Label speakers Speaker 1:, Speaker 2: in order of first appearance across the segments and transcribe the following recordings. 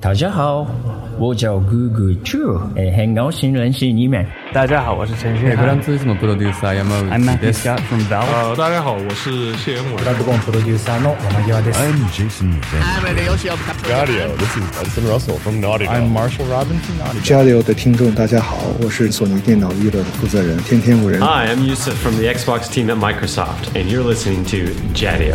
Speaker 1: 大家好，我叫 Google Chu，哎，很高兴认识你们。
Speaker 2: 大家好，我是陈
Speaker 3: えー、
Speaker 2: 轩
Speaker 3: フランツーリスモプロデューサー山
Speaker 2: ，I'm
Speaker 3: 内
Speaker 2: Matthew
Speaker 3: です
Speaker 2: Scott from Valve。
Speaker 4: 呃，大家好，我是谢元伟。
Speaker 5: I'm Jason Van.
Speaker 6: 交流的听众，大家好，我是索尼电脑娱乐的负责人天天五人。
Speaker 7: Hi, I'm Yusuf from the Xbox team at Microsoft, and you're listening to Jadio.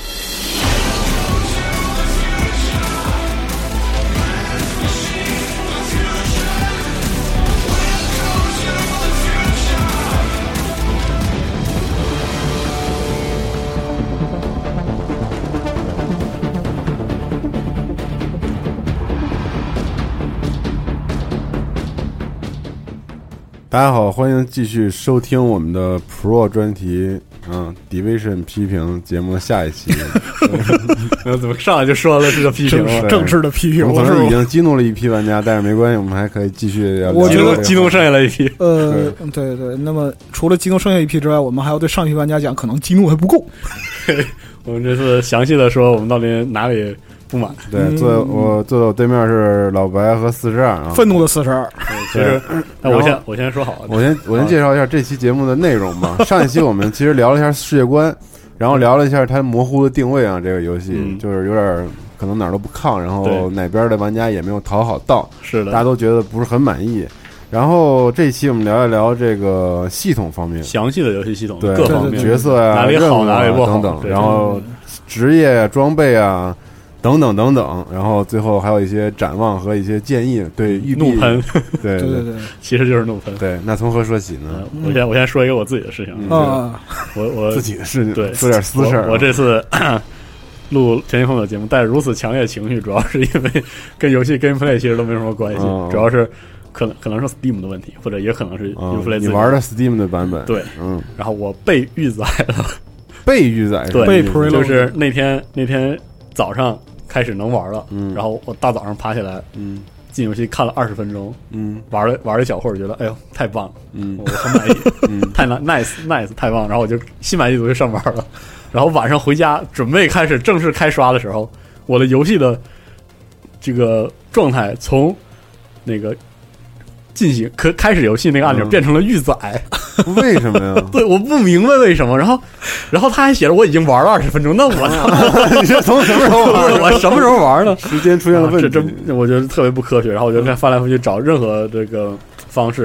Speaker 8: 大家好，欢迎继续收听我们的 Pro 专题，嗯，Division 批评节目的下 一期。
Speaker 3: 呃怎么上来就说了这个批啊
Speaker 8: 正式正式
Speaker 3: 的批
Speaker 8: 我们可能已经激怒了一批玩家，但是没关系，我们还可以继续聊。
Speaker 9: 我觉得
Speaker 8: 聊这个
Speaker 3: 激怒剩下了一批，
Speaker 9: 呃，对对，那么除了激怒剩下一批之外，我们还要对上一批玩家讲，可能激怒还不够。
Speaker 3: 我们这次详细的说我们到底哪里不满，
Speaker 8: 对，坐我坐在我对面是老白和四十二啊。
Speaker 9: 愤怒的四十二，
Speaker 3: 其实那我
Speaker 8: 然
Speaker 3: 先我先说好，
Speaker 8: 我先我先介绍一下这期节目的内容 吧。上一期我们其实聊了一下世界观，然后聊了一下它模糊的定位啊，这个游戏、
Speaker 3: 嗯
Speaker 8: 就是有点可能哪儿都不抗，然后
Speaker 3: 对
Speaker 8: 哪边的玩家也没有讨好到，
Speaker 3: 是
Speaker 8: 大家
Speaker 3: 的，
Speaker 8: 都觉得不是很满意。然后这一期我们聊一聊这个系统方面，
Speaker 3: 详细的游戏系统
Speaker 8: 对
Speaker 3: 各方面
Speaker 8: 角色啊、
Speaker 3: 哪里
Speaker 8: 任务
Speaker 3: 好
Speaker 8: 啊
Speaker 3: 哪里不好
Speaker 8: 等等，
Speaker 3: 对
Speaker 8: 然后职业啊、装备啊等等等等，然后最后还有一些展望和一些建议，对育碧
Speaker 3: 怒喷，
Speaker 8: 对
Speaker 9: 对对
Speaker 8: 对
Speaker 9: 对，
Speaker 3: 其实就是怒喷。
Speaker 8: 对。那从何说起呢
Speaker 3: 嗯？我先我先说一个我自己的事情啊，
Speaker 9: 啊，
Speaker 3: 我我
Speaker 8: 自己的事情，
Speaker 3: 对
Speaker 8: 说点私事儿啊。
Speaker 3: 我我这次 录《田一峰》的节目带着如此强烈的情绪，主要是因为跟游戏 gameplay 其实都没什么关系，
Speaker 8: 哦
Speaker 3: 主要是可能可能是 Steam 的问题，或者也可能是
Speaker 8: 嗯
Speaker 3: Uplay 自己
Speaker 8: 你玩的 Steam 的版本，
Speaker 3: 对
Speaker 8: 嗯，
Speaker 3: 然后我被预载了，
Speaker 8: 被预载是吧
Speaker 3: 对
Speaker 9: 被
Speaker 8: 你
Speaker 9: pre
Speaker 3: 就是那天那天早上开始能玩了，
Speaker 8: 嗯
Speaker 3: 然后我大早上爬起来
Speaker 8: 嗯
Speaker 3: 进游戏看了二十分钟，
Speaker 8: 嗯
Speaker 3: 玩了玩了一小会儿，觉得哎呦太棒了，
Speaker 8: 嗯
Speaker 3: 我很满意，
Speaker 8: 嗯
Speaker 3: 太 nice nice 太棒了，然后我就心满意足去上班了。然后晚上回家准备开始正式开刷的时候，我的游戏的这个状态从那个进行可开始游戏那个按钮
Speaker 8: 嗯
Speaker 3: 变成了预载，
Speaker 8: 为什么 呀？
Speaker 3: 对，我不明白为什么。然后，然后他还写着我已经玩了二十分钟，那我 操，
Speaker 8: 你这从什么时候玩 的？
Speaker 3: 我什么时候玩的？
Speaker 8: 时间出现了
Speaker 3: 啊
Speaker 8: 问
Speaker 3: 这
Speaker 8: 题？嗯
Speaker 3: 真我觉得特别不科学。然后我就在翻来覆去找任何这个方式，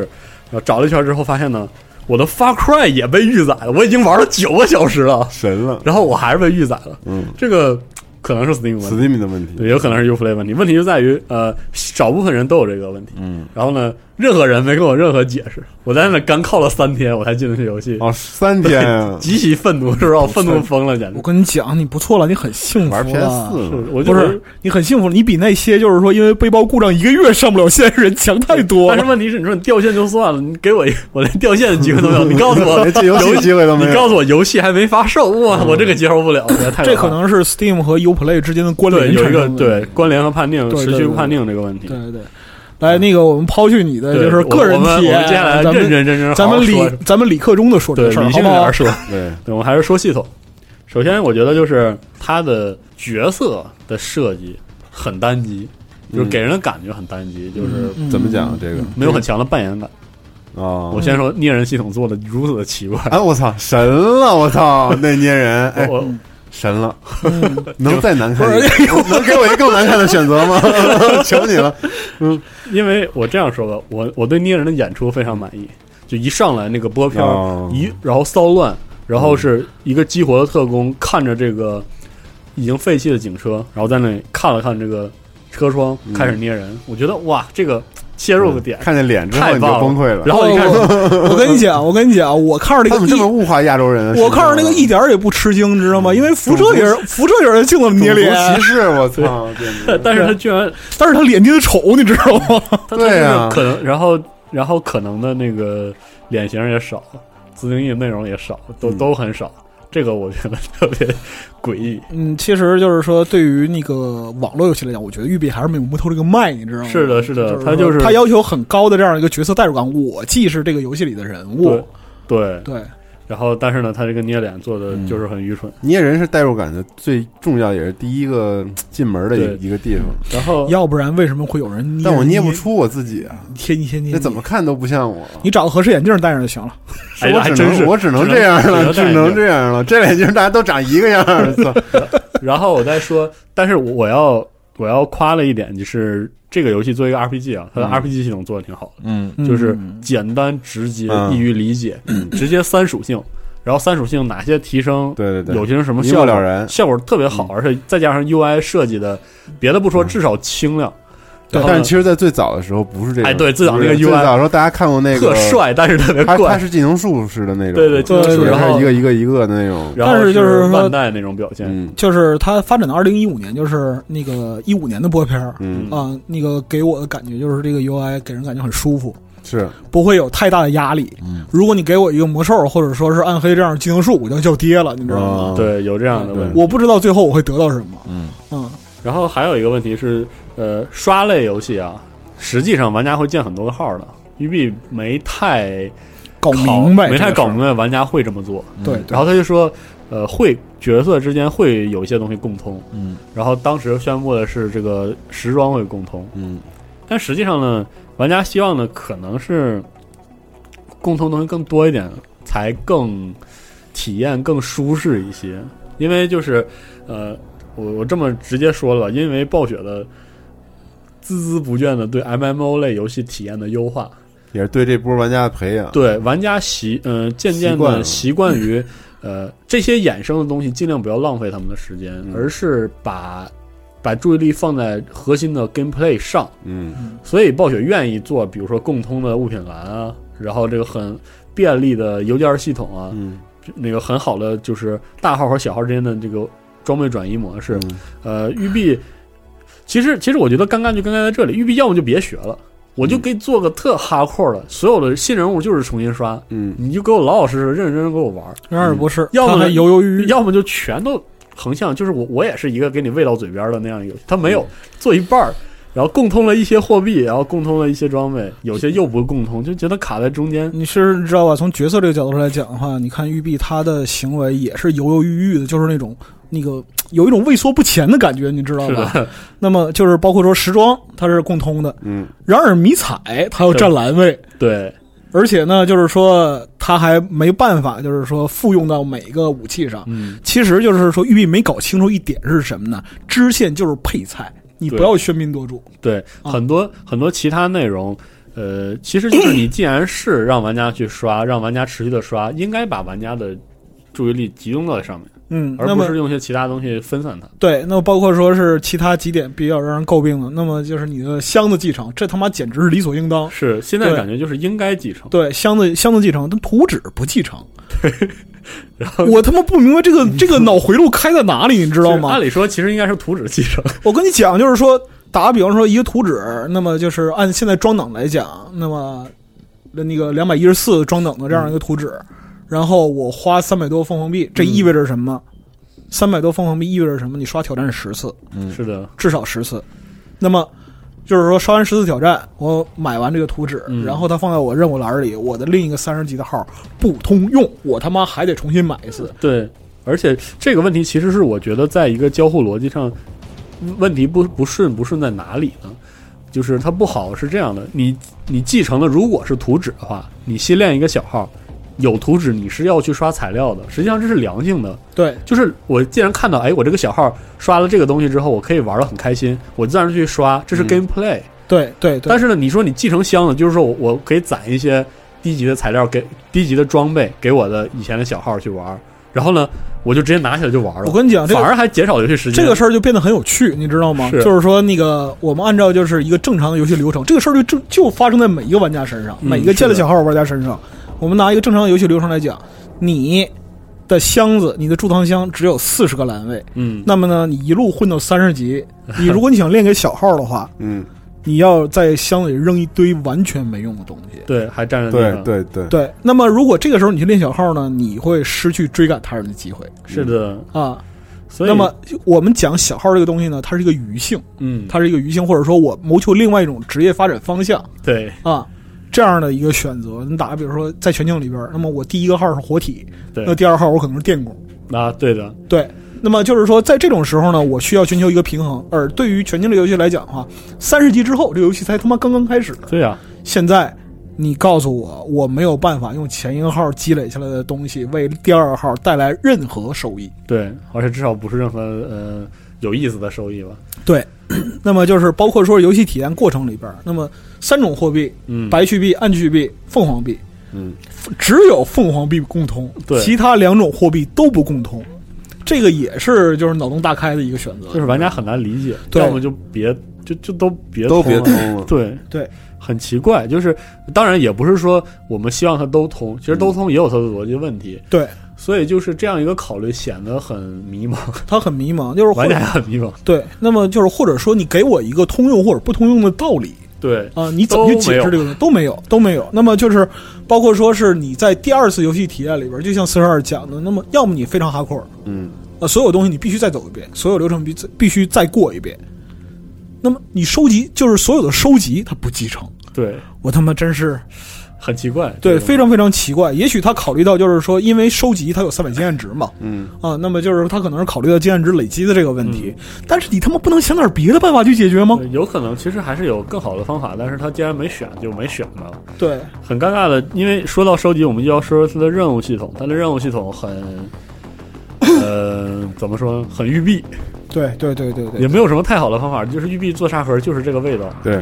Speaker 3: 然后找了一圈之后发现呢，我的 Far Cry 也被预载了，我已经玩了九个小时了，
Speaker 8: 神了，
Speaker 3: 然后我还是被预载了。
Speaker 8: 嗯
Speaker 3: 这个可能是 Steam 问题，
Speaker 8: ，Steam 的问题，
Speaker 3: 对，有可能是 Uplay 问题。问题就在于呃，少部分人都有这个问题。
Speaker 8: 嗯，
Speaker 3: 然后呢，任何人没给我任何解释，我在那干靠了三天，我才进得去游戏。
Speaker 8: 哦，三天啊，
Speaker 3: 极其愤怒，是吧？我愤怒疯了，简直
Speaker 9: 我。跟你讲，你不错了，你很 幸
Speaker 8: 玩
Speaker 9: 福
Speaker 8: PS
Speaker 9: 了。
Speaker 8: 四
Speaker 3: 是我就
Speaker 9: 不是，你很幸福了，你比那些就是说因为背包故障一个月上不了线的人强太多
Speaker 3: 但是
Speaker 9: 了。
Speaker 3: 问题是，你说你掉线就算了，你给我一我连掉线的机会 都没有，你告诉我
Speaker 8: 连进哎游戏机会都没有
Speaker 3: 你告诉我游戏还没发售，哇，我这个接受不了，太
Speaker 9: 这可能是 Steam 和 Uplay 之间的关
Speaker 3: 对
Speaker 9: 联
Speaker 3: 有一个
Speaker 9: 产生的
Speaker 3: 对关联和判定
Speaker 9: 对对
Speaker 3: 持续判定这个问题。
Speaker 9: 对对。来，那个我们抛去你的
Speaker 3: 对
Speaker 9: 就是个人
Speaker 3: 我们
Speaker 9: 体
Speaker 3: 我
Speaker 9: 验
Speaker 3: 们，接下来
Speaker 9: 咱们
Speaker 3: 认认 真真
Speaker 9: 咱
Speaker 3: 好好
Speaker 9: 们
Speaker 3: 说
Speaker 9: 理咱们理课中的说这
Speaker 3: 对
Speaker 9: 个事儿，
Speaker 3: 理
Speaker 9: 好
Speaker 3: 性
Speaker 9: 不
Speaker 3: 一
Speaker 9: 好
Speaker 3: 点？说。
Speaker 8: 对，
Speaker 3: 对，我们还是说系统。首先，我觉得就是它的角色的设计很单机，就是给人的感觉很单机，就是
Speaker 9: 嗯
Speaker 8: 怎么讲啊这个
Speaker 3: 没有很强的扮演感。
Speaker 8: 啊？
Speaker 3: 我先说捏人系统做的如此的奇怪，
Speaker 8: 哎，我操，神了！我操，那捏 人，
Speaker 9: 嗯
Speaker 8: 哎，
Speaker 3: 我
Speaker 8: 神了！能再难看一点？能给我一个更难看的选择吗？ 求你了！
Speaker 3: 因为我这样说吧，我我对捏人的演出非常满意，就一上来那个波片儿、
Speaker 8: 哦
Speaker 3: 一，然后骚乱，然后是一个激活的特工看着这个已经废弃的警车，然后在那里看了看这个车窗，
Speaker 8: 嗯
Speaker 3: 开始捏人。我觉得哇，这个切入的点、
Speaker 8: 看见脸之后
Speaker 3: 太
Speaker 8: 你
Speaker 3: 棒
Speaker 8: 就
Speaker 3: 了，
Speaker 8: 崩溃了。哦
Speaker 3: 然后一开始
Speaker 9: 哦 我我跟你讲，我跟你讲，我看着
Speaker 8: 他怎
Speaker 9: 那个
Speaker 8: 么
Speaker 9: 一
Speaker 8: 这么物化亚洲人啊？
Speaker 9: 我看着那个
Speaker 8: 是
Speaker 9: 一点儿也不吃惊，知道吗？因为辐射也是辐射也是镜子
Speaker 8: 不
Speaker 9: 捏
Speaker 8: 是
Speaker 9: 脸，
Speaker 8: 种族歧视！ 我操！简 直
Speaker 3: 但是他居然
Speaker 9: 但是他脸捏的丑，你知道吗？
Speaker 3: 他
Speaker 8: 对啊
Speaker 3: 他就是可能，然后然后可能的那个脸型也少，自定义内容也少，都、
Speaker 8: 嗯
Speaker 3: 都很少。这个我觉得特别诡异。
Speaker 9: 嗯，其实就是说，对于那个网络游戏来讲，我觉得育碧还是没有木头这个卖，你知道吗？
Speaker 3: 是的，是的，
Speaker 9: 他
Speaker 3: 就是
Speaker 9: 他要求很高的这样一个角色代入感，我既是这个游戏里的人物，
Speaker 3: 对
Speaker 9: 对，
Speaker 3: 然后但是呢，他这个捏脸做的
Speaker 8: 嗯
Speaker 3: 就是很愚蠢。
Speaker 8: 捏人是代入感的最重要，也是第一个进门的
Speaker 3: 对
Speaker 8: 一个地方。
Speaker 3: 然后
Speaker 9: 要不然为什么会有人捏？
Speaker 8: 但我捏不，出我自己啊，
Speaker 9: 天天捏，
Speaker 8: 这怎么看都不像我。
Speaker 9: 你找个合适眼镜戴上就行了。
Speaker 3: 哎
Speaker 8: 我
Speaker 3: 还
Speaker 8: 只
Speaker 3: 真是
Speaker 8: 能我只能这样了，
Speaker 3: 只
Speaker 8: 只
Speaker 3: 能
Speaker 8: 能这样了。这脸型大家都长一个 样儿，操！
Speaker 3: 然后我再说，但是我要我要夸了一点，就是这个游戏作为一个 RPG 啊，它的
Speaker 8: 嗯
Speaker 3: RPG 系统做的挺好的，
Speaker 8: 嗯，
Speaker 3: 就是
Speaker 9: 嗯
Speaker 3: 简单直接、
Speaker 8: 嗯
Speaker 3: 易于理解，直接三属性，然后三属性哪些提升，
Speaker 8: 对对对，
Speaker 3: 有些什么
Speaker 8: 一
Speaker 3: 效
Speaker 8: 目
Speaker 3: 果
Speaker 8: 了然
Speaker 3: 效果特别好，而且再加上 UI 设计的，别的不说，
Speaker 8: 嗯
Speaker 3: 至少清亮，
Speaker 9: 对
Speaker 3: 然后呢
Speaker 8: 但是其实，在最早的时候不是这样，
Speaker 3: 哎对最早那个
Speaker 8: 不是
Speaker 3: UI
Speaker 8: 最早的时候大家看过那个
Speaker 3: 特，帅，但是特别
Speaker 8: 它它
Speaker 3: 怪，
Speaker 8: 是技能树似的那种，
Speaker 3: 对对技能
Speaker 9: 树
Speaker 8: 就是
Speaker 9: 然
Speaker 3: 后
Speaker 8: 一个一个一个的那种，
Speaker 3: 然后
Speaker 9: 但是就是说
Speaker 3: 万代那种表现，
Speaker 8: 嗯
Speaker 9: 就是它发展到二零一五年，就是那个一五年的播片儿
Speaker 8: 嗯
Speaker 9: 啊、那个给我的感觉就是这个 UI 给人感觉很舒服，
Speaker 8: 是
Speaker 9: 不会有太大的压力。
Speaker 8: 嗯
Speaker 9: 如果你给我一个魔兽或者说是暗黑这样的技能树，我就叫爹了，你知道吗？
Speaker 8: 啊，
Speaker 3: 嗯对，有这样的问题。
Speaker 9: 我不知道最后我会得到什么。
Speaker 8: 嗯
Speaker 9: 嗯，
Speaker 3: 然后还有一个问题是，呃，刷类游戏啊，实际上玩家会建很多个号的。育碧没太
Speaker 9: 搞
Speaker 3: 考
Speaker 9: 明白，
Speaker 3: 没太搞明
Speaker 9: 白。
Speaker 3: 白玩家会这么做。
Speaker 9: 对，
Speaker 3: 然后他就说，呃，会角色之间会有一些东西共通。
Speaker 8: 嗯
Speaker 3: 然后当时宣布的是这个时装会共通，
Speaker 8: 嗯
Speaker 3: 但实际上呢，玩家希望呢可能是共通东西更多一点，才更体验更舒适一些。因为就是呃，我我这么直接说了，因为暴雪的孜孜不倦的对 MMO 类游戏体验的优化，
Speaker 8: 也是对这波玩家的培养，
Speaker 3: 对玩家习嗯、渐渐
Speaker 8: 啊习惯
Speaker 3: 的
Speaker 8: 了
Speaker 3: 习惯于 呃这些衍生的东西，尽量不要浪费他们的时间，
Speaker 8: 嗯
Speaker 3: 而是把把注意力放在核心的 gameplay 上。
Speaker 8: 嗯
Speaker 3: 所以暴雪愿意做，比如说共通的物品栏啊，然后这个很便利的邮件系统啊，
Speaker 8: 嗯
Speaker 3: 那个很好的就是大号和小号之间的这个装备转移模式。
Speaker 8: 嗯
Speaker 3: 呃，育碧其实其实我觉得尴尬就尴尬在这里，育碧要么就别学了，我
Speaker 8: 嗯
Speaker 3: 就给做个特哈扣的，所有的新人物就是重新刷，
Speaker 8: 嗯
Speaker 3: 你就给我老老实实、认认真真给我玩儿，
Speaker 9: 然而不是，
Speaker 3: 要么
Speaker 9: 他还犹犹豫豫，
Speaker 3: 嗯要么就全都横向，就是我我也是一个给你喂到嘴边的那样一个游戏，它没
Speaker 9: 嗯
Speaker 3: 有做一半儿，然后共通了一些货币，然后共通了一些装备，有些又不共通，就觉得卡在中间。
Speaker 9: 你是知道吧？从角色这个角度上来讲的话，你看玉碧他的行为也是犹犹豫豫的，就是那种那个有一种畏缩不前的感觉，你知道
Speaker 3: 是
Speaker 9: 吧？
Speaker 3: 的，
Speaker 9: 那么就是包括说时装，它是共通的。
Speaker 8: 嗯
Speaker 9: 然而迷彩它要占栏位，
Speaker 3: 对
Speaker 9: 而且呢，就是说它还没办法，就是说复用到每一个武器上。
Speaker 3: 嗯，
Speaker 9: 其实就是说，玉碧没搞清楚一点是什么呢？支线就是配菜，你
Speaker 3: 对
Speaker 9: 不要喧宾夺主。
Speaker 3: 对，
Speaker 9: 啊
Speaker 3: 很多很多其他内容。呃，其实就是你既然是让玩家去刷，让玩家持续的刷，应该把玩家的注意力集中到上面，
Speaker 9: 嗯，
Speaker 3: 而
Speaker 9: 那
Speaker 3: 不
Speaker 9: 么
Speaker 3: 是用一些其他东西分散它。
Speaker 9: 对，那么包括说是其他几点比较让人诟病的，那么就是你的箱子继承，这他妈简直是理所应当。
Speaker 3: 是，现在
Speaker 9: 对
Speaker 3: 感觉就是应该继承。
Speaker 9: 对，箱子箱子继承，但图纸不继 承。我他妈不明白这个这个脑回路开在哪里，你知道
Speaker 3: 就是
Speaker 9: 吗？
Speaker 3: 按理说其实应该是图纸继承。
Speaker 9: 我跟你讲，就是说，打个比方说，一个图纸，那么就是按现在装等来讲，那么那个两百一十四装等的这样一个图纸，然后我花三百多凤凰币，这意味着什么？三百多凤凰币意味着什么？你刷挑战十次，
Speaker 3: 是的，
Speaker 9: 至少十次。那么就是说，刷完十次挑战，我买完这个图纸，
Speaker 3: 嗯
Speaker 9: 然后它放在我任务栏里，我的另一个三十级的号不通用，我他妈还得重新买一次。
Speaker 3: 对，而且这个问题其实是我觉得在一个交互逻辑上，问题不不顺不顺在哪里呢？就是它不好是这样的，你你继承的如果是图纸的话，你新练一个小号，有图纸你是要去刷材料的，实际上这是良性的。
Speaker 9: 对，
Speaker 3: 就是我既然看到，哎，我这个小号刷了这个东西之后，我可以玩的很开心，我自然去刷，这是
Speaker 8: 嗯
Speaker 3: gameplay。
Speaker 9: 对，对，对。
Speaker 3: 但是呢，你说你继承箱子，就是说我我可以攒一些低级的材料给低级的装备给我的以前的小号去玩儿，然后呢，我就直接拿起来就玩了。
Speaker 9: 我跟你讲，这个
Speaker 3: 反而还减少游戏时间。
Speaker 9: 这个事儿就变得很有趣，你知道吗？
Speaker 3: 是
Speaker 9: 就是说，那个我们按照就是一个正常的游戏流程，这个事儿就正就发生在每一个玩家身上，
Speaker 3: 嗯
Speaker 9: 每一个建了
Speaker 3: 是的
Speaker 9: 小号玩家身上。我们拿一个正常的游戏流程来讲，你的箱子，你的贮藏箱只有四十个栏位，
Speaker 3: 嗯，
Speaker 9: 那么呢，你一路混到三十级，你如果你想练个小号的话，
Speaker 8: 嗯，
Speaker 9: 你要在箱子里扔一堆完全没用的东西。
Speaker 3: 对，还占着地
Speaker 8: 对
Speaker 3: 方。
Speaker 8: 对对，
Speaker 9: 对，那么如果这个时候你去练小号呢，你会失去追赶他人的机会
Speaker 3: 是的。
Speaker 9: 啊。
Speaker 3: 所以，
Speaker 9: 那么我们讲小号这个东西呢，它是一个余性，
Speaker 3: 嗯，
Speaker 9: 它是一个余性，或者说我谋求另外一种职业发展方向
Speaker 3: 对，
Speaker 9: 啊，这样的一个选择。你打个比如说，在全境里边儿，那么我第一个号是活体，
Speaker 3: 对
Speaker 9: 那第二号我可能是电工，
Speaker 3: 啊，对的，
Speaker 9: 对。那么就是说，在这种时候呢，我需要寻求一个平衡。而对于全境类游戏来讲的话，三十级之后，这游戏才他妈刚刚开始。
Speaker 3: 对呀、啊，
Speaker 9: 现在你告诉我，我没有办法用前一个号积累下来的东西为第二号带来任何收益。
Speaker 3: 对，而且至少不是任何呃有意思的收益吧？
Speaker 9: 对， 那么就是包括说游戏体验过程里边儿，那么三种货币：
Speaker 3: 嗯，
Speaker 9: 白去币、暗去币、凤凰币。
Speaker 8: 嗯，
Speaker 9: 只有凤凰币共通，
Speaker 3: 对
Speaker 9: 其他两种货币都不共通。这个也是就是脑洞大开的一个选择，
Speaker 3: 就是玩家很难理解，
Speaker 9: 对
Speaker 3: 要么就别就就都别
Speaker 8: 都别
Speaker 3: 了
Speaker 8: 通了。
Speaker 3: 对
Speaker 9: 对，
Speaker 3: 很奇怪，就是当然也不是说我们希望它都通，其实都通也有它的逻辑问题，
Speaker 9: 对
Speaker 3: 所以就是这样一个考虑显得很迷茫，
Speaker 9: 他很迷茫，就是或
Speaker 3: 玩家也很迷茫。
Speaker 9: 对，那么就是或者说你给我一个通用或者不通用的道理，
Speaker 3: 对，
Speaker 9: 啊，你怎么去解释这个东西都没有，都没有。那么就是，包括说是你在第二次游戏体验里边，就像四十二讲的，那么要么你非常哈扣，
Speaker 8: 嗯，
Speaker 9: 啊，所有东西你必须再走一遍，所有流程必必须再过一遍。那么你收集就是所有的收集，它不继承，
Speaker 3: 对，
Speaker 9: 我他妈真是
Speaker 3: 很奇怪。
Speaker 9: 对
Speaker 3: 这种
Speaker 9: 非常非常奇怪。也许他考虑到就是说，因为收集它有三百经验值嘛，
Speaker 8: 嗯
Speaker 9: 啊，那么就是他可能是考虑到经验值累积的这个问题，但是你他妈不能想点别的办法去解决吗？
Speaker 3: 对有可能其实还是有更好的方法，但是他既然没选就没选嘛，
Speaker 9: 对
Speaker 3: 很尴尬的。因为说到收集，我们就要说说它的任务系统，它的任务系统 很。呃，怎么说？很育碧，
Speaker 9: 对对对对
Speaker 3: 也
Speaker 9: 对，
Speaker 3: 没有什么太好的方法，就是育碧做沙盒就是这个味道。
Speaker 8: 对，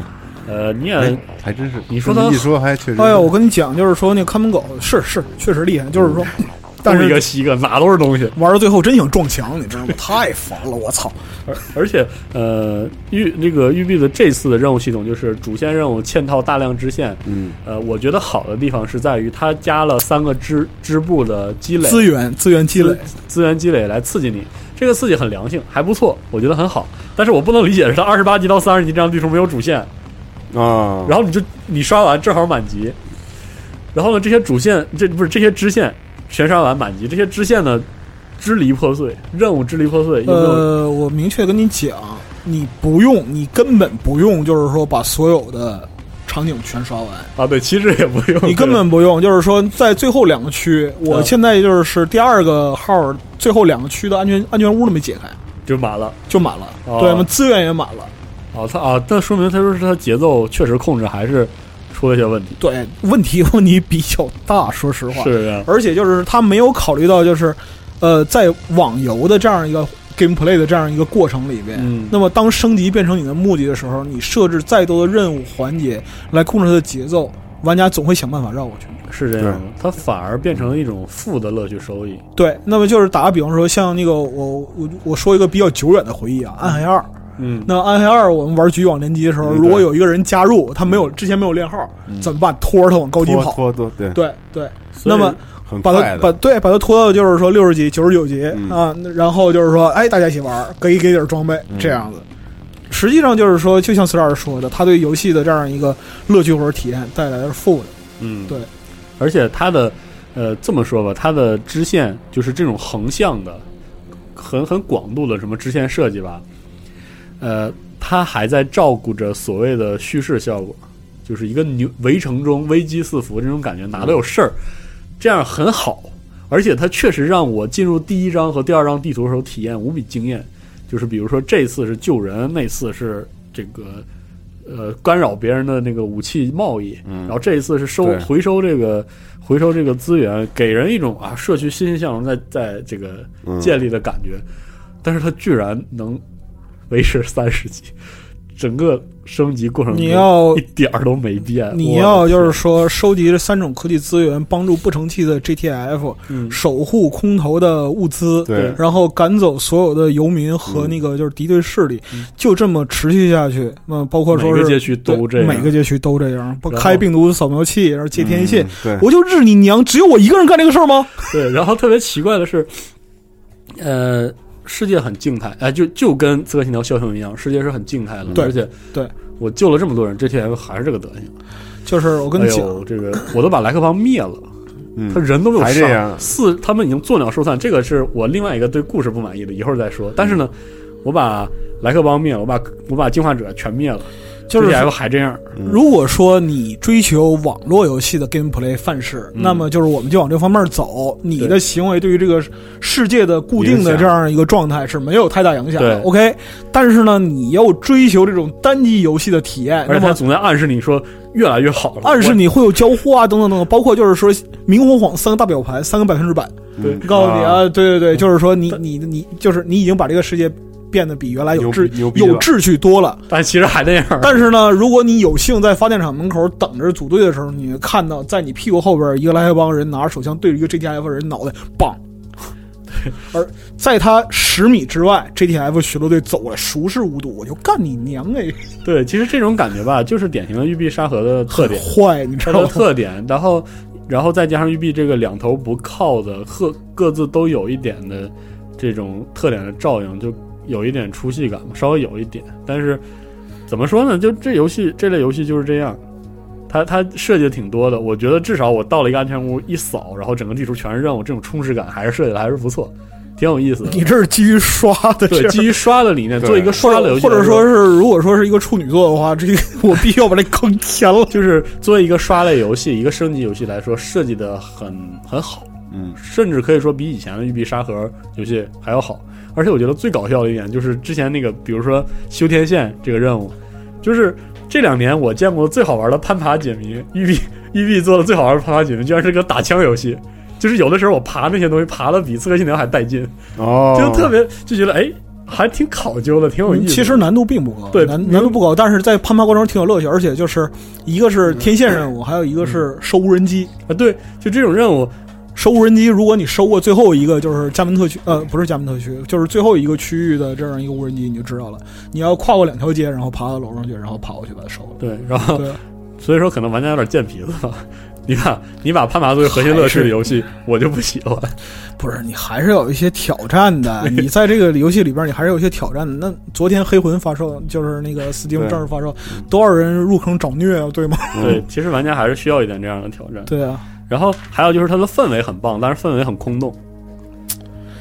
Speaker 3: 呃，你也
Speaker 8: 哎，还真是。
Speaker 3: 你说
Speaker 8: 这么
Speaker 3: 他
Speaker 8: 一说还确实是，
Speaker 9: 哎呀，我跟你讲，就是说那个看门狗是是确实厉害，就是说，
Speaker 3: 嗯
Speaker 9: 但
Speaker 3: 东一
Speaker 9: 是
Speaker 3: 个西一个，哪都是东西。
Speaker 9: 玩到最后真想撞墙，你知道吗？太烦了，我操！
Speaker 3: 而而且，呃，育那个育碧的这次的任务系统就是主线任务嵌套大量支线。
Speaker 8: 嗯，
Speaker 3: 呃，我觉得好的地方是在于它加了三个支支部的积累
Speaker 9: 资源资源积累，
Speaker 3: 资源积累来刺激你，这个刺激很良性，还不错，我觉得很好。但是我不能理解的是它二十八级到三十级这样地图没有主线，
Speaker 8: 啊，
Speaker 3: 然后你就你刷完正好满级，然后呢这些主线这不是这些支线全刷完满级，这些支线呢支离破碎，任务支离破碎，有没有？
Speaker 9: 呃，我明确跟你讲，你不用，你根本不用，就是说把所有的场景全刷完，
Speaker 3: 啊， 对，其实也不用，
Speaker 9: 你根本不用，就是说在最后两个区，我
Speaker 3: 嗯
Speaker 9: 现在就是第二个号最后两个区的安全安全屋都没解开，
Speaker 3: 就满了。
Speaker 9: 就满了，
Speaker 3: 哦
Speaker 9: 对，那么资源也满了。
Speaker 3: 啊，他啊，那说明他说是他节奏确实控制还是出了一些问题，
Speaker 9: 对，问题 问题比较大，说实话。
Speaker 3: 是啊，
Speaker 9: 而且就是他没有考虑到，就是呃，在网游的这样一个 gameplay 的这样一个过程里边，
Speaker 3: 嗯
Speaker 9: 那么当升级变成你的目的的时候，你设置再多的任务环节来控制它的节奏，玩家总会想办法绕过去。
Speaker 3: 是这样的，他反而变成了一种负的乐趣收益。
Speaker 9: 对，那么就是打个比方说，像那个我我我说一个比较久远的回忆啊，《暗黑二》。
Speaker 3: 嗯，
Speaker 9: 那《暗黑二》我们玩局域网联机的时候，
Speaker 8: 嗯
Speaker 9: 如果有一个人加入，他没有
Speaker 3: 嗯
Speaker 9: 之前没有练号，怎么办？拖着他往高级
Speaker 8: 拖
Speaker 9: 跑。
Speaker 8: 拖拖，对，
Speaker 9: 对对，
Speaker 3: 所以
Speaker 9: 那么
Speaker 8: 很
Speaker 9: 把
Speaker 8: 快
Speaker 9: 他
Speaker 8: 的，
Speaker 9: 把对把他拖到就是说六十级、九十九级
Speaker 8: 嗯
Speaker 9: 啊，那然后就是说，哎，大家一起玩儿，给给点儿装备这样子。实际上就是说，就像四十二说的，他对游戏的这样一个乐趣或者体验带来的是负的。
Speaker 3: 嗯，
Speaker 9: 对，
Speaker 3: 而且它的呃这么说吧，它的支线就是这种横向的，很很广度的什么支线设计吧，呃，它还在照顾着所谓的叙事效果，就是一个牛围城中危机四伏这种感觉，哪都有事儿，这样很好。而且它确实让我进入第一章和第二章地图的时候体验无比惊艳，就是比如说这次是救人，那次是这个呃干扰别人的那个武器贸易，然后这一次是收
Speaker 8: 对
Speaker 3: 回收这个回收这个资源，给人一种啊社区欣欣向荣在在这个
Speaker 8: 嗯
Speaker 3: 建立的感觉，但是它居然能维持 三十级，整个升级过程中
Speaker 9: 你要
Speaker 3: 一点儿都没变，
Speaker 9: 你
Speaker 3: 嗯我
Speaker 9: 要就是说收集这三种科技资源，帮助不成器的 GTF，
Speaker 3: 嗯
Speaker 9: 守护空投的物资，
Speaker 8: 对
Speaker 9: 然后赶走所有的游民和那
Speaker 3: 嗯
Speaker 9: 个就是敌对势力，就这么持续下去。那包括说
Speaker 3: 每
Speaker 9: 是
Speaker 3: 个街区都这
Speaker 9: 对
Speaker 3: 样
Speaker 9: 每个街区都这样，不
Speaker 3: 然后
Speaker 9: 开病毒扫描器，然后接天线
Speaker 8: 嗯。对，
Speaker 9: 我就日你娘！只有我一个人干这个事儿吗？
Speaker 3: 对，然后特别奇怪的是，呃，世界很静态，哎、就就跟《刺客信条：枭雄》一样，世界是很静态的，
Speaker 9: 对
Speaker 3: 而且
Speaker 9: 对
Speaker 3: 我救了这么多人，GTF 还是这个德行。
Speaker 9: 就是我跟
Speaker 3: 哎
Speaker 9: 你讲，
Speaker 3: 呦，这个我都把莱克邦灭了，
Speaker 8: 嗯
Speaker 3: 他人都没有
Speaker 8: 还这
Speaker 3: 上
Speaker 8: 样
Speaker 3: 四，他们已经作鸟兽散。这个是我另外一个对故事不满意的，一会儿再说。但是呢，我把莱克邦灭了，我把我把进化者全灭了，
Speaker 9: 就是说
Speaker 3: GTF 还这样。
Speaker 9: 如果说你追求网络游戏的 gameplay 范式，
Speaker 3: 嗯
Speaker 9: 那么就是我们就往这方面走。你的
Speaker 3: 对
Speaker 9: 行为对于这个世界的固定
Speaker 8: 影
Speaker 9: 的
Speaker 8: 响
Speaker 9: 这样一个状态是没有太大影响的。
Speaker 3: 对
Speaker 9: OK，但是呢，你要追求这种单机游戏的体验，
Speaker 3: 而
Speaker 9: 那
Speaker 3: 且他
Speaker 9: 么
Speaker 3: 总在暗示你说越来越好了，
Speaker 9: 暗示你会有交互啊，等等等等，包括就是说明晃晃三个大表盘，三个百分之百，
Speaker 3: 对
Speaker 9: 告诉你啊，对对对，就是说你你你就是你已经把这个世界变得比原来有
Speaker 8: 牛
Speaker 9: 秩
Speaker 8: 逼牛逼了
Speaker 9: 有秩序多了。
Speaker 3: 我，但其实还那样。
Speaker 9: 但是呢，如果你有幸在发电厂门口等着组队的时候，你看到在你屁股后边一个莱克邦人拿着手枪对着一个 GTF 人脑袋，棒！而在他十米之外，GTF 巡逻队走过来，熟视无睹，我就干你娘哎！
Speaker 3: 对，其实这种感觉吧，就是典型的育碧沙盒的特点，
Speaker 9: 坏，你知
Speaker 3: 它
Speaker 9: 道
Speaker 3: 的
Speaker 9: 吗？
Speaker 3: 特点。然后，然后再加上育碧这个两头不靠的，各各自都有一点的这种特点的照应，就有一点出戏感嘛，稍微有一点。但是怎么说呢？就这游戏这类游戏就是这样。它它设计的挺多的，我觉得至少我到了一个安全屋一扫，然后整个地图全是任务，这种充实感还是设计的还是不错，挺有意思的。
Speaker 9: 你这是基于刷的
Speaker 3: 对
Speaker 9: 事，儿
Speaker 3: 基于刷的理念
Speaker 8: 对
Speaker 3: 做一个刷的游戏，
Speaker 9: 或者
Speaker 3: 而不
Speaker 9: 说是如果说是一个处女座的话，这个 我必须要把这坑填了。
Speaker 3: 就是作为一个刷类游戏、一个升级游戏来说，设计的很很好，
Speaker 8: 嗯，
Speaker 3: 甚至可以说比以前的育碧沙盒游戏还要好。而且我觉得最搞笑的一点就是之前那个，比如说修天线这个任务，就是这两年我见过最好玩的攀爬解谜，育碧 育碧做的最好玩的攀爬解谜，居然是个打枪游戏。就是有的时候我爬那些东西爬的比《刺客信条》还带劲，
Speaker 8: 哦，
Speaker 3: 就特别就觉得哎，还挺考究的，挺有意思的。
Speaker 9: 嗯其实难度并不高，
Speaker 3: 对
Speaker 9: 难难度不高，但是在攀爬过程中挺有乐趣，而且就是一个是天线任务，还有一个
Speaker 3: 嗯
Speaker 9: 是收无人机。
Speaker 3: 啊，对，就这种任务，
Speaker 9: 收无人机，如果你收过最后一个就是加门特区，呃，不是加门特区，就是最后一个区域的这样一个无人机，你就知道了。你要跨过两条街，然后爬到楼上去，然后爬过去把它收了。
Speaker 3: 对，然后
Speaker 9: 对，
Speaker 3: 所以说可能玩家有点贱皮子 吧。你把你把攀爬作为核心乐趣的游戏，我就不喜欢。
Speaker 9: 不是你还是有一些挑战 的。你在这个游戏里边，你还是有一些挑战的。那昨天黑魂发售，就是那个 Steam
Speaker 8: 对
Speaker 9: 正式发售，多少人入坑找虐啊，对吗？
Speaker 3: 对，其实玩家还是需要一点这样的挑战。
Speaker 9: 对啊，
Speaker 3: 然后还有就是它的氛围很棒，但是氛围很空洞，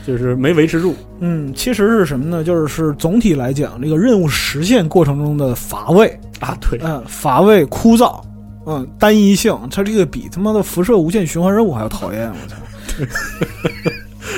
Speaker 3: 就是没维持住。
Speaker 9: 嗯，其实是什么呢？就是是总体来讲，这个任务实现过程中的乏味，
Speaker 3: 啊，对，
Speaker 9: 嗯，乏味、枯燥，嗯，单一性，它这个比他妈的辐射无限循环任务还要讨厌，我操！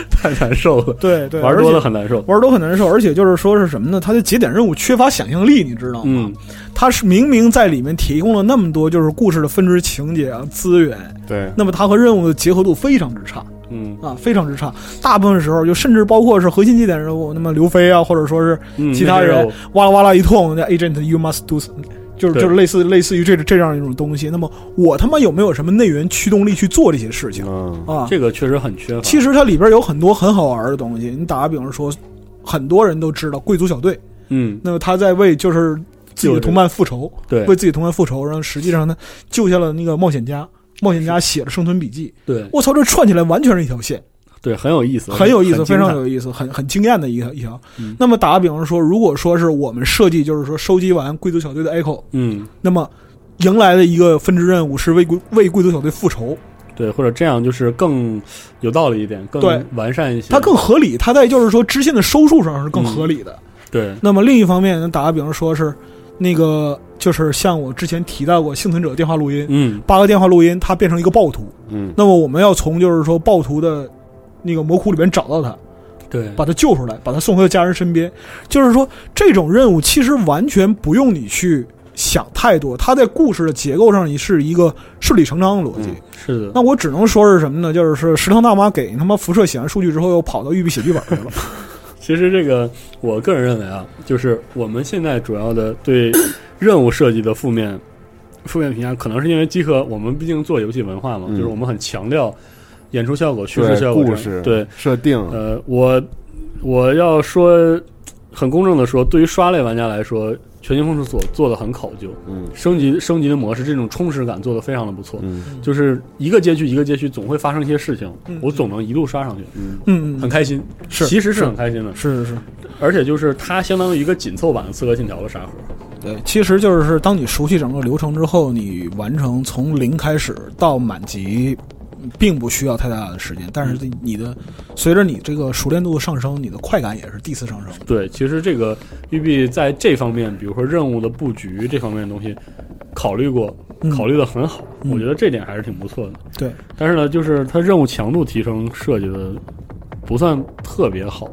Speaker 3: 太难受了，
Speaker 9: 对对，
Speaker 3: 玩多了
Speaker 9: 而且
Speaker 3: 很难受。
Speaker 9: 玩多很难受，而且就是说是什么呢？它的节点任务缺乏想象力，你知道吗？
Speaker 3: 嗯，
Speaker 9: 它是明明在里面提供了那么多就是故事的分支情节啊资源，
Speaker 8: 对，
Speaker 9: 那么它和任务的结合度非常之差。
Speaker 3: 嗯
Speaker 9: 啊，非常之差。大部分时候就甚至包括是核心节点任务，那么刘飞啊，或者说是
Speaker 3: 嗯
Speaker 9: 其他
Speaker 3: 那些
Speaker 9: 人、
Speaker 3: 任务
Speaker 9: 哇啦哇啦一通，那 agent you must do，some- 就是
Speaker 3: 对
Speaker 9: 就是类似类似于这这样一种东西。那么我他妈有没有什么内源驱动力去做这些事情
Speaker 8: 嗯，
Speaker 9: 啊？
Speaker 3: 这个确实很缺乏。
Speaker 9: 其实它里边有很多很好玩的东西。你打个比方说，很多人都知道贵族小队，
Speaker 3: 嗯，
Speaker 9: 那么他在为就是自己的同伴复仇，
Speaker 3: 对
Speaker 9: 为自己同伴复仇，然后实际上呢救下了那个冒险家。冒险家写了生存笔记，
Speaker 3: 对
Speaker 9: 我操，这串起来完全是一条线。
Speaker 3: 对，很有意思，
Speaker 9: 很有意思，非
Speaker 3: 精
Speaker 9: 常
Speaker 3: 彩
Speaker 9: 有意思，很很惊艳的一条一条。
Speaker 3: 嗯
Speaker 9: 那么打个比方说，如果说是我们设计，就是说收集完贵族小队的 Echo，
Speaker 3: 嗯，
Speaker 9: 那么迎来的一个分支任务是为贵为贵族小队复仇，
Speaker 3: 对，或者这样就是更有道理一点，更
Speaker 9: 对
Speaker 3: 完善一些。
Speaker 9: 它更合理，它在就是说支线的收束上是更合理的。
Speaker 3: 对，
Speaker 9: 那么另一方面，呢，打个比方说是那个就是像我之前提到过幸存者电话录音，
Speaker 3: 嗯
Speaker 9: 八个电话录音它变成一个暴徒，
Speaker 8: 嗯，
Speaker 9: 那么我们要从就是说暴徒的那个魔窟里面找到他。
Speaker 3: 对，
Speaker 9: 把他救出来，把他送回到家人身边。就是说，这种任务其实完全不用你去想太多，它在故事的结构上也是一个顺理成章的逻辑。
Speaker 8: 嗯
Speaker 3: 是的。
Speaker 9: 那我只能说是什么呢？就是说食堂大妈给他妈辐射写完数据之后，又跑到育碧写剧本去了。
Speaker 3: 其实这个，我个人认为啊，就是我们现在主要的对 任务设计的负面负面评价，可能是因为集合我们毕竟做游戏文化嘛，
Speaker 8: 嗯
Speaker 3: 就是我们很强调演出效果、叙事
Speaker 8: 对，
Speaker 3: 效果这
Speaker 8: 故
Speaker 3: 样、
Speaker 8: 事嗯
Speaker 3: 对，
Speaker 8: 设定，
Speaker 3: 呃，我我要说，很公正的说，对于刷类玩家来说，《全境封锁》做的很考究，
Speaker 8: 嗯
Speaker 3: 升级升级的模式这种充实感做的非常的不错。
Speaker 8: 嗯
Speaker 3: 就是一个街区一个街区总会发生一些事情，
Speaker 9: 嗯
Speaker 3: 我总能一路刷上去，
Speaker 9: 嗯，
Speaker 3: 很开心。
Speaker 9: 是
Speaker 3: 其实是
Speaker 9: 是
Speaker 3: 很开心的。
Speaker 9: 是是是，
Speaker 3: 而且就是它相当于一个紧凑版的《刺客信条》的沙盒，
Speaker 9: 对，其实就是当你熟悉整个流程之后，你完成从零开始到满级，并不需要太大的时间。但是
Speaker 3: 嗯
Speaker 9: 你的随着你这个熟练度的上升，你的快感也是第次上升。
Speaker 3: 对，其实这个育碧在这方面，比如说任务的布局这方面的东西，考虑过，考虑的很好，
Speaker 9: 嗯
Speaker 3: 我觉得这点还是挺不错的。
Speaker 9: 对，
Speaker 3: 但是呢，就是它任务强度提升设计的不算特别好，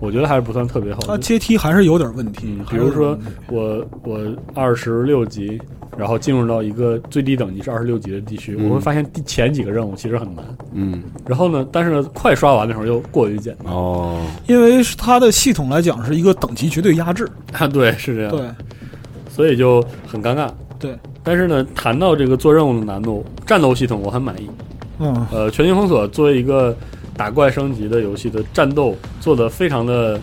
Speaker 3: 我觉得还是不算特别好。
Speaker 9: 它阶梯还是有点问题
Speaker 3: 嗯，，比
Speaker 9: 啊还是
Speaker 3: 如
Speaker 9: 有点
Speaker 3: 说
Speaker 9: 问题
Speaker 3: 我我二十六级，然后进入到一个最低等级是二十六级的地区，
Speaker 8: 嗯
Speaker 3: 我会发现第前几个任务其实很难。
Speaker 8: 嗯，
Speaker 3: 然后呢，但是呢，快刷完的时候又过于简单。
Speaker 8: 哦，
Speaker 9: 因为是它的系统来讲是一个等级绝对压制。
Speaker 3: 啊， 对，是这样。
Speaker 9: 对
Speaker 3: 所以就很尴尬。
Speaker 9: 对，
Speaker 3: 但是呢，谈到这个做任务的难度，战斗系统我很满意。
Speaker 9: 嗯，
Speaker 3: 呃，《全境封锁》作为一个打怪升级的游戏的战斗，做的非常的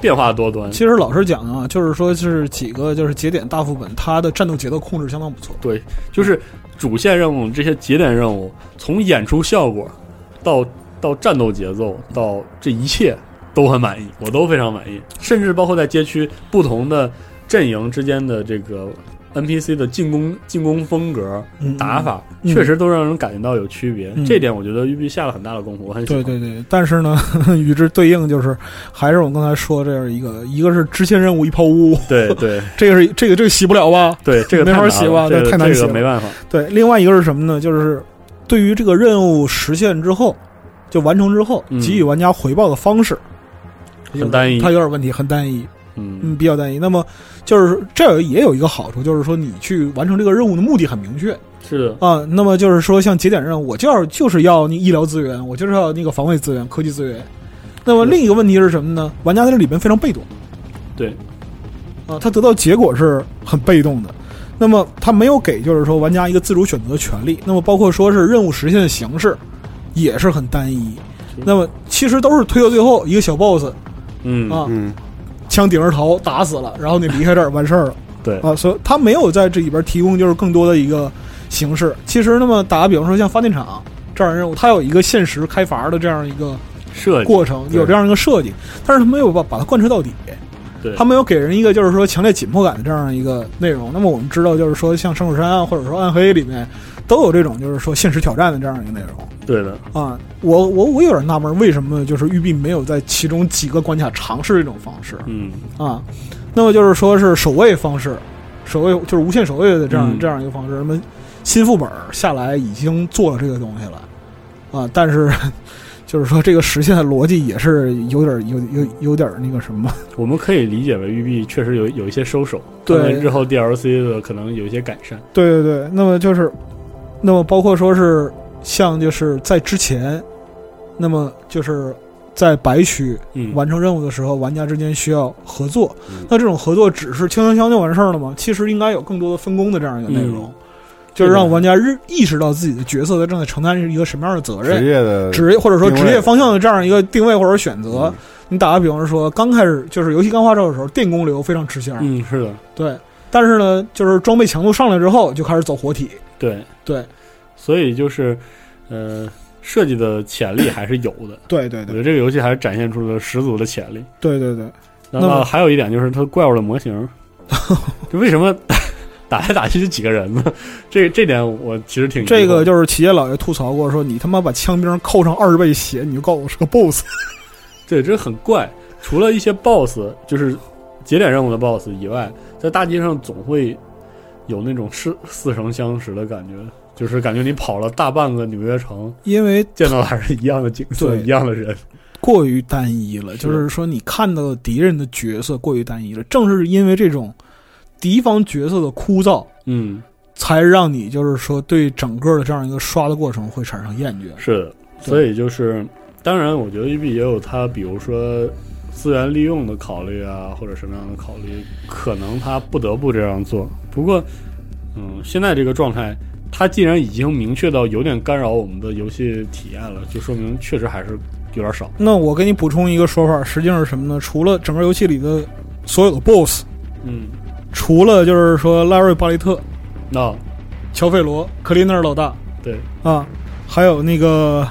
Speaker 3: 变化多端。
Speaker 9: 其实老实讲啊，就是说是几个就是节点大副本，它的战斗节奏控制相当不错。
Speaker 3: 对，就是主线任务这些节点任务，从演出效果到到战斗节奏，到这一切都很满意，我都非常满意。甚至包括在街区不同的阵营之间的这个 NPC 的进攻进攻风格、
Speaker 9: 嗯
Speaker 3: 打法，
Speaker 9: 嗯
Speaker 3: 确实都让人感觉到有区别。
Speaker 9: 嗯
Speaker 3: 这点我觉得育碧下了很大的功夫，我很喜
Speaker 9: 对
Speaker 3: 欢。
Speaker 9: 对对，但是呢， 与之对应就是，还是我刚才说这样一个，一个是支线任务一泡污，
Speaker 3: 对 对
Speaker 9: 这个是这个这个洗不了吧？
Speaker 3: 对，这个
Speaker 9: 没
Speaker 3: 太
Speaker 9: 法
Speaker 3: 难
Speaker 9: 写
Speaker 3: 了
Speaker 9: 吧
Speaker 3: 这
Speaker 9: 这
Speaker 3: 个
Speaker 9: 太难
Speaker 3: 这
Speaker 9: 写
Speaker 3: 个
Speaker 9: 了
Speaker 3: 没办法。
Speaker 9: 对，另外一个是什么呢？就是对于这个任务实现之后，就完成之后
Speaker 3: 嗯
Speaker 9: 给予玩家回报的方式，
Speaker 3: 很单一
Speaker 9: 它有点问题，很单一，
Speaker 3: 嗯
Speaker 9: 嗯，比较单一。那么就是这儿也有一个好处，就是说你去完成这个任务的目的很明确
Speaker 3: 是的，
Speaker 9: 啊。那么就是说，像节点任务，我就要就是要那医疗资源，我就是要那个防卫资源、科技资源。那么另一个问题是什么呢？玩家在这里边非常被动。
Speaker 3: 对，
Speaker 9: 啊，他得到结果是很被动的。那么他没有给就是说玩家一个自主选择的权利。那么包括说是任务实现的形式也是很单一。那么其实都是推到最后一个小 boss
Speaker 3: 嗯
Speaker 9: 啊，
Speaker 8: 嗯，
Speaker 9: 枪顶着头打死了，然后你离开这儿完事儿了
Speaker 3: 对，
Speaker 9: 啊。所以他没有在这里边提供就是更多的一个形式。其实那么打个比方说像发电厂这样的任务，它有一个限时开阀的这样一个
Speaker 3: 设计
Speaker 9: 过程，有这样一个设计，但是他没有把把它贯彻到底。
Speaker 3: 对
Speaker 9: 他没有给人一个就是说强烈紧迫感的这样一个内容。那么我们知道，就是说像《圣手山》啊，或者说《暗黑》里面都有这种就是说现实挑战的这样一个内容
Speaker 3: 对的，
Speaker 9: 啊。我我我有点纳闷，为什么就是育碧没有在其中几个关卡尝试这种方式
Speaker 3: 嗯
Speaker 9: 啊？那么就是说是守卫方式，守卫就是无限守卫的这样、
Speaker 3: 嗯
Speaker 9: 这样一个方式。那么新副本下来已经做了这个东西了啊，但是就是说这个实现的逻辑也是有点有有有点那个什么。
Speaker 3: 我们可以理解为育碧确实有有一些收手，
Speaker 9: 对
Speaker 3: 他们日后 DLC 的可能有一些改善。
Speaker 9: 对对对，那么就是，那么包括说是像就是在之前，那么就是在白区
Speaker 3: 嗯，
Speaker 9: 完成任务的时候，玩家之间需要合作
Speaker 8: 嗯。
Speaker 9: 那这种合作只是枪枪枪就完事儿了吗？其实应该有更多的分工的这样一个内容，就是让玩家认意识到自己的角色在正在承担一个什么样的责
Speaker 8: 职
Speaker 9: 任。
Speaker 8: 业的
Speaker 9: 职业或者说
Speaker 8: 定
Speaker 9: 职
Speaker 8: 位
Speaker 9: 业方向的这样一个定位或者选择，你打个比方说，刚开始就是游戏刚发售的时候，电工流非常吃香，
Speaker 3: 嗯，是的，
Speaker 9: 对，但是呢，就是装备强度上来之后，就开始走活体。
Speaker 3: 对
Speaker 9: 对，
Speaker 3: 所以就是，呃，设计的潜 力还是有的。
Speaker 9: 对对
Speaker 3: 我觉，得这个游戏还是展现出了十足的潜力。
Speaker 9: 对对对，
Speaker 3: 那
Speaker 9: 那么
Speaker 3: 么还有一点就是它怪物的模 型，就为什么打打来打去就几个人呢？这这点我其实挺疑惑的
Speaker 9: 这个就是企业老爷吐槽过，说你他妈把枪兵扣上二十倍血，你就告诉我是个 BOSS。
Speaker 3: 对，这很怪。除了一些 BOSS，就是节点任务的 BOSS 以外，在大街上总会有那种似似曾相识的感觉，就是感觉你跑了大半个纽约城，
Speaker 9: 因为
Speaker 3: 见到的还是一样的景色，
Speaker 9: 对
Speaker 3: 一样的人。
Speaker 9: 过于单一了，
Speaker 3: 是
Speaker 9: 就是说你看到的敌人的角色过于单一了，正是因为这种敌方角色的枯燥，
Speaker 3: 嗯，
Speaker 9: 才让你就是说对整个的这样一个刷的过程会产生厌倦。
Speaker 3: 是的。所以就是，当然，我觉得育碧也有它，比如说资源利用的考虑啊，或者什么样的考虑，可能它不得不这样做。不过，嗯，现在这个状态，它既然已经明确到有点干扰我们的游戏体验了，就说明确实还是有点少。
Speaker 9: 那我给你补充一个说法，实际上是什么呢？除了整个游戏里的所有的 BOSS，
Speaker 3: 嗯，
Speaker 9: 除了就是说拉瑞巴雷特、
Speaker 3: 那、
Speaker 9: 乔费罗、克林那尔老大
Speaker 3: 对
Speaker 9: 啊，还有那个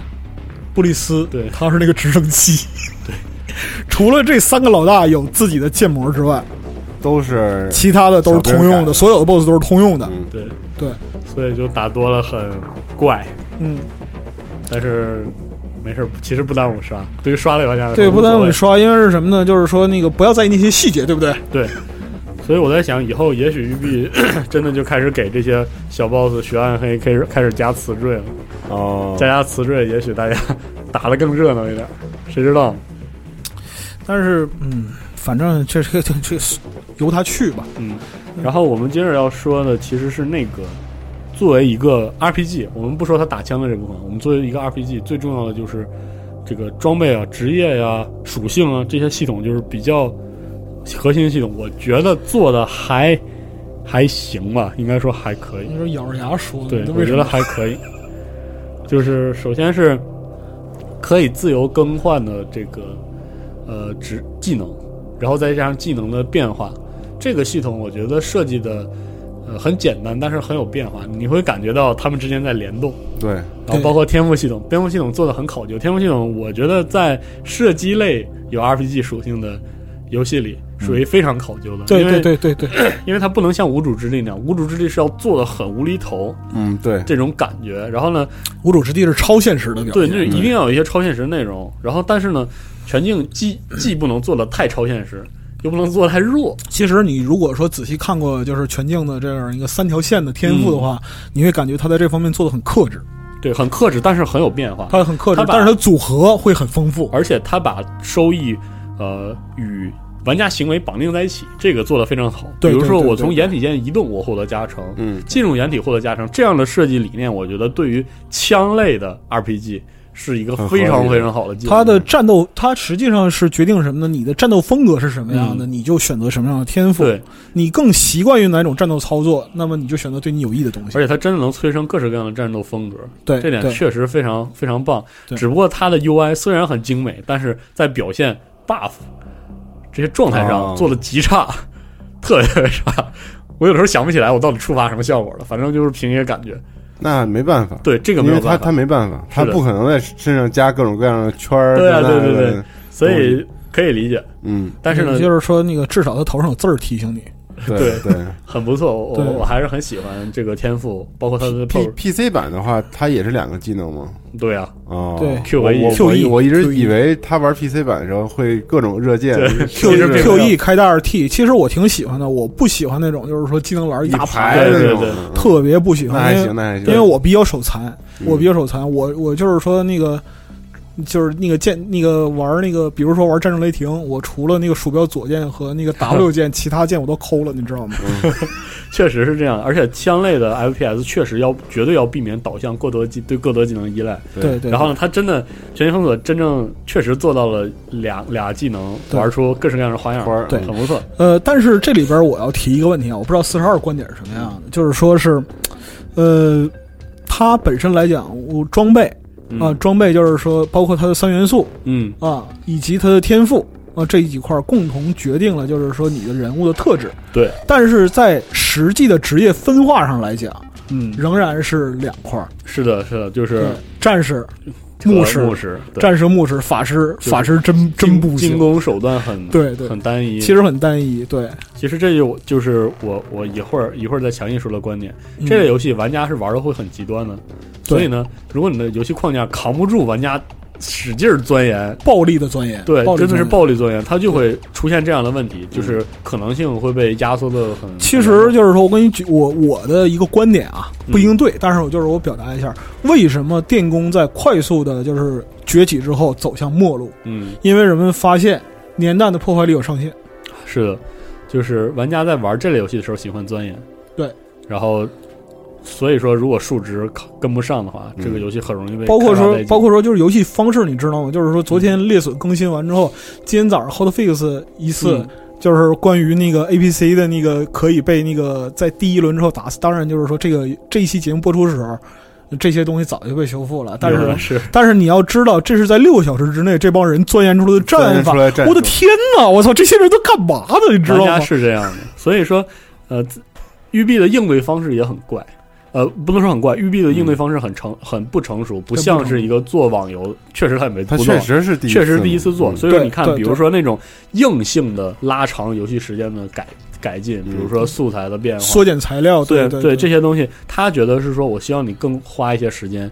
Speaker 9: 布里斯，
Speaker 3: 对
Speaker 9: 他是那 个直升机。对，除了这三个老大有自己的建模之外，
Speaker 8: 都是
Speaker 9: 其他的都是通用的，所有的 BOSS 都是通用的。
Speaker 3: 对
Speaker 9: 对，
Speaker 3: 所以就打多了很怪，
Speaker 9: 嗯，
Speaker 3: 但是没事儿，其实不耽误刷。对于刷类玩家来说，
Speaker 9: 对，不耽
Speaker 3: 无
Speaker 9: 误你
Speaker 3: 所
Speaker 9: 刷，因为是什么呢？就是说那个不要在意那些细节，对不对？
Speaker 3: 谓。对，所以我在想，以后也许育碧 真的就开始给这些小 boss 学暗黑，开始开始加词缀了，
Speaker 8: 哦
Speaker 3: 加加词缀，也许大家打得更热闹一点，谁知道？
Speaker 9: 但是嗯，反正这这这这由他去吧。
Speaker 3: 然后我们接着要说的其实是那个，作为一个 RPG，我们不说它打枪的这部分，我们作为一个 RPG，最重要的就是这个装备啊、职业呀、属性啊这些系统，就是比较核心的系统，我觉得做的还还行吧，应该说还可以
Speaker 9: 你。说咬着牙说的，
Speaker 3: 对
Speaker 9: 嗯那，
Speaker 3: 我
Speaker 9: 为什
Speaker 3: 觉得
Speaker 9: 么？
Speaker 3: 还可以。就是首先是可以自由更换的这个呃职技能，然后再加上技能的变化，这个系统我觉得设计的呃很简单，但是很有变化，你会感觉到它们之间在联动。
Speaker 8: 对，
Speaker 3: 然后
Speaker 9: 对
Speaker 3: 包括天赋系统，天赋系统做的很考究。天赋系统，我觉得在射击类有 RPG 属性的游戏里，属于非常考究的。
Speaker 9: 嗯对
Speaker 3: 因为
Speaker 9: 对，对对对，
Speaker 3: 因为它不能像无主之地那样，无主之地是要做的很无厘头，
Speaker 8: 嗯对，
Speaker 3: 这种感觉。然后呢，
Speaker 9: 无主之地是超现实的表
Speaker 3: 对，
Speaker 9: 现，
Speaker 3: 就是一定要有一些超现实内容。然后，但是呢，全境既既不能做的太超现实，又不能做的太弱。
Speaker 9: 其实你如果说仔细看过就是全境的这样一个三条线的天赋的话，
Speaker 3: 嗯
Speaker 9: 你会感觉他在这方面做的很克制，
Speaker 3: 对，很克制，但是很有变化。
Speaker 9: 他很克制
Speaker 3: 他，把
Speaker 9: 但是他组合会很丰富。
Speaker 3: 而且他把收益，呃，与玩家行为绑定在一起，这个做的非常好。
Speaker 9: 对
Speaker 3: 比如
Speaker 9: 对
Speaker 3: 说
Speaker 9: 对
Speaker 3: 我
Speaker 9: 对
Speaker 3: 从
Speaker 9: 对
Speaker 3: 掩体间移动，我获得加成；
Speaker 8: 嗯，
Speaker 3: 进入掩体获得加成。这样的设计理念，我觉得对于枪类的 RPG 是一个
Speaker 8: 很合
Speaker 3: 非常
Speaker 8: 理
Speaker 3: 非常好的技能。
Speaker 9: 他的战斗，他实际上是决定什么呢？你的战斗风格是什么样的，你就选择什么样的天赋。
Speaker 3: 嗯对，
Speaker 9: 你更习惯于哪种战斗操作，那么你就选择对你有益的东西
Speaker 3: 而。且它真的能催生各式各样的战斗风格，
Speaker 9: 对
Speaker 3: 这点
Speaker 9: 对
Speaker 3: 确实非常非常棒。
Speaker 9: 对
Speaker 3: 只不过它的 UI 虽然很精美，但是在表现 buff 这些状态
Speaker 8: 哦
Speaker 9: 啊
Speaker 3: 上做的极差，特别特别差。我有时候想不起来我到底触发什么效果了，反正就是凭一个感觉。
Speaker 8: 那没办法，
Speaker 3: 对这个没
Speaker 8: 因
Speaker 3: 有
Speaker 8: 为他
Speaker 3: 办法
Speaker 8: 他没办法，他
Speaker 3: 是的
Speaker 8: 不可能在身上加各种各样的圈儿。
Speaker 3: 对啊
Speaker 8: 这那
Speaker 3: 对对
Speaker 8: 的
Speaker 3: 对，所以可以理解。
Speaker 8: 嗯，
Speaker 3: 但是呢
Speaker 9: 也，就是说，那个至少他头上有字儿提醒你。
Speaker 8: 对对。
Speaker 3: 很不错，我
Speaker 9: 对
Speaker 3: 我还是很喜欢这个天赋，包括它的
Speaker 8: P
Speaker 3: power。
Speaker 8: P C 版的话，它也是两个技能吗？
Speaker 3: 对啊，
Speaker 8: 哦，
Speaker 9: 对
Speaker 8: 我
Speaker 3: QE
Speaker 8: 我
Speaker 9: QE
Speaker 8: 我我一直以为他玩 P C 版的时候会各种热键
Speaker 3: 对
Speaker 8: 其
Speaker 9: Q
Speaker 8: 实
Speaker 3: 是
Speaker 8: 并没有
Speaker 9: Q E 开大二 T，其实我挺喜欢的，我不喜欢那种就是说技能栏一
Speaker 8: 一
Speaker 9: 大
Speaker 8: 排
Speaker 9: 排
Speaker 8: 的
Speaker 3: 对
Speaker 8: 那
Speaker 3: 对
Speaker 8: 种
Speaker 3: 对，
Speaker 8: 嗯
Speaker 9: 特别不喜
Speaker 8: 那
Speaker 9: 欢。
Speaker 8: 还
Speaker 9: 因为
Speaker 8: 行，那还行，
Speaker 9: 因为我比较手残，
Speaker 8: 嗯
Speaker 9: 我比较手残，我我就是说那个，就是那个键，那个玩那个，比如说玩战争雷霆，我除了那个鼠标左键和那个 W 键，其他键我都抠了，你知道吗？
Speaker 3: 确实是这样。而且枪类的 FPS 确实要绝对要避免导向过多技对过多技能依赖。
Speaker 9: 对对。
Speaker 3: 然后呢，他真的《全新封锁》真正确实做到了俩俩技能
Speaker 9: 对
Speaker 3: 玩出各式各样的花样
Speaker 8: 花儿，
Speaker 9: 对
Speaker 3: 很不错。
Speaker 9: 呃，但是这里边我要提一个问题啊，我不知道四十二观点是什么样的，就是说是，呃，它本身来讲，我装备
Speaker 3: 嗯
Speaker 9: 啊、装备就是说包括它的三元素，
Speaker 3: 嗯，
Speaker 9: 啊，以及他的天赋啊这几块儿共同决定了，就是说你的人物的特质。
Speaker 3: 对，
Speaker 9: 但是在实际的职业分化上来讲，
Speaker 3: 嗯
Speaker 9: 仍然是两块儿，
Speaker 3: 是的，是的，就是
Speaker 9: 对战士、
Speaker 3: 这个
Speaker 9: 牧师、
Speaker 3: 牧师，对
Speaker 9: 战士、牧师、法师、
Speaker 3: 是
Speaker 9: 法师真真
Speaker 3: 进
Speaker 9: 不
Speaker 3: 进
Speaker 9: 行，
Speaker 3: 攻手段很
Speaker 9: 对对
Speaker 3: 很单一。
Speaker 9: 其实很单一。对，
Speaker 3: 其实这就就是我我一会儿一会儿再详细说的观点。
Speaker 9: 嗯
Speaker 3: 这类游戏玩家是玩的会很极端的，所以呢，如果你的游戏框架扛不住玩家使劲儿钻研。
Speaker 9: 暴力的钻研，
Speaker 3: 对
Speaker 9: 暴，力
Speaker 3: 真的是
Speaker 9: 钻研。嗯
Speaker 3: 暴力钻研，它就会出现这样的问题，就是可能性会被压缩的很。
Speaker 9: 其实就是说，我跟你举我我的一个观点啊，不一
Speaker 3: 嗯
Speaker 9: 定对，但是我就是我表达一下，为什么电工在快速的就是崛起之后走向末路，
Speaker 3: 嗯，
Speaker 9: 因为人们发现年代的破坏力有上限。
Speaker 3: 是的，就是玩家在玩这类游戏的时候喜欢钻研，
Speaker 9: 对，
Speaker 3: 然后所以说如果数值靠跟不上的话，这个游戏很容易被
Speaker 9: 嗯包括
Speaker 3: 开发
Speaker 9: 说
Speaker 3: 殆，尽
Speaker 9: 包括说，就是游戏方式，你知道吗？就是说，昨
Speaker 3: 嗯
Speaker 9: 天猎隼更新完之后，今天早上 Hotfix 一次、
Speaker 3: 嗯
Speaker 9: 就是关于那个 APC 的那个可以被那个在第一轮之后打死。当然，就是说这个这一期节目播出的时候，这些东西早就被修复了。但是，
Speaker 3: 有是
Speaker 9: 但是你要知道，这是在六个小时之内，这帮人钻研出来的
Speaker 8: 钻
Speaker 9: 战
Speaker 8: 研
Speaker 9: 法。
Speaker 8: 出来战术
Speaker 9: 我的天哪！我操，这些人都干嘛呢？你知
Speaker 3: 玩
Speaker 9: 道
Speaker 3: 家
Speaker 9: 吗？
Speaker 3: 是这样的，所以说呃，自育碧的应对方式也很怪。呃，不能说很怪，育碧的应对方式很成、很不成熟，不像是一个做网游，确实他也没
Speaker 8: 他
Speaker 3: 不
Speaker 8: 确
Speaker 3: 弄
Speaker 8: 实是第一
Speaker 3: 确实第一次做，
Speaker 8: 嗯
Speaker 3: 所以说
Speaker 9: 对
Speaker 3: 你看
Speaker 9: 对，
Speaker 3: 比如
Speaker 9: 对
Speaker 3: 说那种硬性的拉长游戏时间的改改进，比如说素材的变化、
Speaker 9: 嗯缩减材料，
Speaker 3: 对
Speaker 9: 对
Speaker 3: 这些东西，他觉得是说我希望你更花一些时间，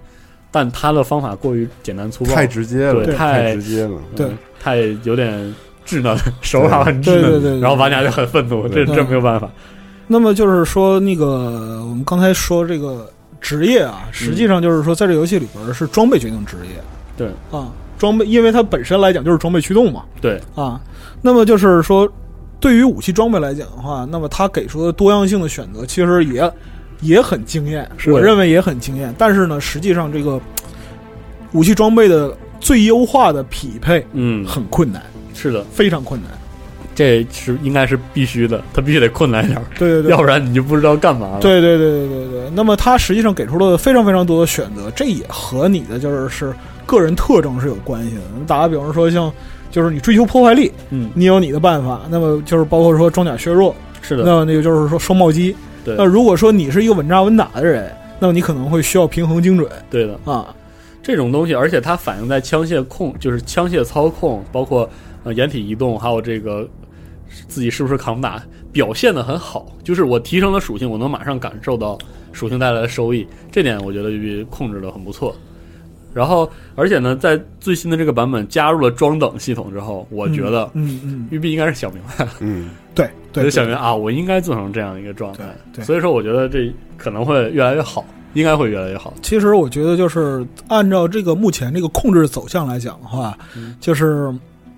Speaker 3: 但他的方法过于简单粗暴，
Speaker 8: 太直接了，
Speaker 3: 对
Speaker 8: 太
Speaker 3: 太
Speaker 8: 直接了，
Speaker 9: 对
Speaker 8: 嗯
Speaker 3: 太有点稚嫩，手法很稚
Speaker 9: 对
Speaker 3: 嫩，
Speaker 9: 对对对
Speaker 3: 然后玩家就很愤怒，这
Speaker 8: 对
Speaker 3: 这没有办法，
Speaker 9: 那么就是说，那个我们刚才说这个职业啊，实际上就是说，在这游戏里边儿是装备决定职业。
Speaker 3: 对
Speaker 9: 啊，装备，因为它本身来讲就是装备驱动嘛。
Speaker 3: 对
Speaker 9: 啊，那么就是说，对于武器装备来讲的话，那么它给出的多样性的选择，其实也也很惊艳，
Speaker 3: 是
Speaker 9: 我认为也很惊艳。但是呢，实际上这个武器装备的最优化的匹配
Speaker 3: 嗯，
Speaker 9: 很困难，
Speaker 3: 是的，
Speaker 9: 非常困难。
Speaker 3: 这是应该是必须的，他必须得困难一点儿，
Speaker 9: 对对对，
Speaker 3: 要不然你就不知道干嘛了。
Speaker 9: 对对对对对对。那么它实际上给出了非常非常多的选择，这也和你的就是是个人特征是有关系的。打个比方说，像就是你追求破坏力，
Speaker 3: 嗯
Speaker 9: 你有你的办法。那么就是包括说装甲削弱，
Speaker 3: 是的，
Speaker 9: 那那个就是说双暴击。
Speaker 3: 对
Speaker 9: 那如果说你是一个稳扎稳打的人，那么你可能会需要平衡精准
Speaker 3: 对的，
Speaker 9: 啊。
Speaker 3: 这种东西，而且它反映在枪械控，就是枪械操控，包括呃掩体移动，还有这个自己是不是扛打，表现的很好。就是我提升了属性，我能马上感受到属性带来的收益，这点我觉得就控制的很不错。然后，而且呢，在最新的这个版本加入了装等系统之后，我觉得
Speaker 9: 嗯嗯，
Speaker 3: 育碧应该是想明白了，
Speaker 8: 嗯，
Speaker 9: 对对
Speaker 3: 就
Speaker 9: 对，
Speaker 3: 想明白啊，我应该做成这样一个状态。
Speaker 9: 对对
Speaker 3: 所以说，我觉得这可能会越来越好，应该会越来越好。
Speaker 9: 其实我觉得，就是按照这个目前这个控制走向来讲的话，
Speaker 3: 嗯
Speaker 9: 就是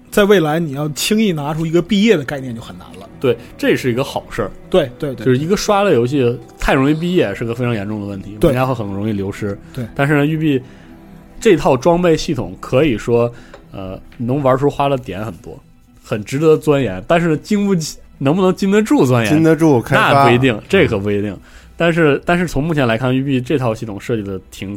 Speaker 9: 在未来你要轻易拿出一个毕业的概念就很难了。
Speaker 3: 对，这是一个好事儿。
Speaker 9: 对对
Speaker 3: 就
Speaker 9: 对，
Speaker 3: 是一个刷类游戏太容易毕业是个非常严重的问题，
Speaker 9: 对
Speaker 3: 玩家会很容易流失。
Speaker 9: 对
Speaker 3: 但是呢，育碧这套装备系统可以说，呃，能玩出花的点很多，很值得钻研。但是经不起，能不能经得住钻
Speaker 8: 禁
Speaker 3: 研，
Speaker 8: 得住开发
Speaker 3: 哎那不一，
Speaker 9: 嗯
Speaker 3: 定，这可不一定。但是，但是从目前来看，育碧这套系统设计的挺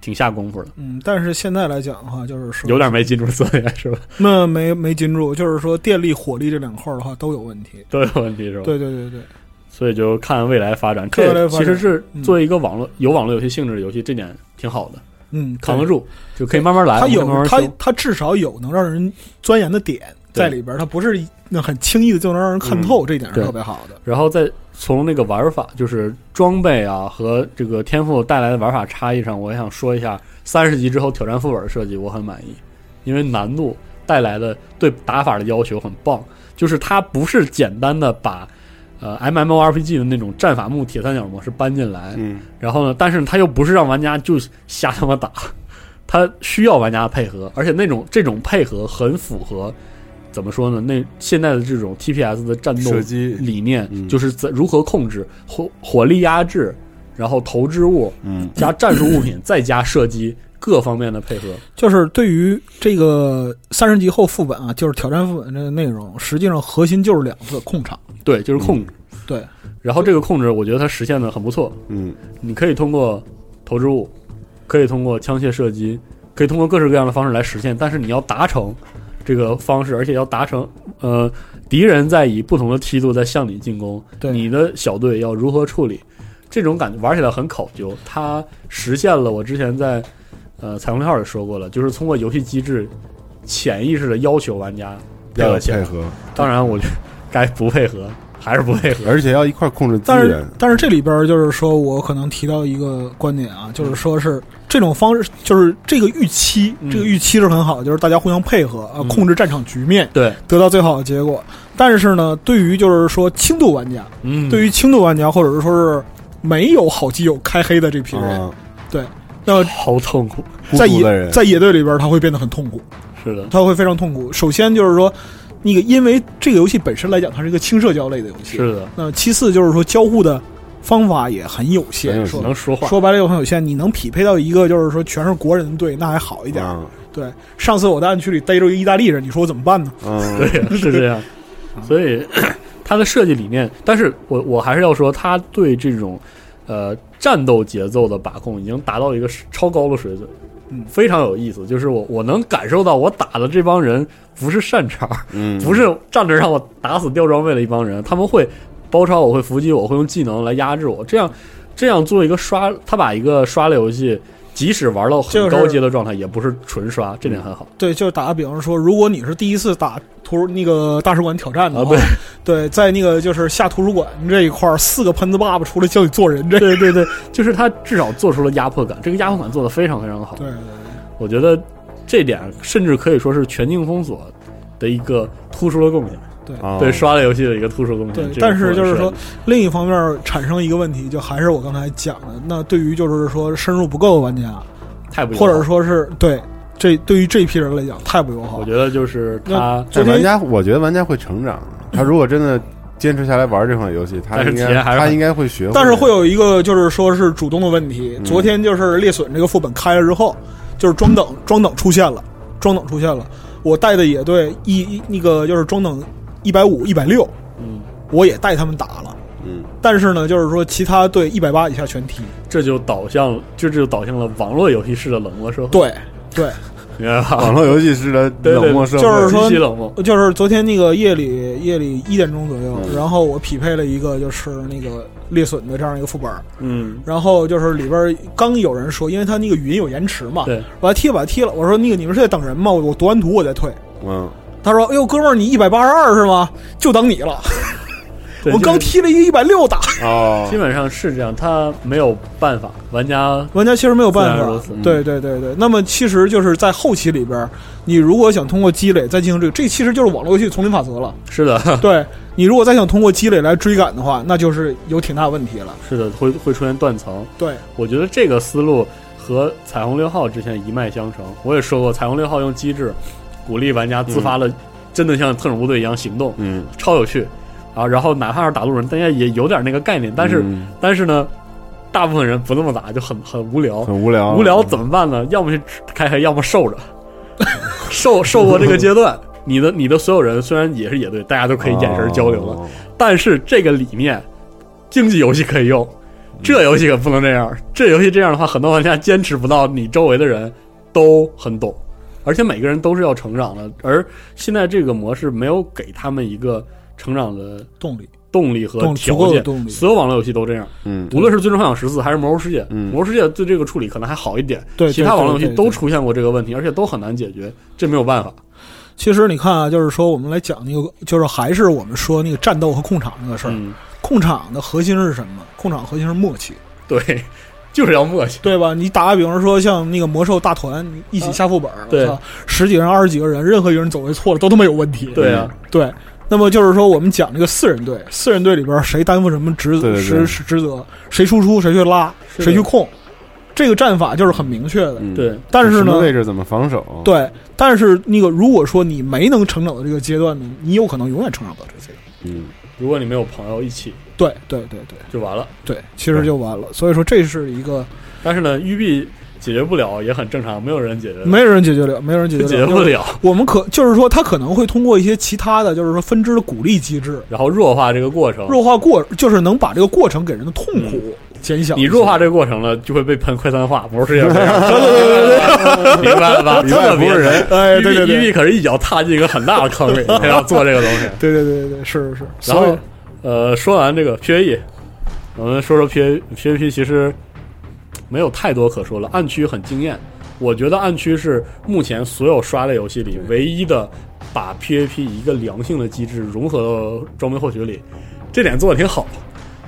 Speaker 3: 挺下功夫的，
Speaker 9: 嗯，但是现在来讲的话，就是说
Speaker 3: 有点没进度钻研是吧？
Speaker 9: 那没没禁住，就是说电力、火力这两块儿的话都有问题。
Speaker 3: 都有问题是吧？
Speaker 9: 对对对对，
Speaker 3: 所以就看未来发展。
Speaker 9: 看未来
Speaker 3: 这
Speaker 9: 发
Speaker 3: 其
Speaker 9: 展
Speaker 3: 实是
Speaker 9: 嗯
Speaker 3: 作为一个网络有网络游戏性质的游戏，这点挺好的。
Speaker 9: 嗯，
Speaker 3: 扛得
Speaker 9: 对。
Speaker 3: 住，就可以慢慢来。
Speaker 9: 它
Speaker 3: 我们慢
Speaker 9: 有
Speaker 3: 慢
Speaker 9: 它
Speaker 3: 修
Speaker 9: 它至少有能让人钻研的点在里边儿，它不是那很轻易的就能让人看透，这一点是
Speaker 3: 嗯对
Speaker 9: 特别好的。
Speaker 3: 然后再从那个玩法，就是装备啊和这个天赋带来的玩法差异上，我也想说一下，三十级之后挑战副本的设计我很满意，因为难度带来的对打法的要求很棒，就是它不是简单的把。呃，MMORPG 的那种战法木铁三角模式搬进来，
Speaker 8: 嗯，
Speaker 3: 然后呢，但是它又不是让玩家就瞎他妈打，它需要玩家配合，而且那种这种配合很符合，怎么说呢？那现在的这种 TPS 的战斗
Speaker 8: 射击
Speaker 3: 理念，
Speaker 8: 嗯
Speaker 3: 就是在如何控制火火力压制，然后投掷物，
Speaker 8: 嗯，
Speaker 3: 加战术物品，再加射击各方面的配合。
Speaker 9: 就是对于这个三十级后副本啊，就是挑战副本这个内容，实际上核心就是两个控场。
Speaker 3: 对，就是控制。
Speaker 9: 对，
Speaker 3: 然后这个控制，我觉得它实现的很不错。
Speaker 8: 嗯，
Speaker 3: 你可以通过投掷物，可以通过枪械射击，可以通过各式各样的方式来实现。但是你要达成这个方式，而且要达成呃敌人在以不同的梯度在向你进攻，
Speaker 9: 对
Speaker 3: 你的小队要如何处理，这种感觉玩起来很考究。它实现了我之前在呃彩虹六号也说过了，就是通过游戏机制潜意识的要求玩家配
Speaker 8: 要
Speaker 3: 合
Speaker 8: 有
Speaker 3: 起来
Speaker 8: 配。合，
Speaker 3: 当然，我觉得该不配合还是不配合。
Speaker 8: 而且要一块控制资
Speaker 9: 但是
Speaker 8: 源，
Speaker 9: 但是这里边儿就是说我可能提到一个观点啊，就是说是这种方式，就是这个预期，
Speaker 3: 嗯
Speaker 9: 这个预期是很好，就是大家互相配合啊，
Speaker 3: 嗯
Speaker 9: 控制战场局面，
Speaker 3: 对，
Speaker 9: 得到最好的结果。但是呢，对于就是说轻度玩家，
Speaker 3: 嗯，
Speaker 9: 对于轻度玩家或者是说是没有好基友开黑的这批人，
Speaker 8: 啊，
Speaker 9: 那
Speaker 3: 好痛苦。
Speaker 8: 孤
Speaker 9: 在
Speaker 8: 独的人
Speaker 9: 野在野队里边儿他会变得很痛苦。
Speaker 3: 是的，
Speaker 9: 他会非常痛苦。首先就是说，那个因为这个游戏本身来讲，它是一个轻社交类的游戏。
Speaker 3: 是的，
Speaker 9: 那其次就是说，交互的方法也很有
Speaker 8: 很
Speaker 9: 限。
Speaker 8: 有
Speaker 9: 说
Speaker 3: 能说话。
Speaker 9: 说白了也很有限，你能匹配到一个就是说全是国人的队，那还好一点。
Speaker 8: 啊，
Speaker 9: 对，上次我在暗区里逮着一个意大利人，你说我怎么办呢？
Speaker 8: 嗯，
Speaker 3: 对，是这 样。啊所以 它的设计理念，但是我我还是要说，它对这种呃战斗节奏的把控已经达到一个超高的水准，
Speaker 9: 嗯
Speaker 3: 非常有意思。就是我我能感受到，我打的这帮人不是善茬，
Speaker 8: 嗯，
Speaker 3: 不是站着让我打死掉装备的一帮人，他们会包抄我，会伏击我，会用技能来压制我。这样这样做一个刷，他把一个刷类游戏即使玩到
Speaker 9: 就
Speaker 3: 很
Speaker 9: 是
Speaker 3: 高阶的状态，也不是纯刷，这点很好。
Speaker 9: 对，就打个比方说，如果你是第一次打图那个大使馆挑战的话，
Speaker 3: 啊
Speaker 9: 对在那个就是下图书馆这一块儿，四个喷子爸爸出来教你做人，这对对对
Speaker 3: 就是他至少做出了压迫感，这个压迫感做得非常非常好。
Speaker 9: 对，
Speaker 3: 我觉得这点甚至可以说是全境封锁的一个突出的贡献，
Speaker 8: 啊，
Speaker 3: 对刷的游戏的一个突出贡献。
Speaker 9: 对
Speaker 3: 嗯这个
Speaker 9: 但是就是说
Speaker 3: 做得哦是，
Speaker 9: 另一方面产生一个问题，就还是我刚才讲的，那对于就是说深入不够的玩家，
Speaker 3: 太不友好
Speaker 9: 或
Speaker 3: 了，
Speaker 9: 者说是对这对于这批人来讲太不友好
Speaker 3: 我。觉得就是
Speaker 9: 那
Speaker 3: 他
Speaker 8: 这
Speaker 9: 昨天
Speaker 8: 玩家，我觉得玩家会成长。他如果真的坚持下来玩这款游戏，他
Speaker 3: 但是
Speaker 8: 应
Speaker 3: 体
Speaker 8: 该
Speaker 3: 验还是
Speaker 8: 他
Speaker 3: 很
Speaker 8: 应该会学会的。
Speaker 9: 但是会有一个就是说是主动的问
Speaker 3: 嗯
Speaker 9: 题。昨天就是猎隼这个副本开了之后，就是装等装等出现了，装等出现了。我带的野队一一那个就是装等一百五、一百六，
Speaker 3: 嗯，
Speaker 9: 我也带他们打了。
Speaker 8: 嗯，
Speaker 9: 但是呢，就是说其他队一百八以下全踢。
Speaker 3: 这就导向，这就导向了网络游戏式的冷漠社会，
Speaker 9: 对对，
Speaker 3: 明白吧？
Speaker 8: 网络游戏式的
Speaker 3: 对对
Speaker 8: 冷漠社会，
Speaker 9: 就是说
Speaker 3: 极其冷漠，
Speaker 9: 就是昨天那个夜里夜里一点钟左右，
Speaker 3: 嗯
Speaker 9: 然后我匹配了一个就是那个猎隼的这样一个副本，
Speaker 3: 嗯，
Speaker 9: 然后就是里边刚有人说，因为他那个语音有延迟嘛，
Speaker 3: 对，
Speaker 9: 我还踢了把他踢了，我说那个你们是在等人吗？我我读完图我再退。
Speaker 8: 嗯，
Speaker 9: 他说：“哎呦，哥们儿，你一百八十二是吗？就等你了。
Speaker 3: 对
Speaker 9: 我刚，
Speaker 3: 就是
Speaker 9: 踢了一个一百六打，
Speaker 8: 哦
Speaker 3: 基，本上是这样，他没有办法，玩家
Speaker 9: 玩家其实没有办
Speaker 3: 自然如
Speaker 9: 法
Speaker 3: 此。嗯
Speaker 9: 对对对对，那么其实就是在后期里边，你如果想通过积累再进行这个，这其实就是网络游戏丛林法 则了。
Speaker 3: 是的，
Speaker 9: 对你如果再想通过积累来追赶的话，那就是有挺大问题了。
Speaker 3: 是的，会会出现断层。
Speaker 9: 对，
Speaker 3: 我觉得这个思路和彩虹六号之前一脉相承。我也说过，彩虹六号用机制鼓励玩家自发的，真的像特种部队一样行动，
Speaker 8: 嗯，
Speaker 3: 超有趣啊！然后哪怕是打路人，大家也有点那个概念，但是、
Speaker 8: 嗯
Speaker 3: 但是呢，大部分人不那么打，就很很无聊。
Speaker 8: 很无聊，
Speaker 3: 无聊怎么办呢？要么是开黑，要么受着，受受过这个阶段。你的你的所有人虽然也是野队，大家都可以眼神交流了，
Speaker 8: 哦
Speaker 3: 但是这个理念，竞技游戏可以用，这游戏可不能这样。这游戏这样的话，很多玩家坚持不到，你周围的人都很懂，而且每个人都是要成长的。而现在这个模式没有给他们一个成长的
Speaker 9: 动力
Speaker 3: 动力和
Speaker 9: 动足
Speaker 3: 条
Speaker 9: 够的
Speaker 3: 件。
Speaker 9: 动力
Speaker 3: 所有网络游戏都这样，
Speaker 8: 嗯，
Speaker 3: 无论是《最终幻想十四》还是《魔兽世界》，
Speaker 8: 嗯
Speaker 3: 魔兽世界》对这个处理可能还好一点，
Speaker 9: 对
Speaker 3: 其他
Speaker 9: 对
Speaker 3: 网络游
Speaker 9: 对
Speaker 3: 戏
Speaker 9: 对
Speaker 3: 都
Speaker 9: 对
Speaker 3: 出现过这个问题，而且都很难解决，这没有办法。
Speaker 9: 其实你看啊，就是说我们来讲那个，就是还是我们说那个战斗和控场那个事儿。
Speaker 3: 嗯，
Speaker 9: 控场的核心是什么？控场核心是默契。
Speaker 3: 对，就是要默契。
Speaker 9: 对吧？你打个比方说，像那个魔兽大团你一起下副本，我
Speaker 3: 对
Speaker 9: 操，十几个人、二十几个人，任何一个人走位错了都他妈有问题。
Speaker 3: 对啊，
Speaker 9: 对，那么就是说，我们讲这个四人队，四人队里边谁担负什么职
Speaker 8: 对对对
Speaker 9: 职职职责，谁输出谁去拉，
Speaker 3: 的
Speaker 9: 谁去控，这个战法就是很明确的。
Speaker 8: 嗯
Speaker 3: 对，
Speaker 9: 但是
Speaker 8: 什
Speaker 9: 呢
Speaker 8: 么，位置怎么防守？，
Speaker 9: 对，但是那个如果说你没能成长到这个阶段呢，你有可能永远成长不到这个阶段。
Speaker 8: 嗯，
Speaker 3: 如果你没有朋友一起，
Speaker 9: 对对对对
Speaker 3: 就完了。
Speaker 9: 对，其实就完了。所以说，这是一个
Speaker 3: 但是呢，育碧解决不了也很正常，没有人解决，
Speaker 9: 没有人解决了，没有人解决
Speaker 3: 就
Speaker 9: 了，
Speaker 3: 解决不了，
Speaker 9: 我们可就是说，他可能会通过一些其他的就是说分支的鼓励机制，
Speaker 3: 然后弱化这个过程。
Speaker 9: 弱化过，就是能把这个过程给人的痛苦
Speaker 8: 嗯
Speaker 9: 减小。
Speaker 3: 你弱化这个过程了，就会被喷快餐化，不 是世界杯这样。明白了 吧？
Speaker 8: 里外不是人
Speaker 3: 哎，对对对，育碧可是一脚踏进一个很大的 坑里，他要做这个东西。
Speaker 9: 对对对对对，是是是。
Speaker 3: 然
Speaker 9: 所
Speaker 3: 后
Speaker 9: 以，
Speaker 3: 呃，说完这个 PVE，我们说说 PVP，PVP 其实没有太多可说了。暗区很惊艳，我觉得暗区是目前所有刷的游戏里唯一的把 PVP 一个良性的机制融合到装备获取里，这点做的挺好。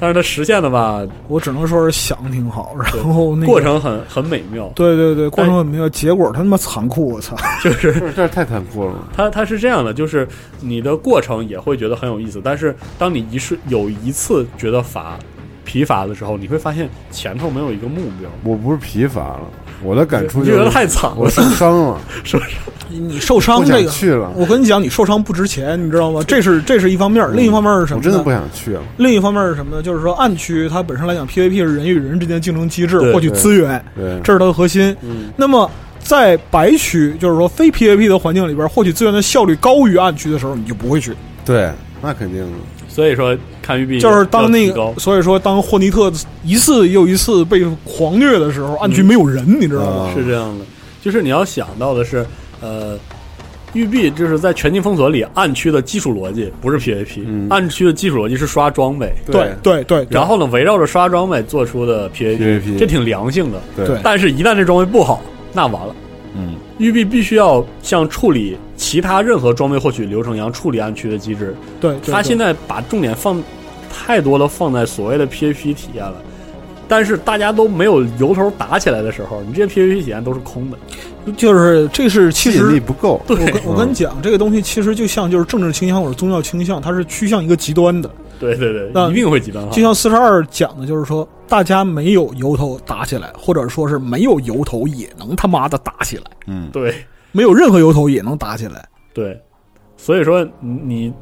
Speaker 3: 但是它实现的吧，
Speaker 9: 我只能说是想 挺好，然后那个
Speaker 3: 过，程很很美妙。
Speaker 9: 对对对，过程很没有结果，他他妈残酷，我操！
Speaker 8: 哎这这太残酷了。
Speaker 3: 它它是这样的，就是你的过程也会觉得很有意思，但是当你一瞬有一次觉得乏疲乏的时候，你会发现前头没有一个目标。
Speaker 8: 我不是疲乏了，我的感触
Speaker 3: 你
Speaker 8: 就
Speaker 3: 觉得
Speaker 8: 是
Speaker 3: 太惨
Speaker 8: 我
Speaker 3: 了，
Speaker 8: 受伤了，
Speaker 3: 是不是？
Speaker 9: 你受伤
Speaker 8: 不
Speaker 9: 这
Speaker 8: 想
Speaker 9: 个，
Speaker 8: 去了，
Speaker 9: 我跟你讲，你受伤不值钱，你知道吗？这是这是一方面儿，另一方面儿是什
Speaker 8: 我
Speaker 9: 么？
Speaker 8: 真的不。想去了。
Speaker 9: 另一方面儿是什么呢？就是说，暗区它本身来讲，PVP 是人与人之间的竞争机制，
Speaker 3: 对嗯
Speaker 9: 获取
Speaker 8: 对
Speaker 9: 资源，
Speaker 8: 对，
Speaker 9: 这是它的核心。那么在白区，就是说非 PVP 的环境里边，获取资源的效率高于暗区的时候，你就不会去。
Speaker 8: 对，那肯定的。
Speaker 3: 所以说看育碧
Speaker 9: 就是当那
Speaker 3: 要提
Speaker 9: 个
Speaker 3: 高，
Speaker 9: 所以说当霍尼特一次又一次被狂虐
Speaker 3: 嗯
Speaker 9: 的时候，暗区没有人，你知道吗？
Speaker 8: 啊
Speaker 3: 是这样的，就是你要想到的是，呃，育碧就是在全境封锁里暗区的基础逻辑不是 PVP，、暗区的基础逻辑是刷装备，
Speaker 9: 对对对，对
Speaker 3: 然后呢围绕着刷装备做出的 PVP，
Speaker 8: PVP
Speaker 3: 这挺良性的。
Speaker 8: 对
Speaker 9: 对
Speaker 3: 但是，一旦这装备不好，那完了。
Speaker 8: 嗯，
Speaker 3: 育碧必须要像处理其他任何装备获取流程一样处理暗区的机制。
Speaker 9: 对，对
Speaker 3: 他现
Speaker 9: 对
Speaker 3: 在把重点放太多的放在所谓的 PVP 体验了，但是大家都没有由头打起来的时候，你这些 PVP 体验都是空的。
Speaker 9: 就是这是其
Speaker 8: 吸引力
Speaker 9: 实。
Speaker 8: 不够，
Speaker 9: 我跟我跟你讲，这个东西其实就像就是政治倾向或者宗教倾向，它是趋向一个极端的。
Speaker 3: 对对
Speaker 9: 那
Speaker 3: 对，一定会极端化
Speaker 9: 就。像四十二讲的，就是说大家没有由头打起来，或者说是没有由头也能他妈的打起来，
Speaker 8: 嗯，
Speaker 3: 对
Speaker 9: 没有任何由头也能打起来。
Speaker 3: 对，所以说你你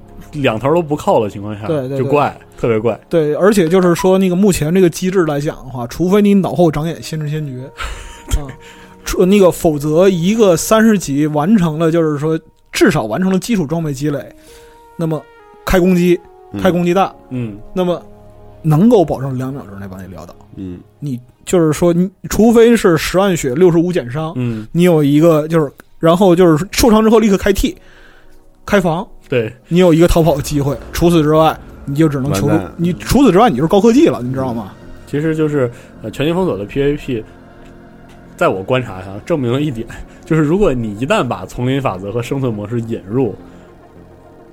Speaker 3: 两头都不靠的情况下，
Speaker 9: 对对对
Speaker 3: 就怪特别怪。
Speaker 9: 对，而且就是说那个目前这个机制来讲的话，除非你脑后长眼先知先觉，啊，除那个否则一个三十级完成了，就是说至少完成了基础装备积累，那么开攻击
Speaker 8: 嗯
Speaker 9: 开，攻击大，
Speaker 3: 嗯，
Speaker 9: 那么能够保证两秒之内把你撂倒。
Speaker 8: 嗯
Speaker 9: 你就是说，你除非是十万血六十五减伤，
Speaker 3: 嗯，
Speaker 9: 你有一个就是，然后就是受伤之后立刻开 T，开房，
Speaker 3: 对，
Speaker 9: 你有一个逃跑的机会。除此之外，你就只能求助
Speaker 8: 完蛋。
Speaker 9: 你除此之外，你就是高科技了，你知道吗？
Speaker 3: 其实就是呃，全境封锁的 PVP，在我观察上证明了一点， 就是如果你一旦把丛林法则和生存模式引入，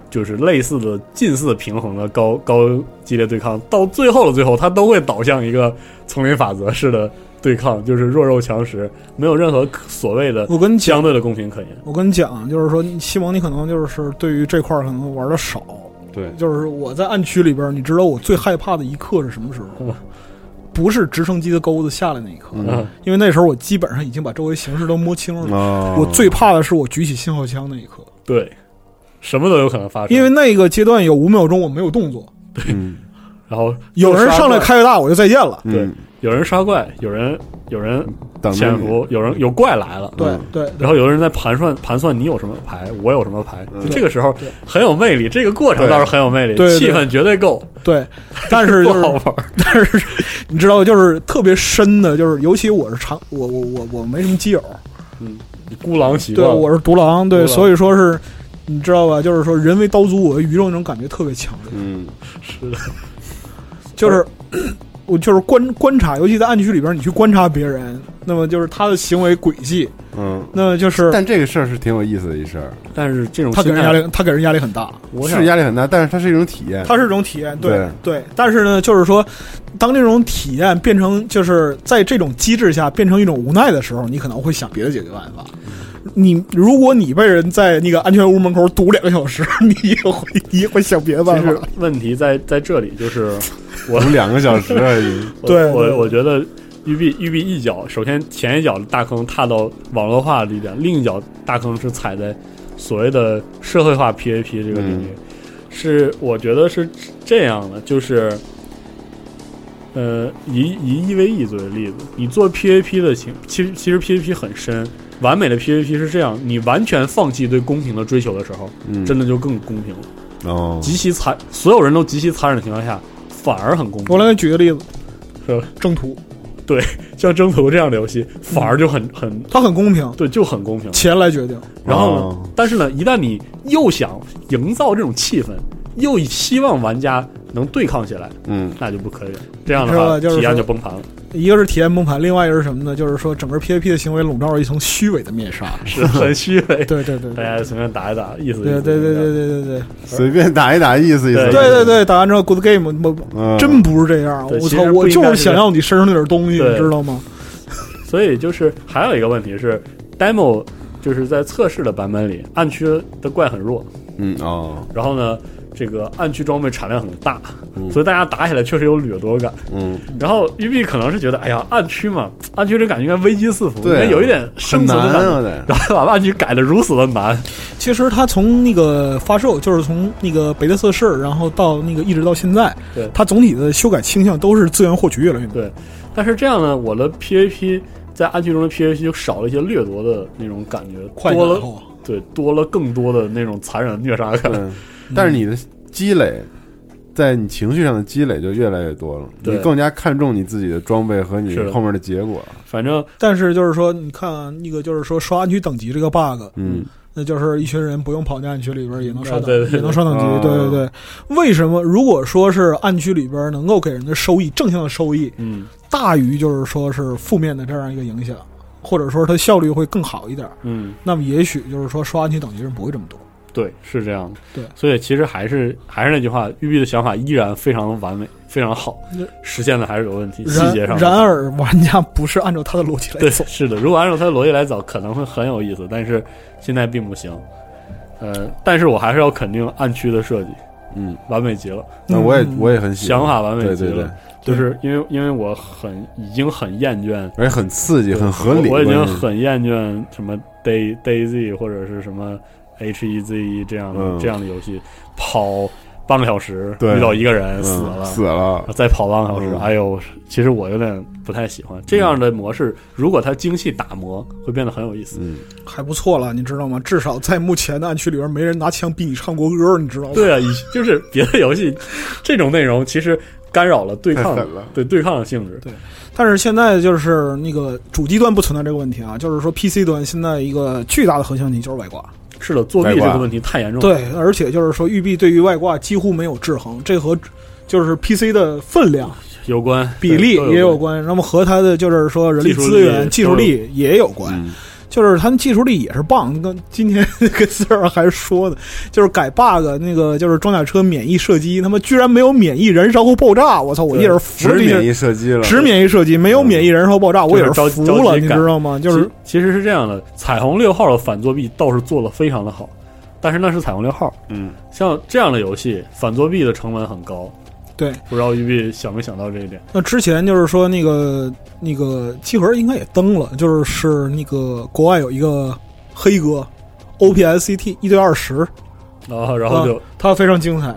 Speaker 3: 就是类似的、近似平衡的高高激烈对抗，到最后的最后，它都会导向一个丛林法则式的对抗，就是弱肉强食，没有任何可所谓的
Speaker 9: 我跟你讲，
Speaker 3: 相对的公平可言。
Speaker 9: 我跟你讲，就是说，西蒙，你可能就是对于这块儿可能玩的少。
Speaker 8: 对，
Speaker 9: 就是我在暗区里边，你知道我最害怕的一刻是什么时候吗？不是直升机的钩子下来那一刻，
Speaker 3: 啊
Speaker 8: 嗯
Speaker 9: 因为那时候我基本上已经把周围形势都摸清了。
Speaker 8: 哦，
Speaker 9: 我最怕的是我举起信号枪那一刻，
Speaker 3: 对，什么都有可能
Speaker 8: 啊
Speaker 3: 发生。
Speaker 9: 因为那个阶段有五秒钟我没有动作，
Speaker 8: 嗯
Speaker 3: 然后
Speaker 9: 有人上
Speaker 3: 刷
Speaker 9: 来
Speaker 3: 怪，
Speaker 9: 开个大，我就再见了。
Speaker 3: 对
Speaker 8: 嗯，
Speaker 3: 有人刷怪，有人有人
Speaker 8: 等着
Speaker 3: 潜
Speaker 8: 你
Speaker 3: 伏，有人有怪来了，
Speaker 9: 对对
Speaker 3: 然后有的人在盘算盘算你有什么牌，我有什么牌，
Speaker 8: 嗯
Speaker 3: 就这个时候很有魅力，这个过程
Speaker 8: 对
Speaker 3: 倒是很有魅力，
Speaker 9: 对对
Speaker 3: 气氛绝对够，
Speaker 9: 对，但是就
Speaker 3: 不好
Speaker 9: 是
Speaker 3: 玩。
Speaker 9: 但是你知道，就是特别深的，就是尤其我是长，我我我我没什么基友，
Speaker 3: 孤狼习
Speaker 9: 对
Speaker 3: 惯，
Speaker 9: 我是独狼，对，
Speaker 3: 独狼
Speaker 9: 所以说是。你知道吧？就是说，人为刀俎，我为鱼肉那种感觉特别强烈。
Speaker 8: 嗯
Speaker 3: 是的，嗯
Speaker 9: 就是 我就是观观察，尤其在暗区里边，你去观察别人，那么就是他的行为轨迹，
Speaker 8: 嗯，
Speaker 9: 那么就是
Speaker 8: 但这个事儿是挺有意思的一事儿，
Speaker 3: 但是这种
Speaker 9: 他给
Speaker 3: 心
Speaker 9: 人
Speaker 3: 态
Speaker 9: 压，力，他给人压力很大。
Speaker 3: 我想
Speaker 8: 是压力很大，但是它是一种体 验，
Speaker 9: 它是一种体验，对
Speaker 8: 对
Speaker 9: 但是呢，就是说，当这种体验变成就是在这种机制下变成一种无奈的时候，你可能会想别的解决办法。你如果你被人在那个安全屋门口堵两个小时，你也会你也会想别的
Speaker 3: 其
Speaker 9: 办
Speaker 3: 实
Speaker 9: 法。
Speaker 3: 问题在在这里，就是
Speaker 8: 我们两个小时而已，
Speaker 3: 我
Speaker 9: 对对
Speaker 3: 我我觉得。玉碧玉碧一脚，首先前一脚大坑踏到网络化里边，另一脚大坑是踩在所谓的社会化 PAP 这个
Speaker 9: 嗯
Speaker 3: 领域，是我觉得是这样的，就是呃，以以一 v 一作为例子，你做 PVP 的情，其实其实 PVP 很深。完美的 PVP 是这样：你完全放弃对公平的追求的时候，
Speaker 8: 嗯，
Speaker 3: 真的就更公平了。
Speaker 8: 哦，
Speaker 3: 极其残，所有人都极其残忍的情况下，反而很公
Speaker 9: 我来
Speaker 3: 平。
Speaker 9: 给你举个例子，
Speaker 3: 是吧
Speaker 9: 征途，
Speaker 3: 像征途这样的游戏，反而就很很
Speaker 9: 它很公平，
Speaker 3: 对，就很公平。
Speaker 9: 钱来决定。
Speaker 3: 然后呢
Speaker 8: 哦，
Speaker 3: 但是呢，一旦你又想营造这种气氛，又希望玩家能对抗起来，
Speaker 8: 嗯
Speaker 3: 那就不可以了。这样的
Speaker 9: 是
Speaker 3: 话，
Speaker 9: 吧就是
Speaker 3: 体验
Speaker 9: 说
Speaker 3: 就崩 盘了。
Speaker 9: 一个是体验崩盘，另外一个是什么呢？就是说整个 PVP 的行为笼罩着一层虚伪的面纱。
Speaker 3: 是很虚伪。
Speaker 9: 对对对
Speaker 3: 大
Speaker 9: 对
Speaker 3: 家随便打一打，意思意
Speaker 9: 对对
Speaker 3: 思
Speaker 9: 对对对对对。
Speaker 8: 随便打一打，意思意思，
Speaker 3: 对
Speaker 9: 对对对，打完之后 good game，我
Speaker 8: 嗯，
Speaker 9: 真不是这样，
Speaker 3: 对
Speaker 9: 我
Speaker 3: 其
Speaker 9: 操，
Speaker 3: 实
Speaker 9: 我
Speaker 3: 不应
Speaker 9: 就
Speaker 3: 该
Speaker 9: 是
Speaker 3: 是
Speaker 9: 想
Speaker 3: 这
Speaker 9: 要你身上那点东西，
Speaker 3: 对
Speaker 9: 你知道吗？
Speaker 3: 所以就是还有一个问题是，demo 就是在测试的版本里，暗区的怪很弱，
Speaker 8: 嗯哦，
Speaker 3: 然后呢，这个暗区装备产量很大，
Speaker 8: 嗯
Speaker 3: 所以大家打起来确实有掠夺感。
Speaker 8: 嗯，
Speaker 3: 然后育碧可能是觉得，哎呀，暗区嘛，暗区这感觉应该危机四伏，应
Speaker 8: 对啊
Speaker 3: 该有一点
Speaker 8: 很
Speaker 3: 生存
Speaker 8: 难
Speaker 3: 的感觉。
Speaker 8: 啊，得，
Speaker 3: 然后把暗区改的如此的难，
Speaker 9: 其实它从那个发售，就是从那个贝塔测试，然后到那个一直到现在
Speaker 3: 对，
Speaker 9: 它总体的修改倾向都是资源获取越来越多。
Speaker 3: 对。但是这样呢，我的 PVP 在暗区中的 PVP 就少了一些掠夺的那种感觉，
Speaker 9: 快
Speaker 3: 多了
Speaker 9: 感
Speaker 8: 哦
Speaker 9: 后
Speaker 3: 对，多了更多的那种残忍虐杀感。
Speaker 8: 对，嗯但是你的积累，在你情绪上的积累就越来越多了，
Speaker 3: 对
Speaker 8: 你更加看重你自己的装备和你
Speaker 3: 是的
Speaker 8: 后面的结果，
Speaker 3: 反正
Speaker 9: 但是就是说，你看啊那个就是说刷安区等级这个 bug，
Speaker 8: 嗯，
Speaker 9: 那就是一群人不用跑进暗区里边也能刷
Speaker 3: 啊对对
Speaker 9: 等，
Speaker 3: 对
Speaker 9: 也能刷等级
Speaker 8: 啊。
Speaker 9: 对对对，为什么？如果说是暗区里边能够给人的收益正向的收益
Speaker 3: 嗯
Speaker 9: 大于就是说是负面的这样一个影响，或者说它效率会更好一点，
Speaker 3: 嗯，
Speaker 9: 那么也许就是说刷暗区等级人不会这么多。
Speaker 3: 对，是这样的。
Speaker 9: 对
Speaker 3: 所以其实还是还是那句话，育碧的想法依然非常完美，非常好
Speaker 9: 嗯，
Speaker 3: 实现的还是有问题，细
Speaker 9: 然
Speaker 3: 节上。
Speaker 9: 然而，玩家不是按照他的逻辑来
Speaker 3: 对，
Speaker 9: 走。
Speaker 3: 是的，如果按照他的逻辑来走，可能会很有意思，但是现在并不行。呃，但是我还是要肯定暗区的设计，
Speaker 8: 嗯，
Speaker 3: 完美极了，
Speaker 8: 那我也
Speaker 9: 嗯
Speaker 8: 我也很喜欢
Speaker 3: 想法完美
Speaker 8: 对
Speaker 3: 极
Speaker 8: 对对
Speaker 3: 了。，就是因为因为我很已经很厌倦，
Speaker 8: 而且很刺激，很合理。嗯
Speaker 3: 我已经
Speaker 8: 关键是
Speaker 3: 很厌倦什么 Day DayZ 或者是什么 HEZE E 这样的、
Speaker 8: 嗯
Speaker 3: 这样的游戏，跑半个小时
Speaker 8: 对
Speaker 3: 遇到一个人
Speaker 8: 嗯
Speaker 3: 死了。
Speaker 8: 死了，
Speaker 3: 再跑半个小时，
Speaker 8: 嗯
Speaker 3: 哎呦！其实我有点不太喜欢这样的模式。如果它精细打磨，会变得很有意思。
Speaker 8: 嗯，
Speaker 9: 还不错了，你知道吗？至少在目前的暗区里边，没人拿枪逼你唱国歌，你知道吗？
Speaker 3: 对啊，以就是别的游戏这种内容，其实干扰了对抗
Speaker 8: 太狠了，
Speaker 3: 对对抗的性质。
Speaker 9: 但是现在就是那个主机端不存在这个问题啊，就是说 PC 端现在一个巨大的核心问题就是外挂。
Speaker 3: 是的，作弊
Speaker 8: 外
Speaker 3: 这
Speaker 8: 挂
Speaker 3: 个问题太严重了。
Speaker 9: 对，而且就是说育碧对于外挂几乎没有制衡，这和就是 PC 的分量、
Speaker 3: 有关
Speaker 9: 比例
Speaker 3: 对都
Speaker 9: 也有
Speaker 3: 有。
Speaker 9: 关，那么和它的就是说人力
Speaker 3: 技术
Speaker 9: 资
Speaker 3: 力
Speaker 9: 源、技术
Speaker 3: 都有
Speaker 9: 力也有关。
Speaker 8: 嗯
Speaker 9: 就是他们技术力也是棒，跟今天跟四二还说的，就是改 bug 那个就是装甲车免疫射击，他妈居然没有免疫燃烧后爆炸，我操，我也是服
Speaker 8: 只
Speaker 9: 了这
Speaker 8: 免
Speaker 9: 些。
Speaker 8: 疫射击了，
Speaker 9: 只免疫射击，没有免疫燃烧爆炸，我也是
Speaker 3: 就是着急
Speaker 9: 服
Speaker 3: 着
Speaker 9: 了，
Speaker 3: 嗯急
Speaker 9: 你
Speaker 3: 改
Speaker 9: 知道吗？就是
Speaker 3: 其其实是这样的，彩虹六号的反作弊倒是做的非常的好，但是那是彩虹六号，
Speaker 8: 嗯，
Speaker 3: 像这样的游戏反作弊的成本很高。
Speaker 9: 对，
Speaker 3: 不知道育碧想没想到这一点？
Speaker 9: 那之前就是说那个那个机核应该也登了，就是是那个国外有一个黑哥 OPSCT 一对二十，
Speaker 3: 然啊后然后就
Speaker 9: 他非常精彩，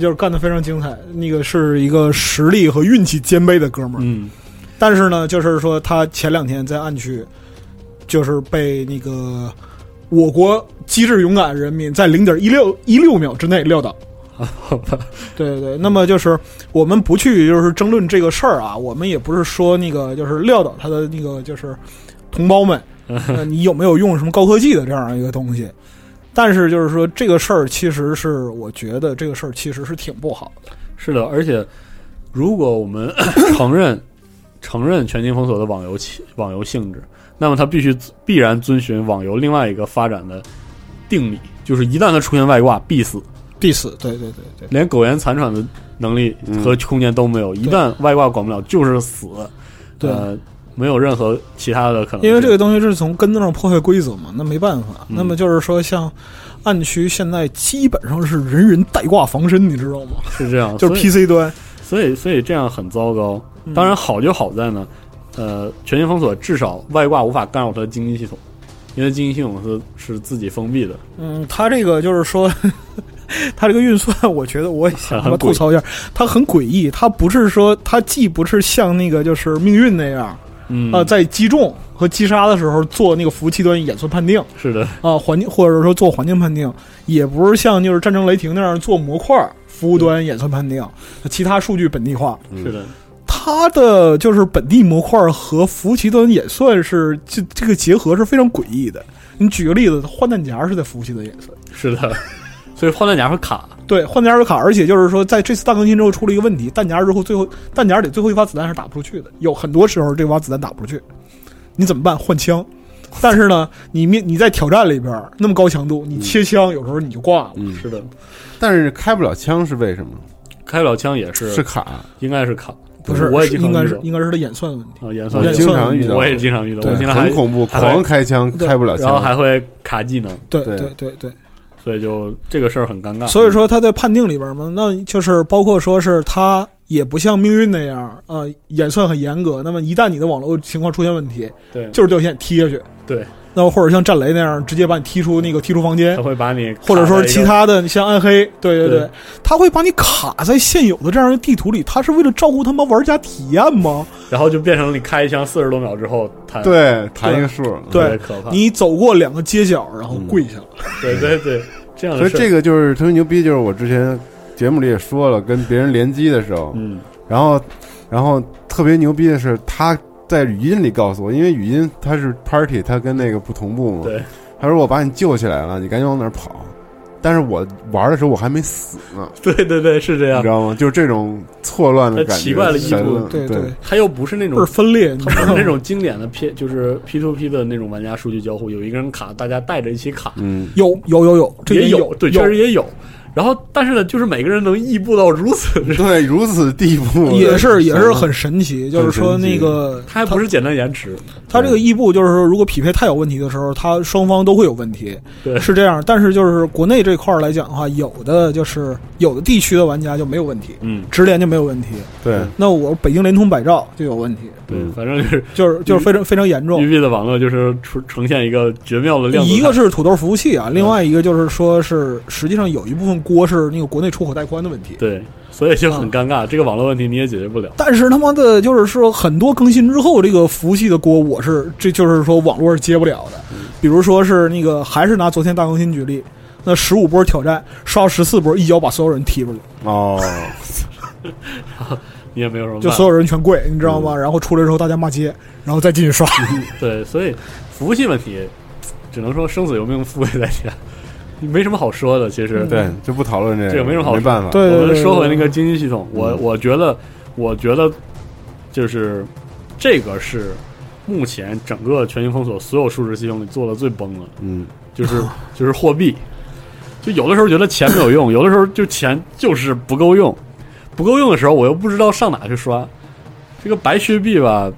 Speaker 9: 就是干的非常精彩。那个是一个实力和运气兼备的哥们儿，
Speaker 3: 嗯，
Speaker 9: 但是呢，就是说他前两天在暗区，就是被那个我国机智勇敢人民在零点一六一六秒之内撂倒。
Speaker 3: 好吧，
Speaker 9: 对对对，那么就是我们不去就是争论这个事儿啊，我们也不是说那个就是撂倒他的那个就是同胞们，呃你有没有用什么高科技的这样一个东西？但是就是说这个事儿其实是我觉得这个事儿其实是挺不好的。
Speaker 3: 是的，而且如果我们 承认承认全境封锁的网游起网游性质，那么它必须必然遵循网游另外一个发展的定理，就是一旦它出现外挂，必死，
Speaker 9: 必死，对对对对，
Speaker 3: 连苟延残喘的能力
Speaker 9: 嗯
Speaker 3: 和空间都没有。一旦外挂管不了，就是死，
Speaker 9: 对
Speaker 3: 呃，没有任何其他的可能性。
Speaker 9: 因为这个东西是从根子上破坏规则嘛，那没办法。
Speaker 3: 嗯
Speaker 9: 那么就是说，像暗区现在基本上是人人带挂防身，你知道吗？
Speaker 3: 是这样，
Speaker 9: 就是 PC 端，
Speaker 3: 所以所以所以这样很糟糕。
Speaker 9: 嗯
Speaker 3: 当然，好就好在呢，呃，全新封锁至少外挂无法干扰它的经济系统，因为经济系统是是自己封闭的。
Speaker 9: 嗯，它这个就是说， 它这个运算，我觉得我也想他妈吐槽一下，它很诡异，它不是说它既不是像那个就是命运那样啊、
Speaker 3: 嗯
Speaker 9: 呃在击中和击杀的时候做那个服务器端演算判定啊、
Speaker 3: 是的，
Speaker 9: 环境或者说做环境判定，也不是像就是战争雷霆那样做模块儿服务端演算判定，其他数据本地化。
Speaker 3: 是的，
Speaker 9: 它的就是本地模块和服务器端演算是这这个结合是非常诡异的。你举个例子，换弹夹是在服务器端演算，
Speaker 3: 是的。 所以换弹夹会卡，
Speaker 9: 对，换弹夹是卡，而且就是说在这次大更新之后出了一个问题，弹夹之后最后弹夹里最后一发子弹是打不出去的，有很多时候这发子弹打不出去，你怎么办？换枪。但是呢，你面你在挑战里边儿那么高强度，你切枪有时候你就挂了。
Speaker 8: 嗯，
Speaker 3: 是的，
Speaker 8: 但是开不了枪是为什么？
Speaker 3: 开不了枪也是
Speaker 8: 是卡，
Speaker 3: 应该是卡，
Speaker 9: 不是，
Speaker 3: 我也
Speaker 9: 是
Speaker 3: 经常
Speaker 9: 应该
Speaker 3: 遇
Speaker 9: 是
Speaker 3: 到
Speaker 9: 应该是它演算的问题。
Speaker 3: 啊，演
Speaker 8: 我
Speaker 3: 算
Speaker 8: 经常遇到，
Speaker 3: 我也经常遇到，
Speaker 9: 对
Speaker 3: 我现在还
Speaker 8: 很恐怖，
Speaker 3: 还会
Speaker 8: 狂开枪
Speaker 9: 对
Speaker 8: 开不了
Speaker 3: 然后还
Speaker 8: 枪，
Speaker 3: 会卡技能，
Speaker 9: 对
Speaker 8: 对
Speaker 9: 对对对。
Speaker 3: 所以就这个事儿很尴尬。
Speaker 9: 所以说他在判定里边嘛，那就是包括说是他也不像命运那样，呃，演算很严格。那么一旦你的网络情况出现问题，
Speaker 3: 对，就
Speaker 9: 就是掉线踢下去。
Speaker 3: 对，
Speaker 9: 那么或者像战雷那样，直接把你踢出那个踢出房间
Speaker 3: 他，会把你，
Speaker 9: 或者说是其，他的像暗黑，对对
Speaker 3: 对
Speaker 9: 他会把你卡在现有的这样一个地图里，他是为了照顾他妈玩家体验吗？
Speaker 3: 然后就变成你开一枪四十多秒之后弹，
Speaker 8: 对，弹一个数，
Speaker 3: 特
Speaker 9: 对
Speaker 3: 别，可怕。
Speaker 9: 你走过两个街角，然后跪下了。
Speaker 3: 对对对，这样
Speaker 8: 嗯
Speaker 3: 的
Speaker 8: 所以
Speaker 3: 事儿，
Speaker 8: 这个就是特别牛逼，就是我之前节目里也说了，跟别人联机的时候，
Speaker 3: 嗯，
Speaker 8: 然后然后特别牛逼的是他在语音里告诉我，因为语音它是 party，它跟那个不同步嘛，
Speaker 3: 对，
Speaker 8: 他说我把你救起来了，你赶紧往哪儿跑。但是我玩的时候我还没死呢，
Speaker 3: 对对对，是这
Speaker 8: 你
Speaker 3: 样
Speaker 8: 知。道吗？就是这种错乱的
Speaker 3: 他
Speaker 8: 感觉，
Speaker 3: 奇怪的衣服
Speaker 8: 神了
Speaker 9: 对
Speaker 8: 对
Speaker 9: 对
Speaker 3: 他又不是那
Speaker 9: 倍
Speaker 3: 种
Speaker 9: 儿分裂，你知道吗？
Speaker 3: 那种经典的 P 就是 P to P 的那种玩家数据交互，有一个人卡，大家带着一起卡，
Speaker 8: 嗯，
Speaker 9: 有有有有，这
Speaker 3: 也
Speaker 9: 边
Speaker 3: 有，对，确实
Speaker 9: 有，
Speaker 3: 也有。然后，但是呢，就是每个人能异步到如此，
Speaker 8: 对，如此地步
Speaker 9: 也是也是
Speaker 8: 神了
Speaker 9: 很神奇，就是说
Speaker 8: 很神奇
Speaker 9: 那个
Speaker 3: 他还不是简单延迟，
Speaker 9: 它这个异步就是说，如果匹配太有问题的时候，它双方都会有问题，
Speaker 3: 对
Speaker 9: 是这样。但是就是国内这块儿来讲的话，有的就是有的地区的玩家就没有问题，
Speaker 3: 嗯，
Speaker 9: 直连就没有问题。
Speaker 8: 对，
Speaker 9: 那我北京联通百兆就有问题，
Speaker 3: 对，反正就是
Speaker 9: 就是就是非常非常严重
Speaker 3: 育。碧的网络就是呈呈现一个绝妙的量子态，
Speaker 9: 一个是土豆服务器啊，另外一个就是说是实际上有一部分锅是那个国内出口带宽的问题。
Speaker 3: 对，所以就很尴尬，这个网络问题你也解决不了。
Speaker 9: 但是他妈的，就是说很多更新之后，这个服务器的锅我是这就是说网络是接不了的。比如说是那个，还是拿昨天大更新举例，那十五波挑战刷到十四波，一脚把所有人踢出去，
Speaker 8: 哦，
Speaker 3: 你也没有什么办法，
Speaker 9: 就所有人全跪，你知道吗？然后出来之后大家骂街，然后再进去刷。
Speaker 3: 对，所以服务器问题，只能说生死由命，富贵在天， 没什么好说的。其实，
Speaker 8: 对，就不讨论这个，
Speaker 3: 这个没什么好
Speaker 8: 没办法，
Speaker 9: 对嗯
Speaker 3: 我们说回那个经济系统，我我觉得，我觉得就是这个是目前整个全球封锁所有数值系统里做的最崩的，
Speaker 8: 嗯，
Speaker 3: 就是就是货币，就有的时候觉得钱没有用，有的时候就钱就是不够用，不够用的时候我又不知道上哪去刷，这个白学币吧。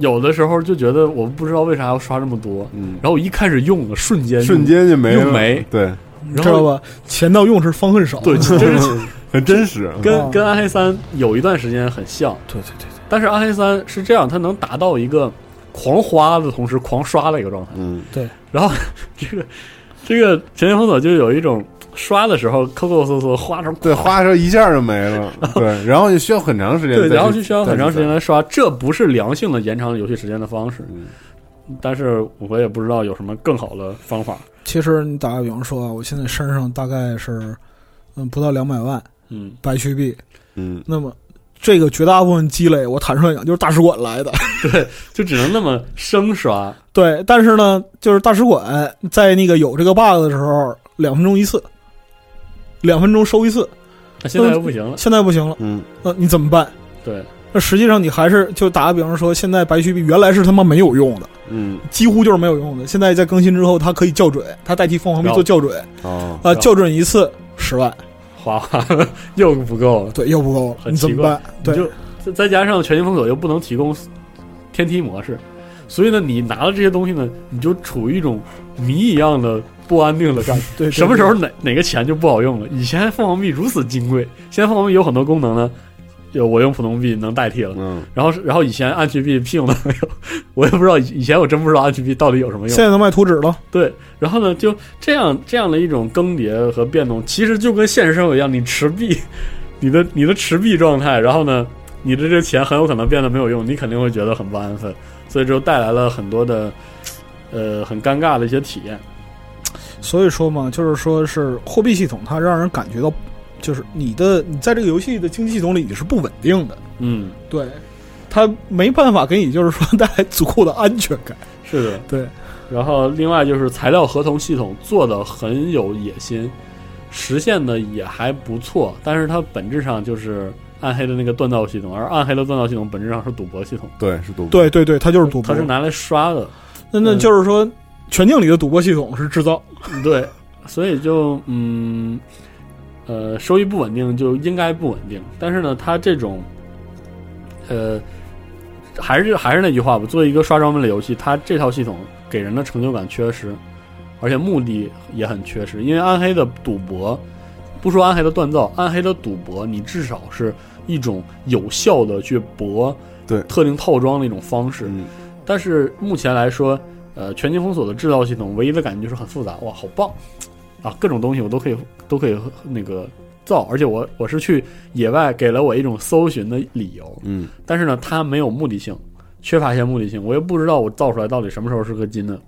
Speaker 3: 有的时候就觉得我不知道为啥要刷这么多，
Speaker 8: 嗯
Speaker 3: 然后我一开始用了，瞬间
Speaker 8: 瞬，间就没
Speaker 3: 又
Speaker 8: 了
Speaker 3: 没
Speaker 8: 对，
Speaker 9: 你
Speaker 3: 然
Speaker 9: 知道
Speaker 3: 后
Speaker 9: 吧？钱到用时方恨少。啊
Speaker 3: 对，真是
Speaker 8: 很真实，
Speaker 3: 跟跟暗黑三有一段时间很像，
Speaker 9: 对对对
Speaker 3: 但是暗黑三是这样，它能达到一个狂花的同时狂刷的一个状态。
Speaker 8: 嗯，
Speaker 3: 然后这个这个全球封锁就有一种刷的时候抠抠搜搜，花成
Speaker 8: 对，花的时候一下就没 了，对，然后就需要很长时间再
Speaker 3: 对，
Speaker 8: 去，
Speaker 3: 然后就需要很长时间
Speaker 8: 再去
Speaker 3: 来刷，这不是良性的延长游戏时间的方式。但是我也不知道有什么更好的方法。
Speaker 9: 其实你打个比方说啊，我现在身上大概是嗯不到两百万
Speaker 3: 嗯，
Speaker 9: 白区币，
Speaker 8: 嗯，
Speaker 9: 那么这个绝大部分积累，我坦率讲就是大使馆来的。
Speaker 3: 就只能那么生刷。
Speaker 9: 对，但是呢，就是大使馆在那个有这个 bug 的时候，两分钟一次，两分钟收一次。
Speaker 3: 那现在又不行 了。
Speaker 9: 现在不行了，
Speaker 8: 嗯，
Speaker 9: 那你怎么办？
Speaker 3: 对，
Speaker 9: 那实际上你还是就打个比方说，现在白区币原来是他妈没有用的，
Speaker 8: 嗯，
Speaker 9: 几乎就是没有用的。现在在更新之后，它可以校准，它代替凤凰币做校准，
Speaker 8: 哦，
Speaker 9: 啊，校准一次十万，
Speaker 3: 花花 又不够了。
Speaker 9: 对，又不够了，
Speaker 3: 很
Speaker 9: 你怎么办？
Speaker 3: 你
Speaker 9: 对
Speaker 3: 就再再加上全境封锁又不能提供天梯模式，所以呢，你拿了这些东西呢，你就处于一种谜一样的不安定的感 觉。
Speaker 9: 对，
Speaker 3: 什么时候哪哪个钱就不好用了？以前凤凰币如此金贵，现在凤凰币有很多功能呢，有我用普通币能代替了。
Speaker 8: 嗯，
Speaker 3: 然后是，然后以前暗区币屁用都没有， 我也不知道以以前我真不知道暗区币到底有什么用
Speaker 9: 现。在能卖图纸了？
Speaker 3: 对，然后呢，就这样这样的一种更迭和变动，其实就跟现实生活一样，你持币，你的你的持币状态，然后呢，你的这钱很有可能变得没有用，你肯定会觉得很不安分，所以就带来了很多的，呃，很尴尬的一些体验。
Speaker 9: 所以说嘛，就是说是货币系统，它让人感觉到，就是你的你在这个游戏的经济系统里你是不稳定的，
Speaker 3: 嗯，
Speaker 9: 对，它没办法给你就是说带来足够的安全 感，
Speaker 3: 是的。
Speaker 9: 对，
Speaker 3: 然后另外就是材料合同系统做的很有野心，实现的也还不错，但是它本质上就是暗黑的那个锻造系统，而暗黑的锻造系统本质上是赌博系统，
Speaker 8: 对，是赌博，
Speaker 9: 对对对，它就是赌
Speaker 3: 它
Speaker 9: 博
Speaker 3: 是，拿来刷的。
Speaker 9: 那那
Speaker 3: 嗯
Speaker 9: 就是说全境里的赌博系统是制造，
Speaker 3: 对，所以就嗯，呃，收益不稳定就应该不稳定。但是呢，它这种，呃，还是还是那句话吧，作为一个刷装备的游戏，它这套系统给人的成就感缺失，而且目的也很缺失。因为暗黑的赌博，不说暗黑的锻造，暗黑的赌博，你至少是一种有效的去博
Speaker 8: 对
Speaker 3: 特定套装的一种方式。
Speaker 8: 嗯，
Speaker 3: 但是目前来说，呃，全境封锁的制造系统唯一的感觉就是很复杂，哇，好棒啊！各种东西我都可以都可以那个造，而且我我是去野外，给了我一种搜寻的理由，
Speaker 8: 嗯，
Speaker 3: 但是呢，它没有目的性，缺乏一些目的性，我又不知道我造出来到底什么时候是个金的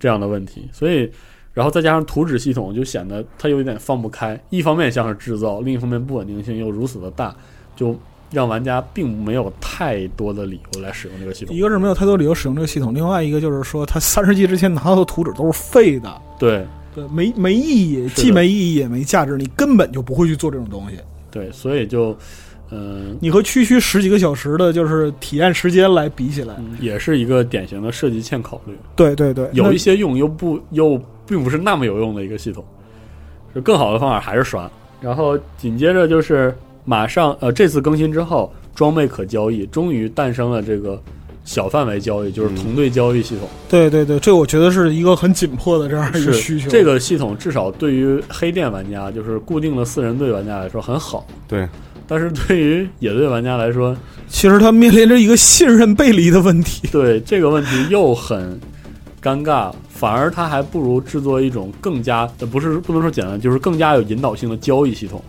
Speaker 3: 这样的问题，所以。然后再加上图纸系统，就显得它有一点放不开。一方面像是制造，另一方面不稳定性又如此的大，就让玩家并没有太多的理由来使用这个系统。
Speaker 9: 一个是没有太多理由使用这个系统，另外一个就是说，它 三十级之前拿到的图纸都是废的，
Speaker 3: 对
Speaker 9: 对，没没意义，
Speaker 3: 是的
Speaker 9: 既没意义也没价值，你根本就不会去做这种东西。
Speaker 3: 对，所以就嗯、
Speaker 9: 你和区区十几个小时的，就是体验时间来比起来，
Speaker 3: 也是一个典型的设计欠考虑。
Speaker 9: 对对对，
Speaker 3: 嗯有
Speaker 9: 那
Speaker 3: 一些用又不又并不是那么有用的一个系统，就更好的方法还是刷。然后紧接着就是马上呃这次更新之后，装备可交易终于诞生了这个小范围交易，
Speaker 9: 嗯
Speaker 3: 就是同队交易系统。
Speaker 9: 对对对，这我觉得是一个很紧迫的这样一个
Speaker 3: 是
Speaker 9: 需求。
Speaker 3: 这个系统至少对于黑店玩家，就是固定的四人队玩家来说很好，
Speaker 8: 对，
Speaker 3: 但是对于野队玩家来说，
Speaker 9: 其实它面临着一个信任背离的问题。
Speaker 3: 对这个问题又很尴尬，反而它还不如制作一种更加呃不是不能说简单，就是更加有引导性的交易系统。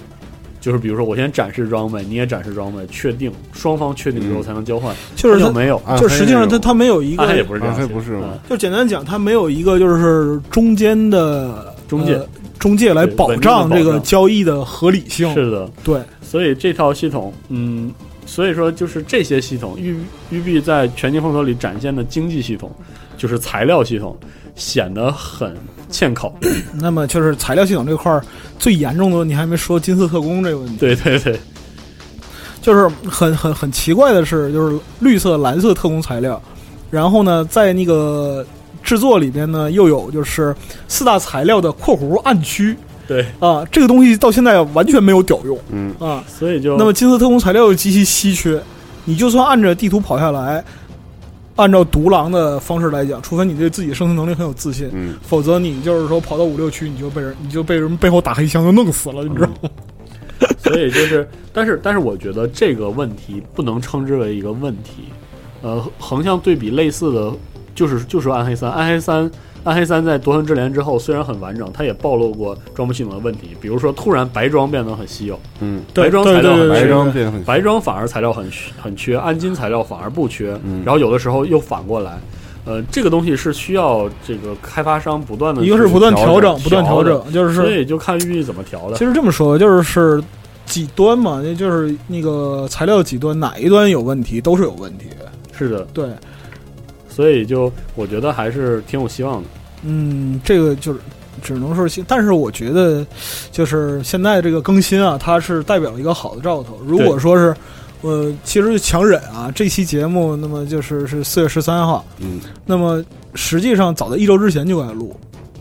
Speaker 3: 就是比如说，我先展示装备，你也展示装备，确定双方确定之后才能交换，
Speaker 9: 嗯就是它
Speaker 3: 有没有？
Speaker 8: 暗
Speaker 9: 就
Speaker 8: 黑
Speaker 9: 实际上它
Speaker 8: 啊那种
Speaker 9: 它没有一
Speaker 3: 暗黑啊也
Speaker 9: 个，
Speaker 3: 不是
Speaker 9: 啊
Speaker 3: 这样，
Speaker 8: 暗黑不是
Speaker 3: 嗯
Speaker 8: 吗
Speaker 9: 就简单讲，它没有一个就是中间的
Speaker 3: 中介
Speaker 9: 呃中介来
Speaker 3: 对
Speaker 9: 保
Speaker 3: 稳定的
Speaker 9: 障
Speaker 3: 保
Speaker 9: 这个
Speaker 3: 障
Speaker 9: 交易的合理性。
Speaker 3: 是的，
Speaker 9: 对，
Speaker 3: 所以这套系统，嗯，所以说就是这些系统，育育碧在《全境封锁》里展现的经济系统，就是材料系统，显得很欠考虑。
Speaker 9: 那么就是材料系统这块儿最严重的问题还没说金色特工这个问题。
Speaker 3: 对对对，
Speaker 9: 就是很很很奇怪的是，就是绿色、蓝色特工材料，然后呢，在那个制作里边呢，又有就是四大材料的（括弧暗区
Speaker 3: 对，）
Speaker 9: 啊，这个东西到现在完全没有屌用
Speaker 8: 嗯，
Speaker 9: 啊。
Speaker 3: 所以就
Speaker 9: 那么金色特工材料又极其稀缺，你就算按着地图跑下来，按照独狼的方式来讲，除非你对自己生存能力很有自信，
Speaker 8: 嗯
Speaker 9: 否则你就是说跑到五六区，你就被人你就被人背后打黑枪就弄死了，你知道吗？
Speaker 3: 所以就是，但是但是，我觉得这个问题不能称之为一个问题。呃，横向对比类似的，就是就是暗黑三，暗黑三，暗黑三在夺魂之镰之后虽然很完整，它也暴露过装备系统的问题，比如说突然白装变得很稀有，
Speaker 8: 嗯，
Speaker 3: 白装
Speaker 9: 对
Speaker 3: 材料
Speaker 9: 对
Speaker 3: 很
Speaker 9: 对
Speaker 8: 白
Speaker 3: 缺
Speaker 8: 装变得很
Speaker 3: 白装反而材料很很缺，暗金材料反而不缺，然后有的时候又反过来，呃，这个东西是需要这个开发商不断的，
Speaker 9: 一个是不断调
Speaker 8: 调
Speaker 9: 整，
Speaker 8: 整
Speaker 9: 不断调整，就是
Speaker 3: 所以就看玉玉怎么调的
Speaker 9: 其。实这么说，就是极端嘛，那就是那个材料极端，哪一端有问题都是有问题。
Speaker 3: 是的，
Speaker 9: 对，
Speaker 3: 所以就我觉得还是挺有希望的。
Speaker 9: 嗯，这个就是只能说是，但是我觉得就是现在这个更新啊，它是代表了一个好的兆头。如果说是。呃，其实就强忍啊，这期节目那么就是是四月十三号，
Speaker 8: 嗯，
Speaker 9: 那么实际上早在一周之前就该录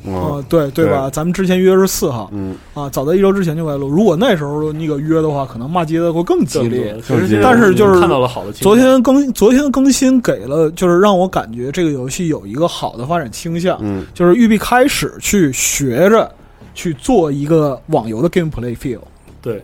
Speaker 9: 啊、
Speaker 3: 哦
Speaker 8: 哇，
Speaker 9: 对对吧？
Speaker 8: 对
Speaker 9: 咱们之前约是四号
Speaker 8: 嗯，
Speaker 9: 啊，早在一周之前就该录。如果那时候那个约的话，可能骂街的会更激烈。
Speaker 3: 其实
Speaker 8: 更激烈
Speaker 9: 但是就是
Speaker 3: 看到了好的情况。
Speaker 9: 昨天更昨天的更新给了，就是让我感觉这个游戏有一个好的发展倾向，
Speaker 8: 嗯，
Speaker 9: 就是育碧开始去学着去做一个网游的 gameplay feel。
Speaker 3: 对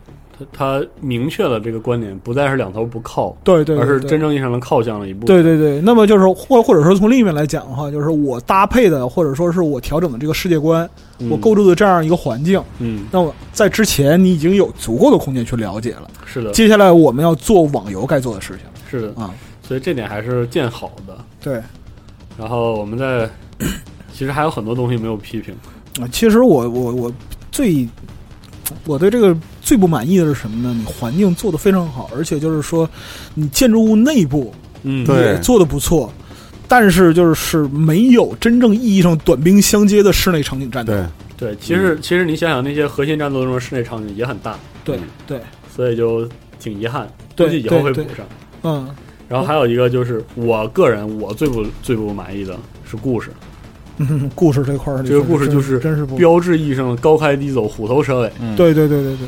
Speaker 3: 他他明确了这个观点，不再是两头不靠，
Speaker 9: 对对对
Speaker 3: 而是
Speaker 9: 对
Speaker 3: 真正意义上的靠向了一步。
Speaker 9: 对对对，那么就是或或者说从另一面来讲的话，就是我搭配的或者说是我调整的这个世界观，
Speaker 3: 嗯
Speaker 9: 我构筑的这样一个环境，
Speaker 3: 嗯，
Speaker 9: 那么在之前你已经有足够的空间去了解了。
Speaker 3: 是的，
Speaker 9: 接下来我们要做网游该做的事情
Speaker 3: 是的，
Speaker 9: 啊，
Speaker 3: 所以这点还是见好的。
Speaker 9: 对。
Speaker 3: 然后我们 再，其实还有很多东西没有批评。
Speaker 9: 啊，其实我我我最我对这个最不满意的是什么呢？你环境做得非常好，而且就是说你建筑物内部
Speaker 3: 嗯，
Speaker 8: 对
Speaker 9: 也做得不错，但是就是没有真正意义上短兵相接的室内场景战斗。
Speaker 8: 对，
Speaker 3: 对，其实、
Speaker 9: 嗯
Speaker 3: 其实你想想，那些核心战斗中的室内场景也很大，
Speaker 9: 对对
Speaker 3: 所以就挺遗憾，
Speaker 9: 对
Speaker 3: 估计以后会补
Speaker 9: 对对
Speaker 3: 上。
Speaker 9: 嗯，
Speaker 3: 然后还有一个就是，我个人我最不最不满意的是故事，
Speaker 9: 嗯故事这块儿，
Speaker 3: 这个故事就是
Speaker 9: 真是不嗯
Speaker 3: 标志意义上的高开低走、虎头蛇尾。
Speaker 9: 对对对对对，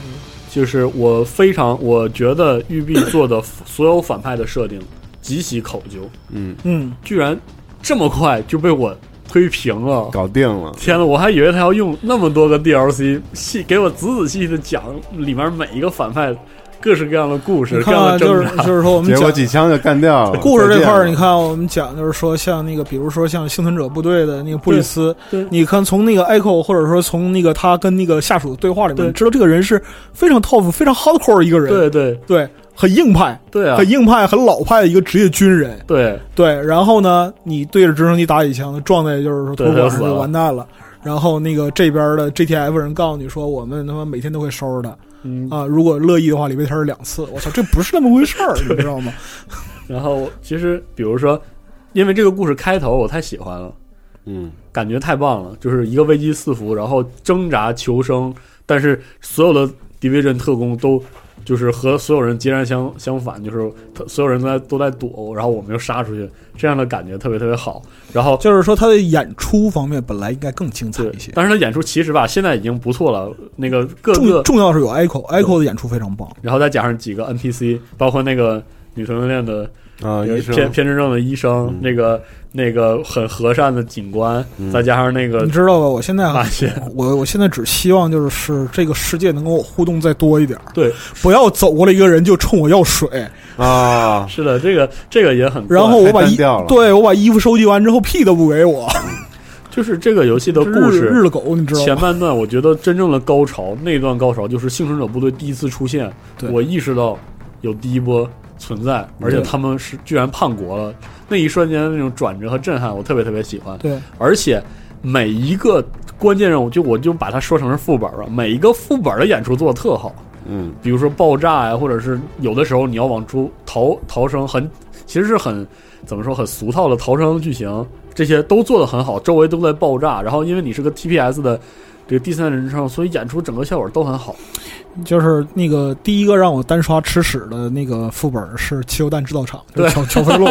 Speaker 3: 就是我非常，我觉得育碧做的所有反派的设定极其考究，
Speaker 8: 嗯，
Speaker 9: 嗯，
Speaker 3: 居然这么快就被我推平了。
Speaker 8: 搞定了，
Speaker 3: 天呐，我还以为他要用那么多个 DLC 细给我仔仔细细的讲里面每一个反派各式各样的故
Speaker 9: 你
Speaker 3: 事，各
Speaker 9: 看
Speaker 3: 样
Speaker 9: 啊
Speaker 3: 的
Speaker 9: 就
Speaker 3: 挣
Speaker 9: 是
Speaker 3: 扎。
Speaker 9: 就是说我们
Speaker 8: 结果
Speaker 9: 讲
Speaker 8: 几枪就干掉了。
Speaker 9: 故事这块
Speaker 8: 再
Speaker 9: 儿，
Speaker 8: 见
Speaker 9: 你看我们讲就是说，像那个，比如说像幸存者部队的那个布里斯
Speaker 3: 对对，
Speaker 9: 你看从那个 Echo 或者说从那个他跟那个下属的对话里面，
Speaker 3: 对
Speaker 9: 你知道这个人是非常 tough、非常 hardcore 的一个人，
Speaker 3: 对对
Speaker 9: 对很硬派，
Speaker 3: 对啊
Speaker 9: 很，硬派、很老派的一个职业军人，
Speaker 3: 对
Speaker 9: 对。然后呢，你对着直升机打几枪，撞在就是说
Speaker 3: 对
Speaker 9: 托管
Speaker 3: 他
Speaker 9: 上
Speaker 3: 就死
Speaker 9: 就
Speaker 3: 了
Speaker 9: 完蛋了。然后那个这边的 GTF 人告诉你说，我们他妈每天都会收拾他，
Speaker 3: 嗯，
Speaker 9: 啊，如果乐意的话，礼拜天儿两次。我操，这不是那么 回事儿，你知道吗？
Speaker 3: 然后其实比如说，因为这个故事开头我太喜欢了，
Speaker 8: 嗯，
Speaker 3: 感觉太棒了，就是一个危机四伏，然后挣扎求生，但是所有的 Division 特工都就是和所有人截然相相反，就是他所有人都在都在躲，然后我们又杀出去，这样的感觉特别特别好。然后
Speaker 9: 就是说他的演出方面本来应该更精彩
Speaker 3: 对
Speaker 9: 一些，，
Speaker 3: 但是他演出其实吧，现在已经不错了，那个各
Speaker 9: 重
Speaker 3: 个，
Speaker 9: 重要是有 Echo，Echo 的演出非常棒。
Speaker 3: 然后再加上几个 NPC，包括那个女同性恋的
Speaker 8: 啊，
Speaker 3: 有
Speaker 8: 医生，
Speaker 3: 偏偏执症的医生，
Speaker 8: 嗯
Speaker 3: 那个那个很和善的警官，
Speaker 8: 嗯
Speaker 3: 再加上那个
Speaker 9: 你知道吧？我现在
Speaker 3: 大姐，
Speaker 9: 我我现在只希望就是是这个世界能跟我互动再多一点儿，
Speaker 3: 对，
Speaker 9: 不要走过来一个人就冲我要水，
Speaker 8: 啊，
Speaker 3: 是的，这个这个也很怪，
Speaker 9: 然后我
Speaker 8: 太
Speaker 9: 把
Speaker 8: 单
Speaker 9: 衣
Speaker 8: 调了
Speaker 9: 对我把衣服收集完之后屁都不给我，
Speaker 3: 就是这个游戏的
Speaker 9: 日
Speaker 3: 故
Speaker 9: 日
Speaker 3: 事。
Speaker 9: 了狗，你知道
Speaker 3: 前
Speaker 9: 吗？
Speaker 3: 半段我觉得真正的高潮，那段高潮就是幸存者部队第一次出现，
Speaker 9: 对
Speaker 3: 我意识到有第一波存在，而且他们是居然叛国了，那一瞬间的那种转折和震撼，我特别特别喜欢。
Speaker 9: 对，
Speaker 3: 而且每一个关键任务，就我就把它说成是副本了，每一个副本的演出做的特好，
Speaker 8: 嗯
Speaker 3: 比如说爆炸呀、或者是有的时候你要往出逃逃生很，其实是很怎么说很俗套的逃生剧情，这些都做得很好，周围都在爆炸，然后因为你是个 TPS 的这个第三人称，所以演出整个效果都很好。
Speaker 9: 就是那个第一个让我单刷吃屎的那个副本是汽油弹制造厂，就
Speaker 3: 对
Speaker 9: 是乔乔 菲洛，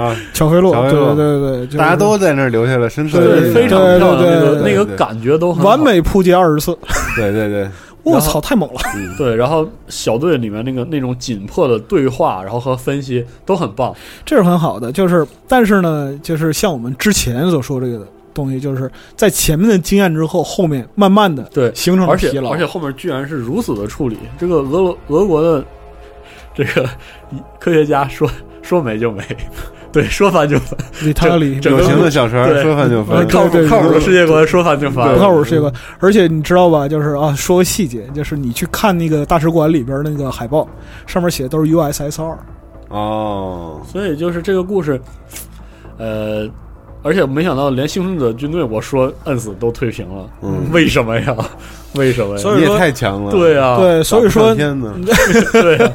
Speaker 8: 啊，
Speaker 9: 乔菲洛，
Speaker 8: 乔菲
Speaker 9: 对
Speaker 8: 洛
Speaker 9: 对对对，就是
Speaker 8: 大家都在那儿留下了深刻
Speaker 9: 对
Speaker 8: 的
Speaker 9: 对
Speaker 8: 印象，
Speaker 3: 非常漂亮，
Speaker 9: 对
Speaker 3: 那个
Speaker 9: 对
Speaker 8: 对
Speaker 3: 那
Speaker 8: 对
Speaker 3: 个感觉都很好
Speaker 9: 完。美扑街二十次，
Speaker 8: 对对对，
Speaker 9: 我
Speaker 3: 然后
Speaker 9: 操，太猛了！
Speaker 8: 嗯，
Speaker 3: 对，然后小队里面那个那种紧迫的对话，然后和分析都很棒。
Speaker 9: 这是很好的，就是但是呢，就是像我们之前所说这个东西，就是在前面的经验之后，后面慢慢的
Speaker 3: 对
Speaker 9: 形成了
Speaker 3: 而且
Speaker 9: 疲劳，
Speaker 3: 而且后面居然是如此的处理，这个俄罗俄国的这个科学家说说没就没，对，说翻就翻，
Speaker 9: 里他里
Speaker 3: 整
Speaker 8: 有
Speaker 3: 个
Speaker 8: 形的小船
Speaker 3: 对
Speaker 8: 说翻就
Speaker 9: 我
Speaker 8: 翻，
Speaker 9: 对
Speaker 3: 靠
Speaker 9: 呃对
Speaker 3: 谱
Speaker 9: 对
Speaker 3: 靠谱
Speaker 9: 对
Speaker 3: 的世界观说翻就翻
Speaker 9: 不，靠谱是一个，而且你知道吧？就是啊，说个细节，就是你去看那个大使馆里边的那个海报，上面写的都是 USSR，
Speaker 8: 哦，
Speaker 3: 所以就是这个故事，呃。而且没想到，连幸存者军队，我说摁死都退平了，
Speaker 8: 嗯
Speaker 3: 为什么呀？ 为什么呀？
Speaker 9: 所以
Speaker 8: 你
Speaker 9: 说
Speaker 8: 也太强了，
Speaker 3: 对啊，
Speaker 9: 对，所以说，
Speaker 8: 天呐，
Speaker 3: 对啊，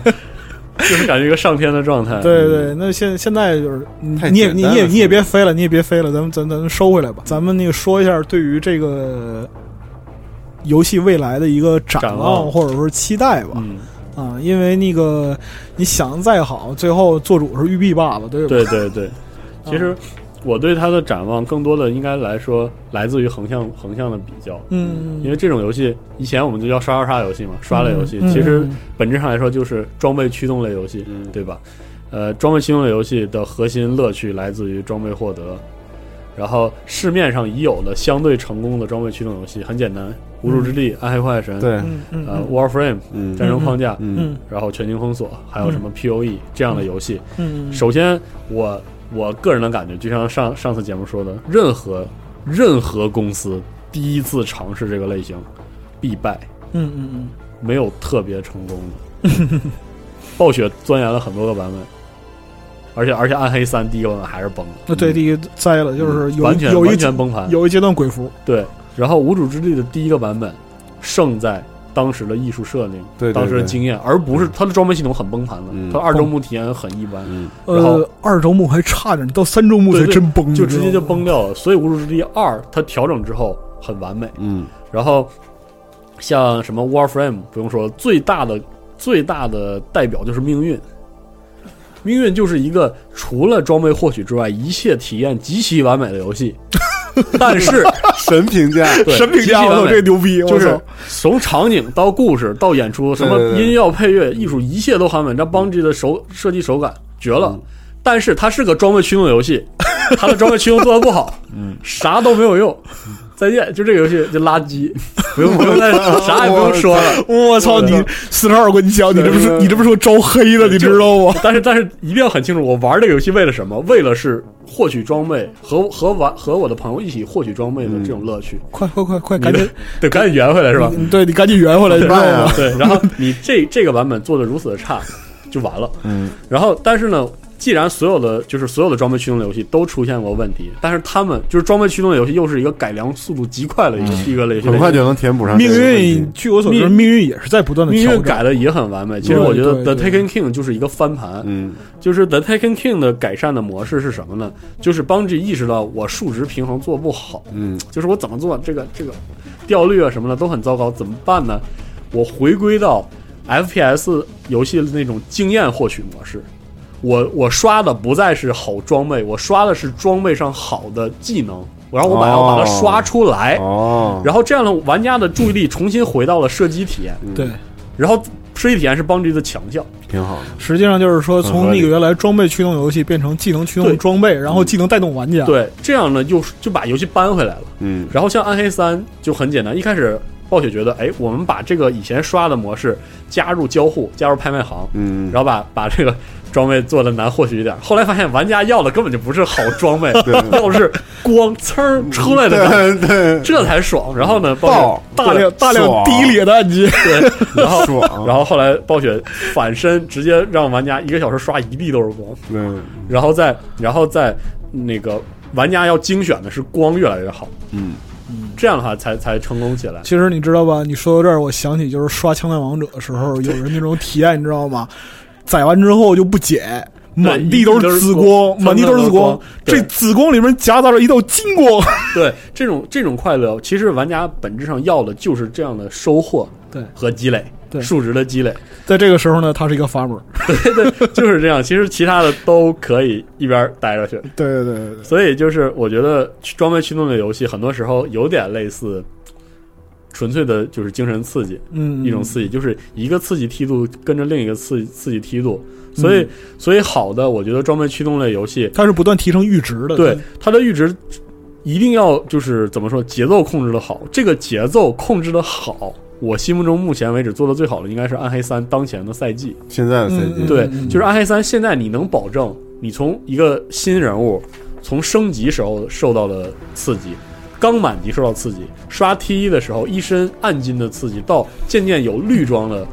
Speaker 3: 就是感觉一个上天的状态。
Speaker 9: 对对，那现现在就是你
Speaker 8: 太
Speaker 9: 你也
Speaker 8: 简
Speaker 9: 你
Speaker 8: 单了
Speaker 9: 也
Speaker 8: 是
Speaker 9: 你也别飞了，你也别飞了，咱们咱咱们收回来吧，咱们那个说一下对于这个游戏未来的一个展
Speaker 3: 展望
Speaker 9: 望或者说期待吧。
Speaker 3: 嗯，
Speaker 9: 啊，因为那个你想得再好，最后做主是育碧爸爸，对吧？
Speaker 3: 对对 对，其实我对它的展望更多的应该来说来自于横向横向的比较，
Speaker 9: 嗯，
Speaker 3: 因为这种游戏以前我们就叫刷刷刷游戏嘛，刷类游戏，
Speaker 9: 嗯嗯
Speaker 3: 其实
Speaker 9: 嗯
Speaker 3: 本质上来说就是装备驱动类游戏，
Speaker 8: 嗯
Speaker 3: 对吧？呃，装备驱动类游戏的核心乐趣来自于装备获得。然后市面上已有的相对成功的装备驱动游戏很简单，无主之地、暗黑破坏神、
Speaker 8: 对，
Speaker 9: 嗯嗯
Speaker 3: 呃 Warframe
Speaker 8: 嗯
Speaker 3: 战争框架，
Speaker 8: 嗯
Speaker 9: 嗯
Speaker 3: 然后全境封锁，还有什么 POE 这样的游戏，
Speaker 9: 嗯，
Speaker 3: 首先，我我个人的感觉，就像上上次节目说的，任何任何公司第一次尝试这个类型，必败，
Speaker 9: 嗯嗯嗯，
Speaker 3: 没有特别成功的。 暴雪钻研了很多个版本，而且而且暗黑三第一个版本还是崩了，
Speaker 9: 那对第一栽了，就是有
Speaker 3: 嗯完
Speaker 9: 一
Speaker 3: 全
Speaker 9: 有一
Speaker 3: 完全崩盘。
Speaker 9: 有一阶段鬼服，
Speaker 3: 对，然后无主之地的第一个版本胜在。当时的艺术设定，
Speaker 8: 对对
Speaker 3: 当时的
Speaker 8: 对
Speaker 3: 经验，而不是它的装备系统很崩盘了，
Speaker 8: 嗯
Speaker 3: 它的二周目体验很一般，
Speaker 8: 嗯
Speaker 3: 然
Speaker 9: 呃
Speaker 3: 后，
Speaker 9: 二周目还差点，到三周目才
Speaker 3: 对对
Speaker 9: 真崩，
Speaker 3: 就
Speaker 9: 你知
Speaker 3: 直
Speaker 9: 道
Speaker 3: 接就
Speaker 9: 吗
Speaker 3: 崩掉了。所以《无主之地二》它调整之后很完美，
Speaker 8: 嗯
Speaker 3: 然后像什么 Warframe 不用说，最大的最大的代表就是命运。命运就是一个除了装备获取之外，一切体验极其完美的游 戏，但是
Speaker 8: 神评价，
Speaker 3: 对
Speaker 9: 神评
Speaker 3: 极其
Speaker 9: 价，我
Speaker 3: 完
Speaker 9: 操，
Speaker 3: 美
Speaker 9: 啊这牛逼！我
Speaker 3: 就是
Speaker 9: 操
Speaker 3: 从场景到故事到演出，什么
Speaker 8: 对对对
Speaker 3: 音效、配乐、艺术，一切都很稳。这邦 G 的手设计手感绝了
Speaker 8: 嗯，
Speaker 3: 但是它是个装备驱动游戏，它的装备驱动做的不好，
Speaker 8: 嗯，
Speaker 3: 啥都没有用。再见，就这个游戏就垃圾，不用不用再 啥也不用说了。
Speaker 9: 我操！
Speaker 3: 对
Speaker 9: 你四十二棍，你讲你这不是
Speaker 8: 对
Speaker 9: 你这不是说招黑的，你知道吗？
Speaker 3: 但是但是一定要很清楚，我玩这个游戏为了什么？为了是获取装备和和玩和我的朋友一起获取装备的这种乐趣。
Speaker 9: 快快快快，
Speaker 3: 你
Speaker 9: 赶
Speaker 3: 的
Speaker 9: 紧！
Speaker 3: 对，赶紧圆回来是吧？
Speaker 9: 你嗯对你赶紧圆回来，你知道 吗？
Speaker 3: 对，然后你这这个版本做的如此的差，就完了。
Speaker 8: 嗯，
Speaker 3: 然后但是呢，既然所有的就是所有的装备驱动的游戏都出现过问题，但是他们就是装备驱动的游戏又是一个改良速度极快的一个、一个类型，
Speaker 8: 嗯很快就能填
Speaker 3: 啊
Speaker 8: 补上这
Speaker 9: 命
Speaker 8: 个问题。
Speaker 9: 运，据我所知，
Speaker 3: 命
Speaker 9: 命运也是在 不断的
Speaker 3: 命运改的也很完美。其实
Speaker 9: 对
Speaker 3: 我觉得《The
Speaker 9: 对
Speaker 3: Taken King》就是一个翻盘，
Speaker 8: 嗯
Speaker 3: 就是《The Taken King》的改善的模式是什么呢？就是邦 G 意识到我数值平衡做不好，
Speaker 8: 嗯
Speaker 3: 就是我怎么做这个这个调率啊什么的都很糟糕，怎么办呢？我回归到 FPS 游戏的那种经验获取模式。我我刷的不再是好装备，我刷的是装备上好的技能，然后我把它、
Speaker 8: 哦
Speaker 3: 把它刷出来，
Speaker 8: 哦，
Speaker 3: 然后这样的玩家的注意力重新回到了射击体验，
Speaker 9: 对，
Speaker 3: 然后射击体验是邦 G 的强项。
Speaker 8: 挺好的。
Speaker 9: 实际上就是说，
Speaker 8: 很
Speaker 9: 从
Speaker 8: 合理
Speaker 9: 那个原来装备驱动游戏变成技能驱
Speaker 3: 对
Speaker 9: 动装备，然后技能带动玩家。，
Speaker 3: 对，这样呢就就把游戏搬回来了。
Speaker 8: 啊嗯
Speaker 3: 然后像《暗黑三》就很简单，一开始暴雪觉得，哎，我们把这个以前刷的模式加入交互，加入拍卖行，
Speaker 8: 嗯，
Speaker 3: 然后把把这个装备做的难获取一点。后来发现玩家要的根本就不是好装 备，要的是光呲儿出来的感觉，
Speaker 8: 嗯对对，
Speaker 3: 这才爽。然后呢，暴雪
Speaker 8: 爆
Speaker 9: 大量大
Speaker 8: 爽
Speaker 9: 量低劣的按击，
Speaker 3: 然后
Speaker 8: 爽，
Speaker 3: 然后后来暴雪反身直接让玩家一个小时刷一地都是光，
Speaker 8: 对，
Speaker 3: 然后再然后再那个玩家要精选的是光越来越好，
Speaker 8: 嗯，
Speaker 3: 这样的话才才成功起来。
Speaker 9: 其实你知道吧？你说到这儿，我想起就是刷《枪弹王者》的时候，有人那种体验，你知道吗？ 宰完之后就不解，满地都是紫光，
Speaker 3: 满
Speaker 9: 满
Speaker 3: 地
Speaker 9: 地
Speaker 3: 都
Speaker 9: 都
Speaker 3: 是
Speaker 9: 是
Speaker 3: 紫
Speaker 9: 紫
Speaker 3: 光
Speaker 9: 光，
Speaker 3: 对
Speaker 9: 这紫光里面夹杂着一道金光。
Speaker 3: 对，这种这种快乐，其实玩家本质上要的就是这样的收获，
Speaker 9: 对
Speaker 3: 和积累，
Speaker 9: 对
Speaker 3: 数值的积累，
Speaker 9: 在这个时候呢，他是一个 farmer。
Speaker 3: 就是这样。其实其他的都可以一边待着去。
Speaker 9: 对对对对，
Speaker 3: 所以就是我觉得装备驱动的游戏，很多时候有点类似纯粹的，就是精神刺激，
Speaker 9: 嗯，
Speaker 3: 一种刺激，就是一个刺激梯度跟着另一个刺激刺激梯度。所以，所以好的，我觉得装备驱动类游戏，
Speaker 9: 它是不断提升阈值的。
Speaker 3: 对，它的阈值一定要就是怎么说，节奏控制的好。这个节奏控制的好，我心目中目前为止做的最好的应该是《暗黑三》当前的赛季。
Speaker 8: 现在的赛季，
Speaker 9: 嗯
Speaker 3: 对，就是《暗黑三》，现在你能保证你从一个新人物从升级时候受到的刺激。刚满级受到刺激，刷 T 一的时候一身暗金的刺激，到渐渐有绿装了，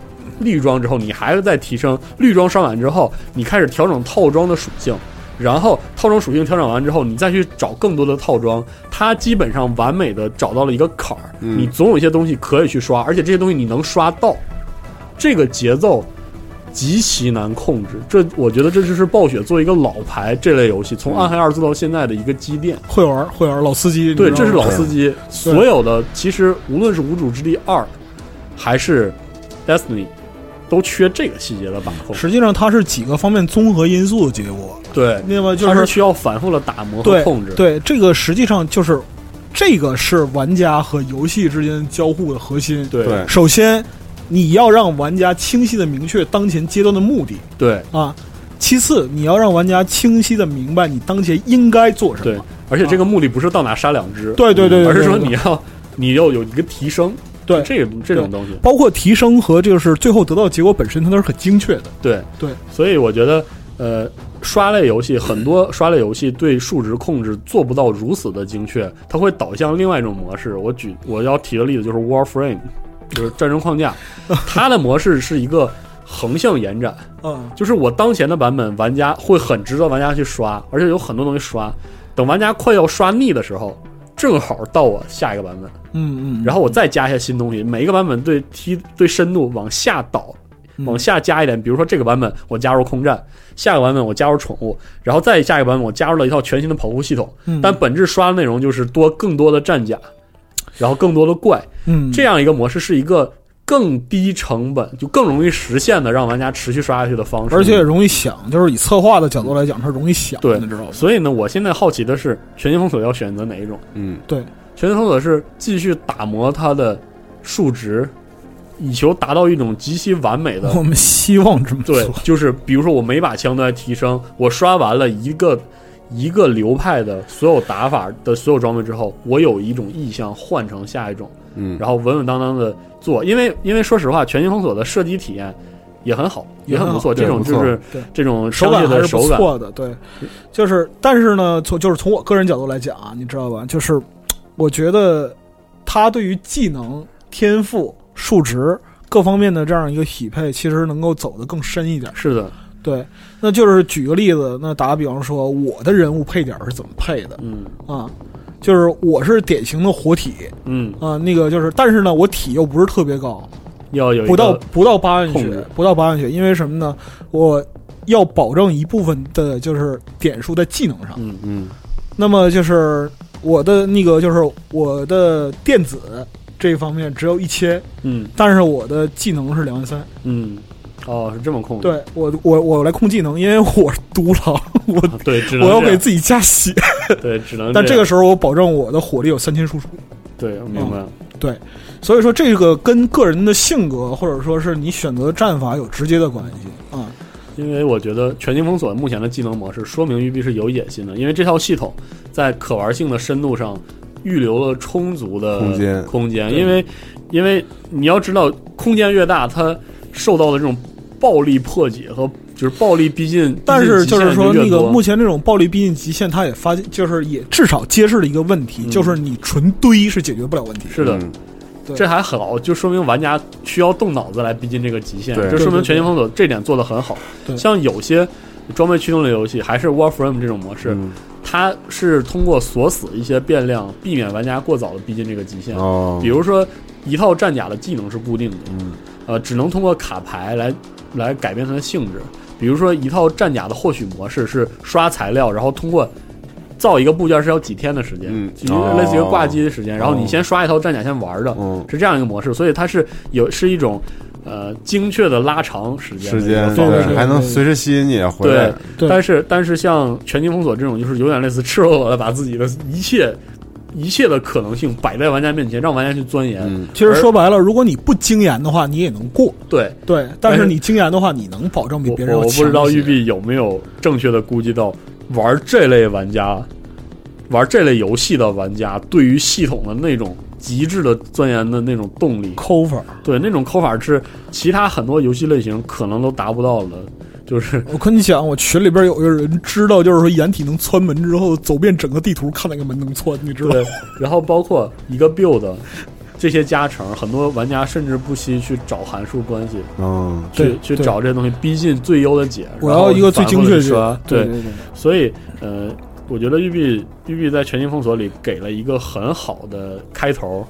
Speaker 3: 绿装之后你还是在提升，绿装刷满之后，你开始调整套装的属性，然后套装属性调整完之后，你再去找更多的套装，它基本上完美的找到了一个坎儿，
Speaker 8: 嗯
Speaker 3: 你总有一些东西可以去刷，而且这些东西你能刷到，这个节奏极其难控制。这我觉得这就是暴雪作为一个老牌这类游戏从《暗黑二》做到现在的一个积淀。
Speaker 9: 会玩会玩老司机。
Speaker 3: 对，
Speaker 9: 你知
Speaker 3: 这
Speaker 9: 道
Speaker 3: 是
Speaker 9: 吗
Speaker 3: 老司机。所有的其实无论是《无主之地二》还是《Destiny》，都缺这个细节的把控。
Speaker 9: 实际上它是几个方面综合因素的结果。
Speaker 3: 对，
Speaker 9: 那么就
Speaker 3: 它是需要反复的打磨和
Speaker 9: 对
Speaker 3: 控制。
Speaker 9: 对，这个实际上就是这个是玩家和游戏之间交互的核心。
Speaker 3: 对
Speaker 8: 对
Speaker 9: 首先，你要让玩家清晰的明确当前阶段的目的
Speaker 3: 对
Speaker 9: 啊；其次，你要让玩家清晰的明白你当前应该做什
Speaker 3: 对
Speaker 9: 么。，
Speaker 3: 而且这个目的不是到哪杀两只，嗯
Speaker 9: 对对对对，
Speaker 3: 而是
Speaker 9: 对
Speaker 3: 说
Speaker 9: 对
Speaker 3: 你要你要有一个提升，
Speaker 9: 对
Speaker 3: 这个这种东西。
Speaker 9: 包括提升和就是最后得到的结果本身，它都是很精确的。
Speaker 3: 对
Speaker 9: 对，
Speaker 3: 所以我觉得，呃，刷类游戏很多 刷类游戏对数值控制做不到如此的精确，它会导向另外一种模式。我举我要提的例子就是 Warframe，就是战争框架，它的模式是一个横向延展，
Speaker 9: 嗯，
Speaker 3: 就是我当前的版本，玩家会很值得玩家去刷，而且有很多东西刷。等玩家快要刷腻的时候，正好到我下一个版本，
Speaker 9: 嗯嗯，
Speaker 3: 然后我再加一些新东西，每一个版本对梯对深度往下倒，
Speaker 9: 嗯
Speaker 3: 往下加一点。比如说这个版本我加入空战，下个版本我加入宠物，然后再下一个版本我加入了一套全新的跑酷系统，
Speaker 9: 嗯
Speaker 3: 但本质刷的内容就是多更多的战甲，然后更多的怪。
Speaker 9: 嗯，
Speaker 3: 这样一个模式是一个更低成本就更容易实现的让玩家持续刷下去的方式，
Speaker 9: 而且也容易想，就是以策划的角度来讲，它容易想，
Speaker 3: 对
Speaker 9: 你知道吗？
Speaker 3: 所以呢，我现在好奇的是，全新封锁要选择哪一种？
Speaker 8: 嗯
Speaker 9: 对，
Speaker 3: 全新封锁是继续打磨它的数值，以求达到一种极其完美的。
Speaker 9: 我们希望这么做
Speaker 3: 对，，就是比如说我每把枪都在提升，我刷完了一个一个流派的所有打法的所有装备之后，我有一种意向换成下一种，
Speaker 8: 嗯，
Speaker 3: 然后稳稳当当的做。因为因为说实话，全新封锁的射击体验也很好，也
Speaker 9: 也
Speaker 3: 很
Speaker 9: 很好
Speaker 3: 不错。
Speaker 8: 对
Speaker 3: 这种
Speaker 8: 不
Speaker 3: 就
Speaker 8: 错
Speaker 3: 是
Speaker 9: 对
Speaker 3: 这种
Speaker 9: 手
Speaker 3: 商
Speaker 9: 感
Speaker 3: 业
Speaker 9: 还
Speaker 3: 的
Speaker 9: 是
Speaker 3: 手
Speaker 9: 不
Speaker 3: 感，嗯
Speaker 9: 错的，对，就是，但是呢，从就是从我个人角度来讲啊，你知道吧？就是我觉得他对于技能、天赋、数值各方面的这样一个匹配，其实能够走得更深一点。
Speaker 3: 是的，
Speaker 9: 对，那就是举个例子，那打个比方说，我的人物配点是怎么配的
Speaker 3: 嗯
Speaker 9: 啊？就是我是典型的活体
Speaker 3: 嗯，
Speaker 9: 啊，那个就是，但是呢，我体又不是特别高，
Speaker 3: 要有一个
Speaker 9: 不到不到八万
Speaker 3: 控
Speaker 9: 血
Speaker 3: 制，
Speaker 9: 不到八万血，因为什么呢？我要保证一部分的就是点数在技能上。
Speaker 3: 嗯
Speaker 8: 嗯
Speaker 9: 那么就是我的那个就是我的电子这一方面只有一千，
Speaker 3: 嗯
Speaker 9: 但是我的技能是两万三。
Speaker 3: 嗯，哦，是这么控制，
Speaker 9: 对我我我来控技能，因为我是独狼，我
Speaker 3: 啊对，只能
Speaker 9: 我要
Speaker 3: 这
Speaker 9: 给
Speaker 3: 样
Speaker 9: 自己加血，
Speaker 3: 对，只能
Speaker 9: 但这个
Speaker 3: 样
Speaker 9: 时候我保证我的火力有三千输出。
Speaker 3: 对，我明白了，
Speaker 9: 所以说，这个跟个人的性格或者说是你选择的战法有直接的关系啊。
Speaker 3: 因为我觉得全境封锁目前的技能模式说明育碧是有野心的，因为这套系统在可玩性的深度上预留了充足的
Speaker 8: 空间
Speaker 3: 空间，因为因为你要知道，空间越大，它受到的这种暴力破解和就是暴力逼近，
Speaker 9: 但是
Speaker 3: 逼近
Speaker 9: 就
Speaker 3: 极
Speaker 9: 是
Speaker 3: 限
Speaker 9: 说，
Speaker 3: 越
Speaker 9: 那个
Speaker 3: 多
Speaker 9: 目前这种暴力逼近极限，它也发，就是也至少揭示了一个问题，
Speaker 3: 嗯
Speaker 9: 就是你纯堆是解决不了问题。
Speaker 3: 是的，
Speaker 8: 嗯
Speaker 9: 对
Speaker 3: 这还好，就说明玩家需要动脑子来逼近这个极限，
Speaker 8: 对
Speaker 3: 就说
Speaker 9: 对
Speaker 3: 明
Speaker 9: 对
Speaker 3: 全境封锁这点做得很好
Speaker 9: 对。
Speaker 3: 像有些装备驱动类游戏，还是 Warframe 这种模式，
Speaker 8: 嗯
Speaker 3: 它是通过锁死一些变量，避免玩家过早的逼近这个
Speaker 9: 嗯
Speaker 3: 极限。
Speaker 8: 哦，
Speaker 3: 比如说，一套战甲的技能是固定的，
Speaker 8: 嗯
Speaker 3: 呃，只能通过卡牌来来改变它的性质。比如说，一套战甲的获取模式是刷材料，然后通过造一个部件是要几天的时间，
Speaker 8: 嗯
Speaker 3: 就类似于
Speaker 8: 哦
Speaker 3: 挂机的时间。然后你先刷一套战甲先玩的，
Speaker 8: 嗯
Speaker 3: 是这样一个模式，所以它是有是一种呃精确的拉长时间的
Speaker 8: 时
Speaker 3: 一个
Speaker 8: 间
Speaker 3: 方
Speaker 9: 对
Speaker 3: 式
Speaker 9: 对
Speaker 8: 还能随时吸引你啊回来，
Speaker 9: 对
Speaker 3: 但是但是像全境封锁这种，就是有点类似赤裸裸的把自己的一切一切的可能性摆在玩家面前，让玩家去钻研。
Speaker 8: 嗯
Speaker 9: 其实说白了，如果你不精研的话，你也能过。
Speaker 3: 对，
Speaker 9: 对，但是你精研的话，你能保证比
Speaker 3: 哎我
Speaker 9: 别人要
Speaker 3: 我
Speaker 9: 强一些
Speaker 3: 不知道育碧有没有正确的估计到玩这类玩家。玩这类游戏的玩家，对于系统的那种极致的钻研的那种动力，
Speaker 9: 抠分儿。
Speaker 3: 对那种抠法是其他很多游戏类型可能都达不到的，就是
Speaker 9: 我跟你讲，我群里边有一个人知道，就是说掩体能窜门之后，走遍整个地图看哪个门能窜，你知道吗？
Speaker 3: 对， 然后包括一个 build 这些加成，很多玩家甚至不惜去找函数关系，
Speaker 8: 嗯，
Speaker 3: 去
Speaker 9: 对
Speaker 3: 去
Speaker 9: 对
Speaker 3: 找这些东西逼近最优的解。
Speaker 9: 我
Speaker 3: 然后
Speaker 9: 要一个最精确的
Speaker 3: 反复地去刷
Speaker 9: 解
Speaker 3: 对，
Speaker 9: 对对，
Speaker 3: 所以呃，我觉得育碧育碧在全境封锁里给了一个很好的开头，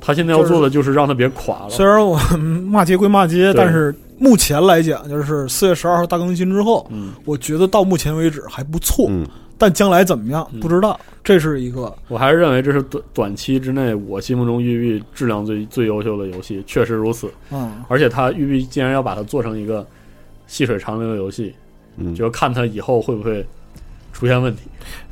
Speaker 3: 他现在要
Speaker 9: 就是
Speaker 3: 做的就是让它别垮了。
Speaker 9: 虽然我 嗯骂街归骂街，
Speaker 3: 对
Speaker 9: 但是目前来讲，就是四月十二号大更新之后，
Speaker 3: 嗯，
Speaker 9: 我觉得到目前为止还不错，
Speaker 8: 嗯
Speaker 9: 但将来怎么样
Speaker 3: 嗯
Speaker 9: 不知道，这是一个
Speaker 3: 我还是认为这是短短期之内我心目中育碧质量最最优秀的游戏，确实如此。
Speaker 9: 嗯，
Speaker 3: 而且它育碧既然要把它做成一个细水长流的游戏，
Speaker 8: 嗯，
Speaker 3: 就看他以后会不会出现问题。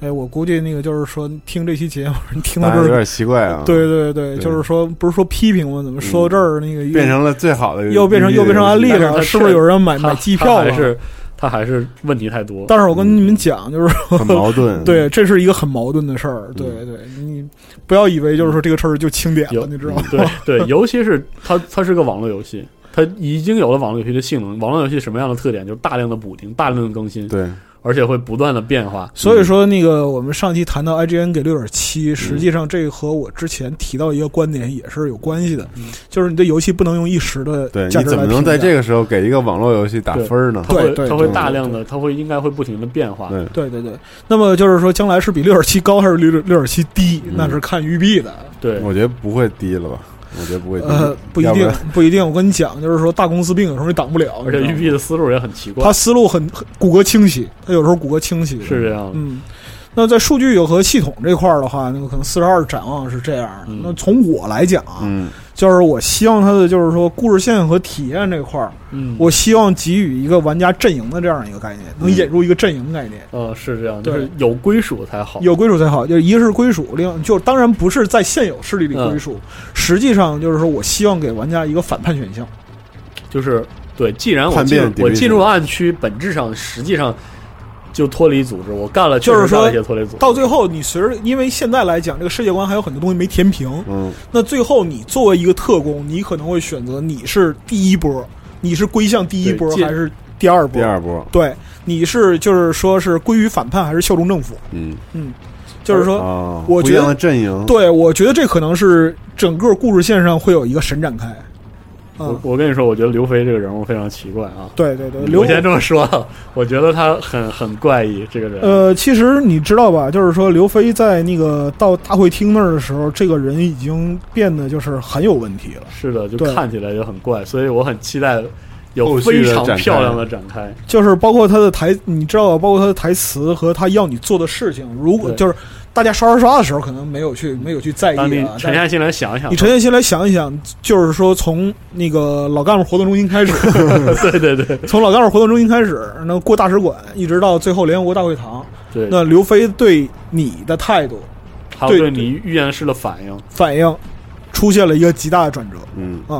Speaker 9: 哎，我估计那个就是说听这期节目，你听到
Speaker 8: 大家
Speaker 9: 这
Speaker 8: 有
Speaker 9: 儿，
Speaker 8: 点奇怪啊，
Speaker 9: 对对对，
Speaker 8: 对嗯
Speaker 9: 就是说不是说批评吗？怎么说到这儿那个又
Speaker 8: 变成了最好的，
Speaker 9: 又变成又变成案例
Speaker 3: 但是
Speaker 9: 了？
Speaker 3: 他
Speaker 9: 是不是有人买
Speaker 3: 他
Speaker 9: 买机票
Speaker 3: 他还
Speaker 9: 了？
Speaker 3: 是他还是问题太 多。
Speaker 9: 但是我跟你们讲，就是
Speaker 8: 很矛盾，
Speaker 9: 对，这是一个很矛盾的事儿。对
Speaker 8: 嗯
Speaker 9: 对，你不要以为就是说这个事儿就清点了，
Speaker 3: 有
Speaker 9: 你知道吗？
Speaker 3: 对对，尤其是它它是个网络游戏，它已经有了网络游戏的性能。网络游戏什么样的特点？就是大量的补丁、大量的更新，
Speaker 8: 对，
Speaker 3: 而且会不断的变化。
Speaker 8: 嗯
Speaker 9: 所以说，那个我们上期谈到 IGN 给六点
Speaker 8: 嗯
Speaker 9: 七，实际上这和我之前提到一个观点也是有关系的，就是你的游戏不能用一时的
Speaker 8: 嗯对，
Speaker 9: 价
Speaker 8: 你
Speaker 9: 值
Speaker 8: 怎么
Speaker 9: 来
Speaker 8: 能
Speaker 9: 评
Speaker 8: 在
Speaker 9: 价。
Speaker 8: 这个时候给一个网络游戏打分呢？
Speaker 3: 它会
Speaker 9: 对对
Speaker 3: 它会
Speaker 8: 对
Speaker 3: 大量的，它会应该会不停的变化。
Speaker 8: 对，
Speaker 9: 对对对，那么就是说，将来是比六点七高还是六六点七低，
Speaker 8: 嗯
Speaker 9: 那是看育碧的。
Speaker 3: 对，
Speaker 8: 我觉得不会低了吧？我觉得不会低
Speaker 9: 呃，，不一
Speaker 8: 要
Speaker 9: 定
Speaker 8: 然，
Speaker 9: 不一定。我跟你讲，就是说大公司病有时候也挡不了，
Speaker 3: 而且
Speaker 9: 你知
Speaker 3: 育
Speaker 9: 道吗
Speaker 3: 碧的思路也很奇怪
Speaker 9: 他，思路很很骨骼清晰，他有时候骨骼清晰的
Speaker 3: 是这样的。
Speaker 9: 嗯，那在数据和系统这块儿的话，那个可能四十二展望是这样的。
Speaker 3: 嗯
Speaker 9: 那从我来讲啊，
Speaker 8: 嗯，
Speaker 9: 就是我希望它的就是说故事线和体验这块儿，
Speaker 3: 嗯，
Speaker 9: 我希望给予一个玩家阵营的这样一个概念，能引入一个阵营概念。
Speaker 3: 呃是这样，就
Speaker 9: 对
Speaker 3: 是有归属才好。
Speaker 9: 有归属才好，就是一个是归属，另外就是当然不是在现有势力里归属，实际上就是说我希望给玩家一个反叛选项。
Speaker 3: 就是对，既然我
Speaker 8: 叛
Speaker 3: 进
Speaker 8: 变
Speaker 3: 入
Speaker 8: 敌
Speaker 3: 我
Speaker 8: 对
Speaker 3: 进
Speaker 8: 者
Speaker 3: 入暗区，本质上实际上就脱离组织，我干了
Speaker 9: 就是
Speaker 3: 确实干了
Speaker 9: 说
Speaker 3: 一些脱离组织，
Speaker 9: 到最后，你随着因为现在来讲，这个世界观还有很多东西没填平，
Speaker 8: 嗯，
Speaker 9: 那最后你作为一个特工，你可能会选择你是第一波，你是归向第一波
Speaker 3: 对进
Speaker 9: 还是第二波？
Speaker 8: 第二波，
Speaker 9: 对，你是就是说是归于反叛还是效忠政府？
Speaker 8: 嗯，
Speaker 9: 就是说，
Speaker 8: 啊，不
Speaker 9: 我
Speaker 8: 一
Speaker 9: 觉得
Speaker 8: 样的阵营，
Speaker 9: 对我觉得这可能是整个故事线上会有一个神展开。啊
Speaker 3: 我我跟你说，我觉得刘飞这个人物非常奇怪啊。
Speaker 9: 对对对，刘
Speaker 3: 我先这么说，啊我觉得他很很怪异，这个人。
Speaker 9: 呃，其实你知道吧，就是说刘飞在那个到大会厅那儿的时候，这个人已经变得就是很有问题了。
Speaker 3: 是的，就
Speaker 9: 对
Speaker 3: 看起来就很怪，所以我很期待有
Speaker 8: 后
Speaker 3: 非
Speaker 8: 续的
Speaker 3: 常
Speaker 8: 展开
Speaker 3: 漂亮的展开。
Speaker 9: 就是包括他的台，你知道吧？包括他的台词和他要你做的事情，如果
Speaker 3: 对
Speaker 9: 就是大家刷刷刷的时候，可能没有去没有去
Speaker 8: 哎
Speaker 9: 在意啊
Speaker 3: 当你。沉
Speaker 9: 但
Speaker 3: 下心来想想
Speaker 9: 你，沉下心来想一想，就是说从那个老干部活动中心开始，
Speaker 3: 对对对
Speaker 9: 从老干部活动中心开始，那过大使馆，一直到最后联合国大会堂，
Speaker 3: 对，
Speaker 9: 那刘飞对你的态度
Speaker 3: 还有
Speaker 9: 对
Speaker 3: 对你预言式的反应，
Speaker 9: 反应，出现了一个极大的转折。
Speaker 8: 嗯，
Speaker 9: 嗯，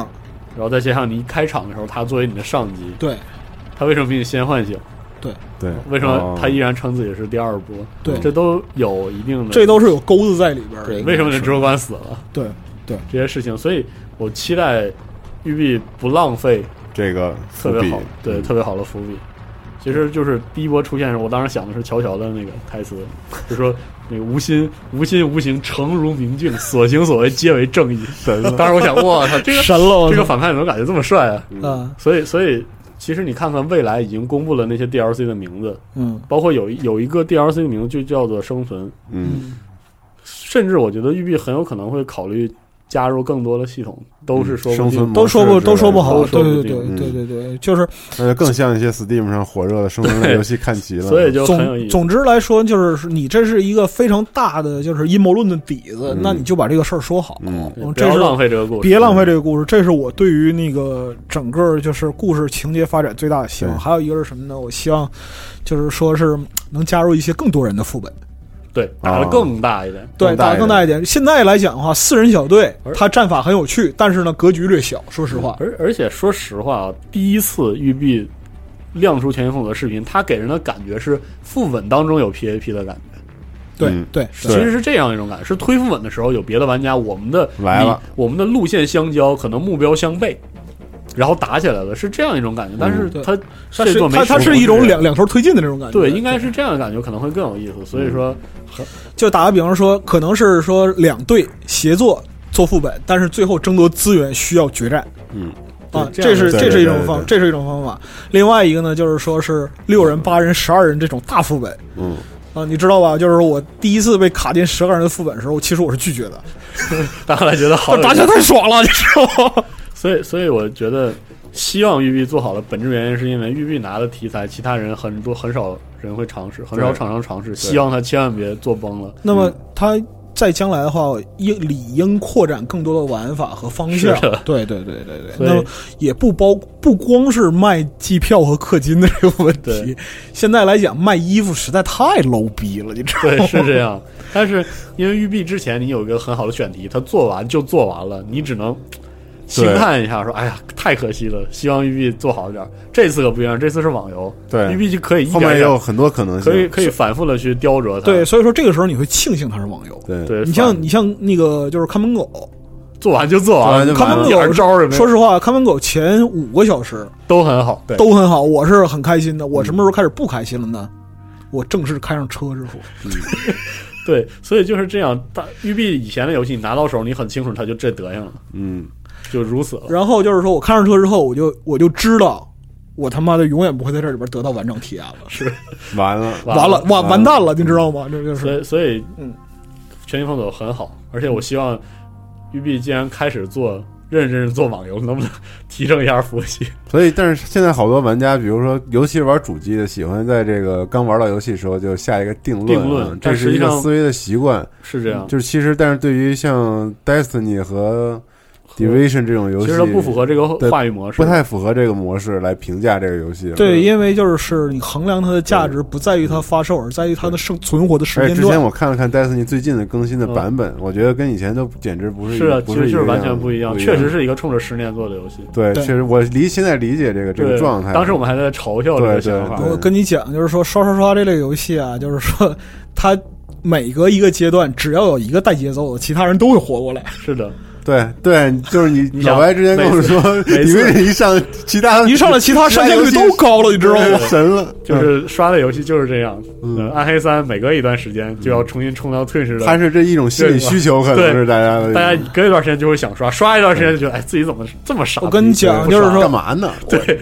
Speaker 3: 然后再加上你一开场的时候，他作为你的上级，
Speaker 9: 对
Speaker 3: 他为什么比你先唤醒？
Speaker 8: 对，
Speaker 3: 为什
Speaker 8: 哦
Speaker 3: 么他依然称自己是第二波？
Speaker 9: 对
Speaker 3: 这都有一定的。
Speaker 9: 这都是有钩子在里边儿的。
Speaker 3: 对，为什么你的执法官死了？
Speaker 9: 对
Speaker 3: 这些事情，所以我期待育碧不浪费
Speaker 8: 这个
Speaker 3: 特
Speaker 8: 伏
Speaker 3: 别
Speaker 8: 笔
Speaker 3: 好，对
Speaker 9: 嗯
Speaker 3: 特别好的伏笔。其实就是第一波出现的时候，我当时想的是乔乔的那个台词，就说那个无心 无心无形，诚如明镜，所行所为皆为正义。当时我想，哇操，这个
Speaker 9: 神了我
Speaker 3: 这个
Speaker 9: 操
Speaker 3: 反派怎么感觉这么帅啊？
Speaker 9: 啊，
Speaker 3: 所以，所以其实你看看，未来已经公布了那些 DLC 的名字，
Speaker 9: 嗯，
Speaker 3: 包括有一有一个 DLC 的名字就叫做《生存》，
Speaker 8: 嗯，
Speaker 3: 甚至我觉得育碧很有可能会考虑加入更多的系统，都是说不
Speaker 8: 嗯生
Speaker 3: 定
Speaker 8: 存模
Speaker 9: 都说不
Speaker 8: 式之
Speaker 9: 都说
Speaker 8: 类
Speaker 9: 不
Speaker 8: 的
Speaker 9: 好。
Speaker 3: 都说
Speaker 9: 对
Speaker 3: 不
Speaker 9: 对
Speaker 3: 定
Speaker 9: 对
Speaker 8: 嗯
Speaker 9: 对对对，就是
Speaker 8: 那就更像一些 Steam 上火热的生存类游戏看齐了，
Speaker 3: 所以就很有意思。
Speaker 9: 总总之来说，就是你这是一个非常大的就是阴谋论的底子，
Speaker 8: 嗯
Speaker 9: 那你就把这个事儿说好。
Speaker 8: 嗯
Speaker 9: 嗯
Speaker 3: 不
Speaker 9: 这
Speaker 3: 要
Speaker 9: 是
Speaker 3: 浪费这个故事，
Speaker 9: 别浪费这个故事，这是我对于那个整个就是故事情节发展最大的希望。
Speaker 8: 对
Speaker 9: 还有一个是什么呢？我希望就是说是能加入一些更多人的副本，
Speaker 3: 对，打得更大一点。
Speaker 9: 对，
Speaker 8: 更大一
Speaker 9: 打得
Speaker 8: 点
Speaker 9: 更大一点。现在来讲的话，四人小队它战法很有趣，但是呢格局略小，说实话。
Speaker 3: 嗯而而且说实话啊，第一次育碧亮出全新风格视频，它给人的感觉是副本当中有 PVP 的感觉。
Speaker 9: 对
Speaker 8: 嗯
Speaker 9: 对，
Speaker 3: 其实是这样一种感觉，是推副本的时候有别的玩家，我们的
Speaker 8: 来了，
Speaker 3: 我们的路线相交，可能目标相悖，然后打起来了，是这样一种感觉。但是
Speaker 9: 对
Speaker 3: 它
Speaker 9: 它
Speaker 3: 这
Speaker 9: 是
Speaker 3: 座没
Speaker 9: 它它
Speaker 3: 出
Speaker 9: 是一种两两头推进的那种感觉。
Speaker 3: 对，应该是这样的感觉，可能会更有意思。所以说，
Speaker 9: 就打个比方说，可能是说两队协作做副本，但是最后争夺资源需要决战。
Speaker 8: 嗯，
Speaker 9: 啊，
Speaker 3: 对
Speaker 9: 这是
Speaker 8: 这样的
Speaker 9: 这是一种
Speaker 8: 对对
Speaker 9: 方，
Speaker 8: 对
Speaker 9: 这是一种方法。另外一个呢，就是说是六人、八人、十二人这种大副本。
Speaker 8: 嗯，
Speaker 9: 啊，你知道吧？就是我第一次被卡进十个人的副本的时候，其实我是拒绝的，
Speaker 3: 大家觉得 好有意思，
Speaker 9: 打起来太爽了，你知道吗？
Speaker 3: 所以，所以我觉得，希望育碧做好的本质原因，是因为育碧拿的题材，其他人很多很少人会尝试，很少厂商尝试。希望他千万别做崩了。
Speaker 9: 那么他在将来的话，应理应扩展更多的玩法和方向
Speaker 3: 是的。
Speaker 9: 对对对对对，
Speaker 3: 所以
Speaker 9: 那么也不包不光是卖机票和氪金的这个问题
Speaker 3: 对，
Speaker 9: 现在来讲卖衣服实在太 low 逼了，你知道吗？
Speaker 3: 对，是这样。但是因为育碧之前你有一个很好的选题，他做完就做完了，你只能轻叹一下，说：“哎呀，太可惜了。”希望育碧做好一点。这次可不一样，这次是网游，
Speaker 8: 对
Speaker 3: 育碧就可以一
Speaker 8: 后
Speaker 3: 点
Speaker 8: 面
Speaker 3: 一
Speaker 8: 有
Speaker 3: 点，
Speaker 8: 很多可能性，
Speaker 3: 可以可以反复的去雕琢它。
Speaker 9: 对，所以说这个时候你会庆幸它是网游。
Speaker 8: 对
Speaker 3: 对，
Speaker 9: 你
Speaker 3: 反
Speaker 9: 像你像那个就是看门狗，
Speaker 3: 做完就做
Speaker 8: 做
Speaker 3: 完
Speaker 8: 完就
Speaker 9: 看
Speaker 8: 完
Speaker 9: 门
Speaker 8: 了
Speaker 3: 一点
Speaker 9: 狗
Speaker 3: 招儿也没有
Speaker 9: 说实话，看门狗前五个小时
Speaker 3: 都很好。对，
Speaker 9: 都很好，我是很开心的。
Speaker 3: 嗯
Speaker 9: 我什么时候开始不开心了呢？我正式开上车之后，
Speaker 3: 对，所以就是这样。大育碧以前的游戏，你拿到手，你很清楚，它就这德行了，
Speaker 8: 嗯，
Speaker 3: 就如此了。
Speaker 9: 然后就是说我开上车之后，我就我就知道。我他妈的永远不会在这里边得到完整体验了，
Speaker 8: 完了，
Speaker 9: 完了，完
Speaker 8: 完
Speaker 9: 完蛋了，你知道吗？这就
Speaker 3: 所
Speaker 9: 是
Speaker 3: 以，所以，
Speaker 9: 嗯，
Speaker 3: 全新风走很好，而且我希望育碧既然开始做。认真做网游，能不能提升一下服务器？
Speaker 8: 所以，但是现在好多玩家，比如说，尤其是玩主机的，喜欢在这个刚玩到游戏的时候就下一个定论啊，
Speaker 3: 定论
Speaker 8: 这
Speaker 3: 但实
Speaker 8: 是一
Speaker 3: 际
Speaker 8: 个
Speaker 3: 上嗯
Speaker 8: 思维的习惯。
Speaker 3: 是这样，
Speaker 8: 就是其实，但是对于像 Destiny 和 Division 这种游戏，
Speaker 3: 其实它不符合这个
Speaker 8: 对
Speaker 3: 话语模式，
Speaker 8: 不太符合这个模式来评价这个游戏了。
Speaker 9: 对，因为就是你衡量它的价值不在于它发售，而在于它的生存活的时
Speaker 8: 而且
Speaker 9: 间
Speaker 8: 之前
Speaker 9: 段。
Speaker 8: 我看了看 Destiny 最近的更新的版本，我觉得跟以前都简直不是
Speaker 3: 嗯
Speaker 8: 一
Speaker 3: 是啊，
Speaker 8: 不
Speaker 3: 其实
Speaker 8: 一
Speaker 3: 就
Speaker 8: 个
Speaker 3: 是完全
Speaker 8: 不
Speaker 3: 不一样，确实是一个冲着十年做的游戏。
Speaker 8: 对，
Speaker 9: 对
Speaker 8: 确实我理现在理解这个这个
Speaker 3: 对
Speaker 8: 状态。
Speaker 3: 当时我们还在嘲笑这个想法
Speaker 8: 对，
Speaker 9: 我跟你讲，就是说刷刷刷这类游戏啊，就是说它每隔一个阶段，只要有一个带节奏的，其他人都会活过来。
Speaker 3: 是的，
Speaker 8: 对对，就是你
Speaker 3: 你想
Speaker 8: 老白之前跟我说，
Speaker 3: 每次
Speaker 8: 你为这一上其他
Speaker 9: 一上来其他上线率都高了，你知道吗？
Speaker 8: 神了，
Speaker 3: 就是刷的游戏就是这样。
Speaker 8: 嗯
Speaker 3: 呃暗黑三每隔一段时间就要重新冲到 Twitch
Speaker 9: 嗯
Speaker 8: 他
Speaker 3: 的，
Speaker 8: 嗯是这一种心理需求，可能是大家的。
Speaker 3: 大家隔一段时间就会想刷，刷一段时间就觉得哎自己怎么这么傻逼？
Speaker 9: 我跟你讲就是说
Speaker 8: 干嘛呢？
Speaker 3: 对，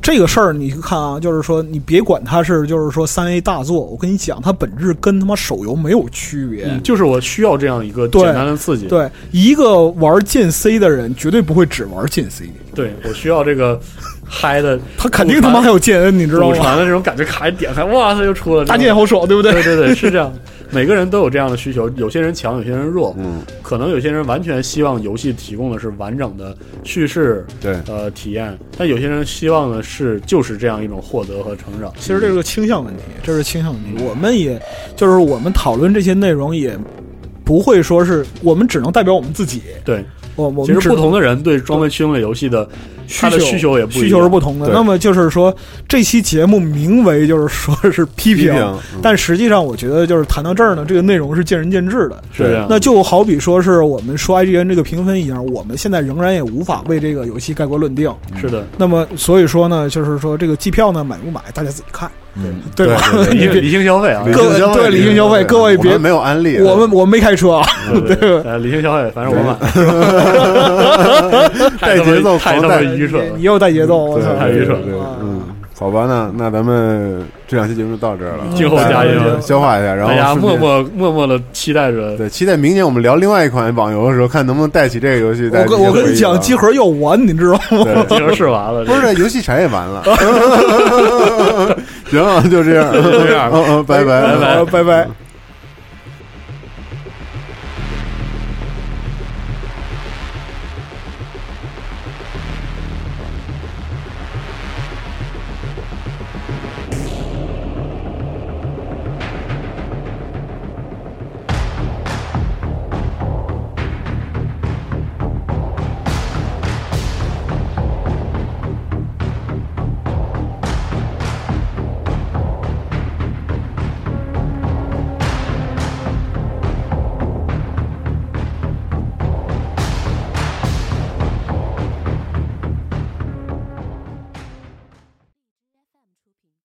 Speaker 9: 这个事儿你看啊，就是说你别管它是就是说三 A 大作，我跟你讲，它本质跟他妈手游没有区别。
Speaker 3: 嗯就是我需要这样一个
Speaker 9: 对
Speaker 3: 简单的刺激。
Speaker 9: 对，一个玩剑 C 的人绝对不会只玩剑 C，
Speaker 3: 对，我需要这个嗨的，
Speaker 9: 他肯定他妈还有剑 N，你知道
Speaker 3: 祖
Speaker 9: 吗？
Speaker 3: 传的这种感觉，卡一点开，哇塞，又出了这
Speaker 9: 大
Speaker 3: 种
Speaker 9: 剑好爽，对不对？
Speaker 3: 对对对，是这样的。每个人都有这样的需求，有些人强，有些人弱。嗯，可能有些人完全希望游戏提供的是完整的叙事，
Speaker 8: 对
Speaker 3: 呃，体验。但有些人希望的是就是这样一种获得和成长。
Speaker 9: 其实这是个倾向问题，这是倾向问题。我们也就是我们讨论这些内容，也不会说是我们只能代表我们自己。
Speaker 3: 对，
Speaker 9: 哦我我们
Speaker 3: 其实
Speaker 9: 只
Speaker 3: 不同的人对装备驱动类游戏的他的需求也不一样
Speaker 9: 需求是不同的。
Speaker 8: 对
Speaker 9: 那么就是说，这期节目名为就是说是批评，
Speaker 8: 批评嗯
Speaker 9: 但实际上我觉得就是谈到这儿呢，这个内容是见仁见智的。
Speaker 3: 是这样。
Speaker 9: 那就好比说是我们说 IGN 这个评分一样，我们现在仍然也无法为这个游戏盖棺论定。
Speaker 3: 是的，
Speaker 9: 那么所以说呢，就是说这个机票呢买不买，大家自己看，
Speaker 3: 嗯
Speaker 9: 对吧？
Speaker 8: 对对
Speaker 3: 理
Speaker 9: 你别
Speaker 3: 理性消费啊，
Speaker 9: 各位对理性消费各位别
Speaker 8: 我们没有安利，
Speaker 9: 我们我没开车啊，
Speaker 3: 对 对呃理性消费，反正我买。
Speaker 8: 带节 奏
Speaker 3: 太
Speaker 8: 狂
Speaker 3: 他妈
Speaker 8: 带
Speaker 3: 愚蠢了
Speaker 9: 你。又带节奏，我
Speaker 8: 对
Speaker 9: 操！
Speaker 3: 太愚蠢了
Speaker 8: 对对
Speaker 9: 啊
Speaker 8: 嗯， 好吧，那那咱们这两期节目就到这儿了，
Speaker 3: 静候佳音啊
Speaker 8: 消化一下，然后
Speaker 3: 大家
Speaker 8: 顺
Speaker 3: 默
Speaker 8: 便
Speaker 3: 默默默的期待着
Speaker 8: 对，期待明年我们聊另外一款网游的时候，看能不能带起这个游戏。带
Speaker 9: 我
Speaker 8: 起
Speaker 9: 跟我跟你讲，集
Speaker 8: 机
Speaker 9: 合要完，你知道吗？
Speaker 3: 集合试 完了，
Speaker 8: 不
Speaker 3: 这个
Speaker 8: 是游戏产 业完了，行啊，就这样，
Speaker 3: 就这样
Speaker 8: 嗯嗯，拜拜
Speaker 3: 拜拜
Speaker 9: 好拜拜。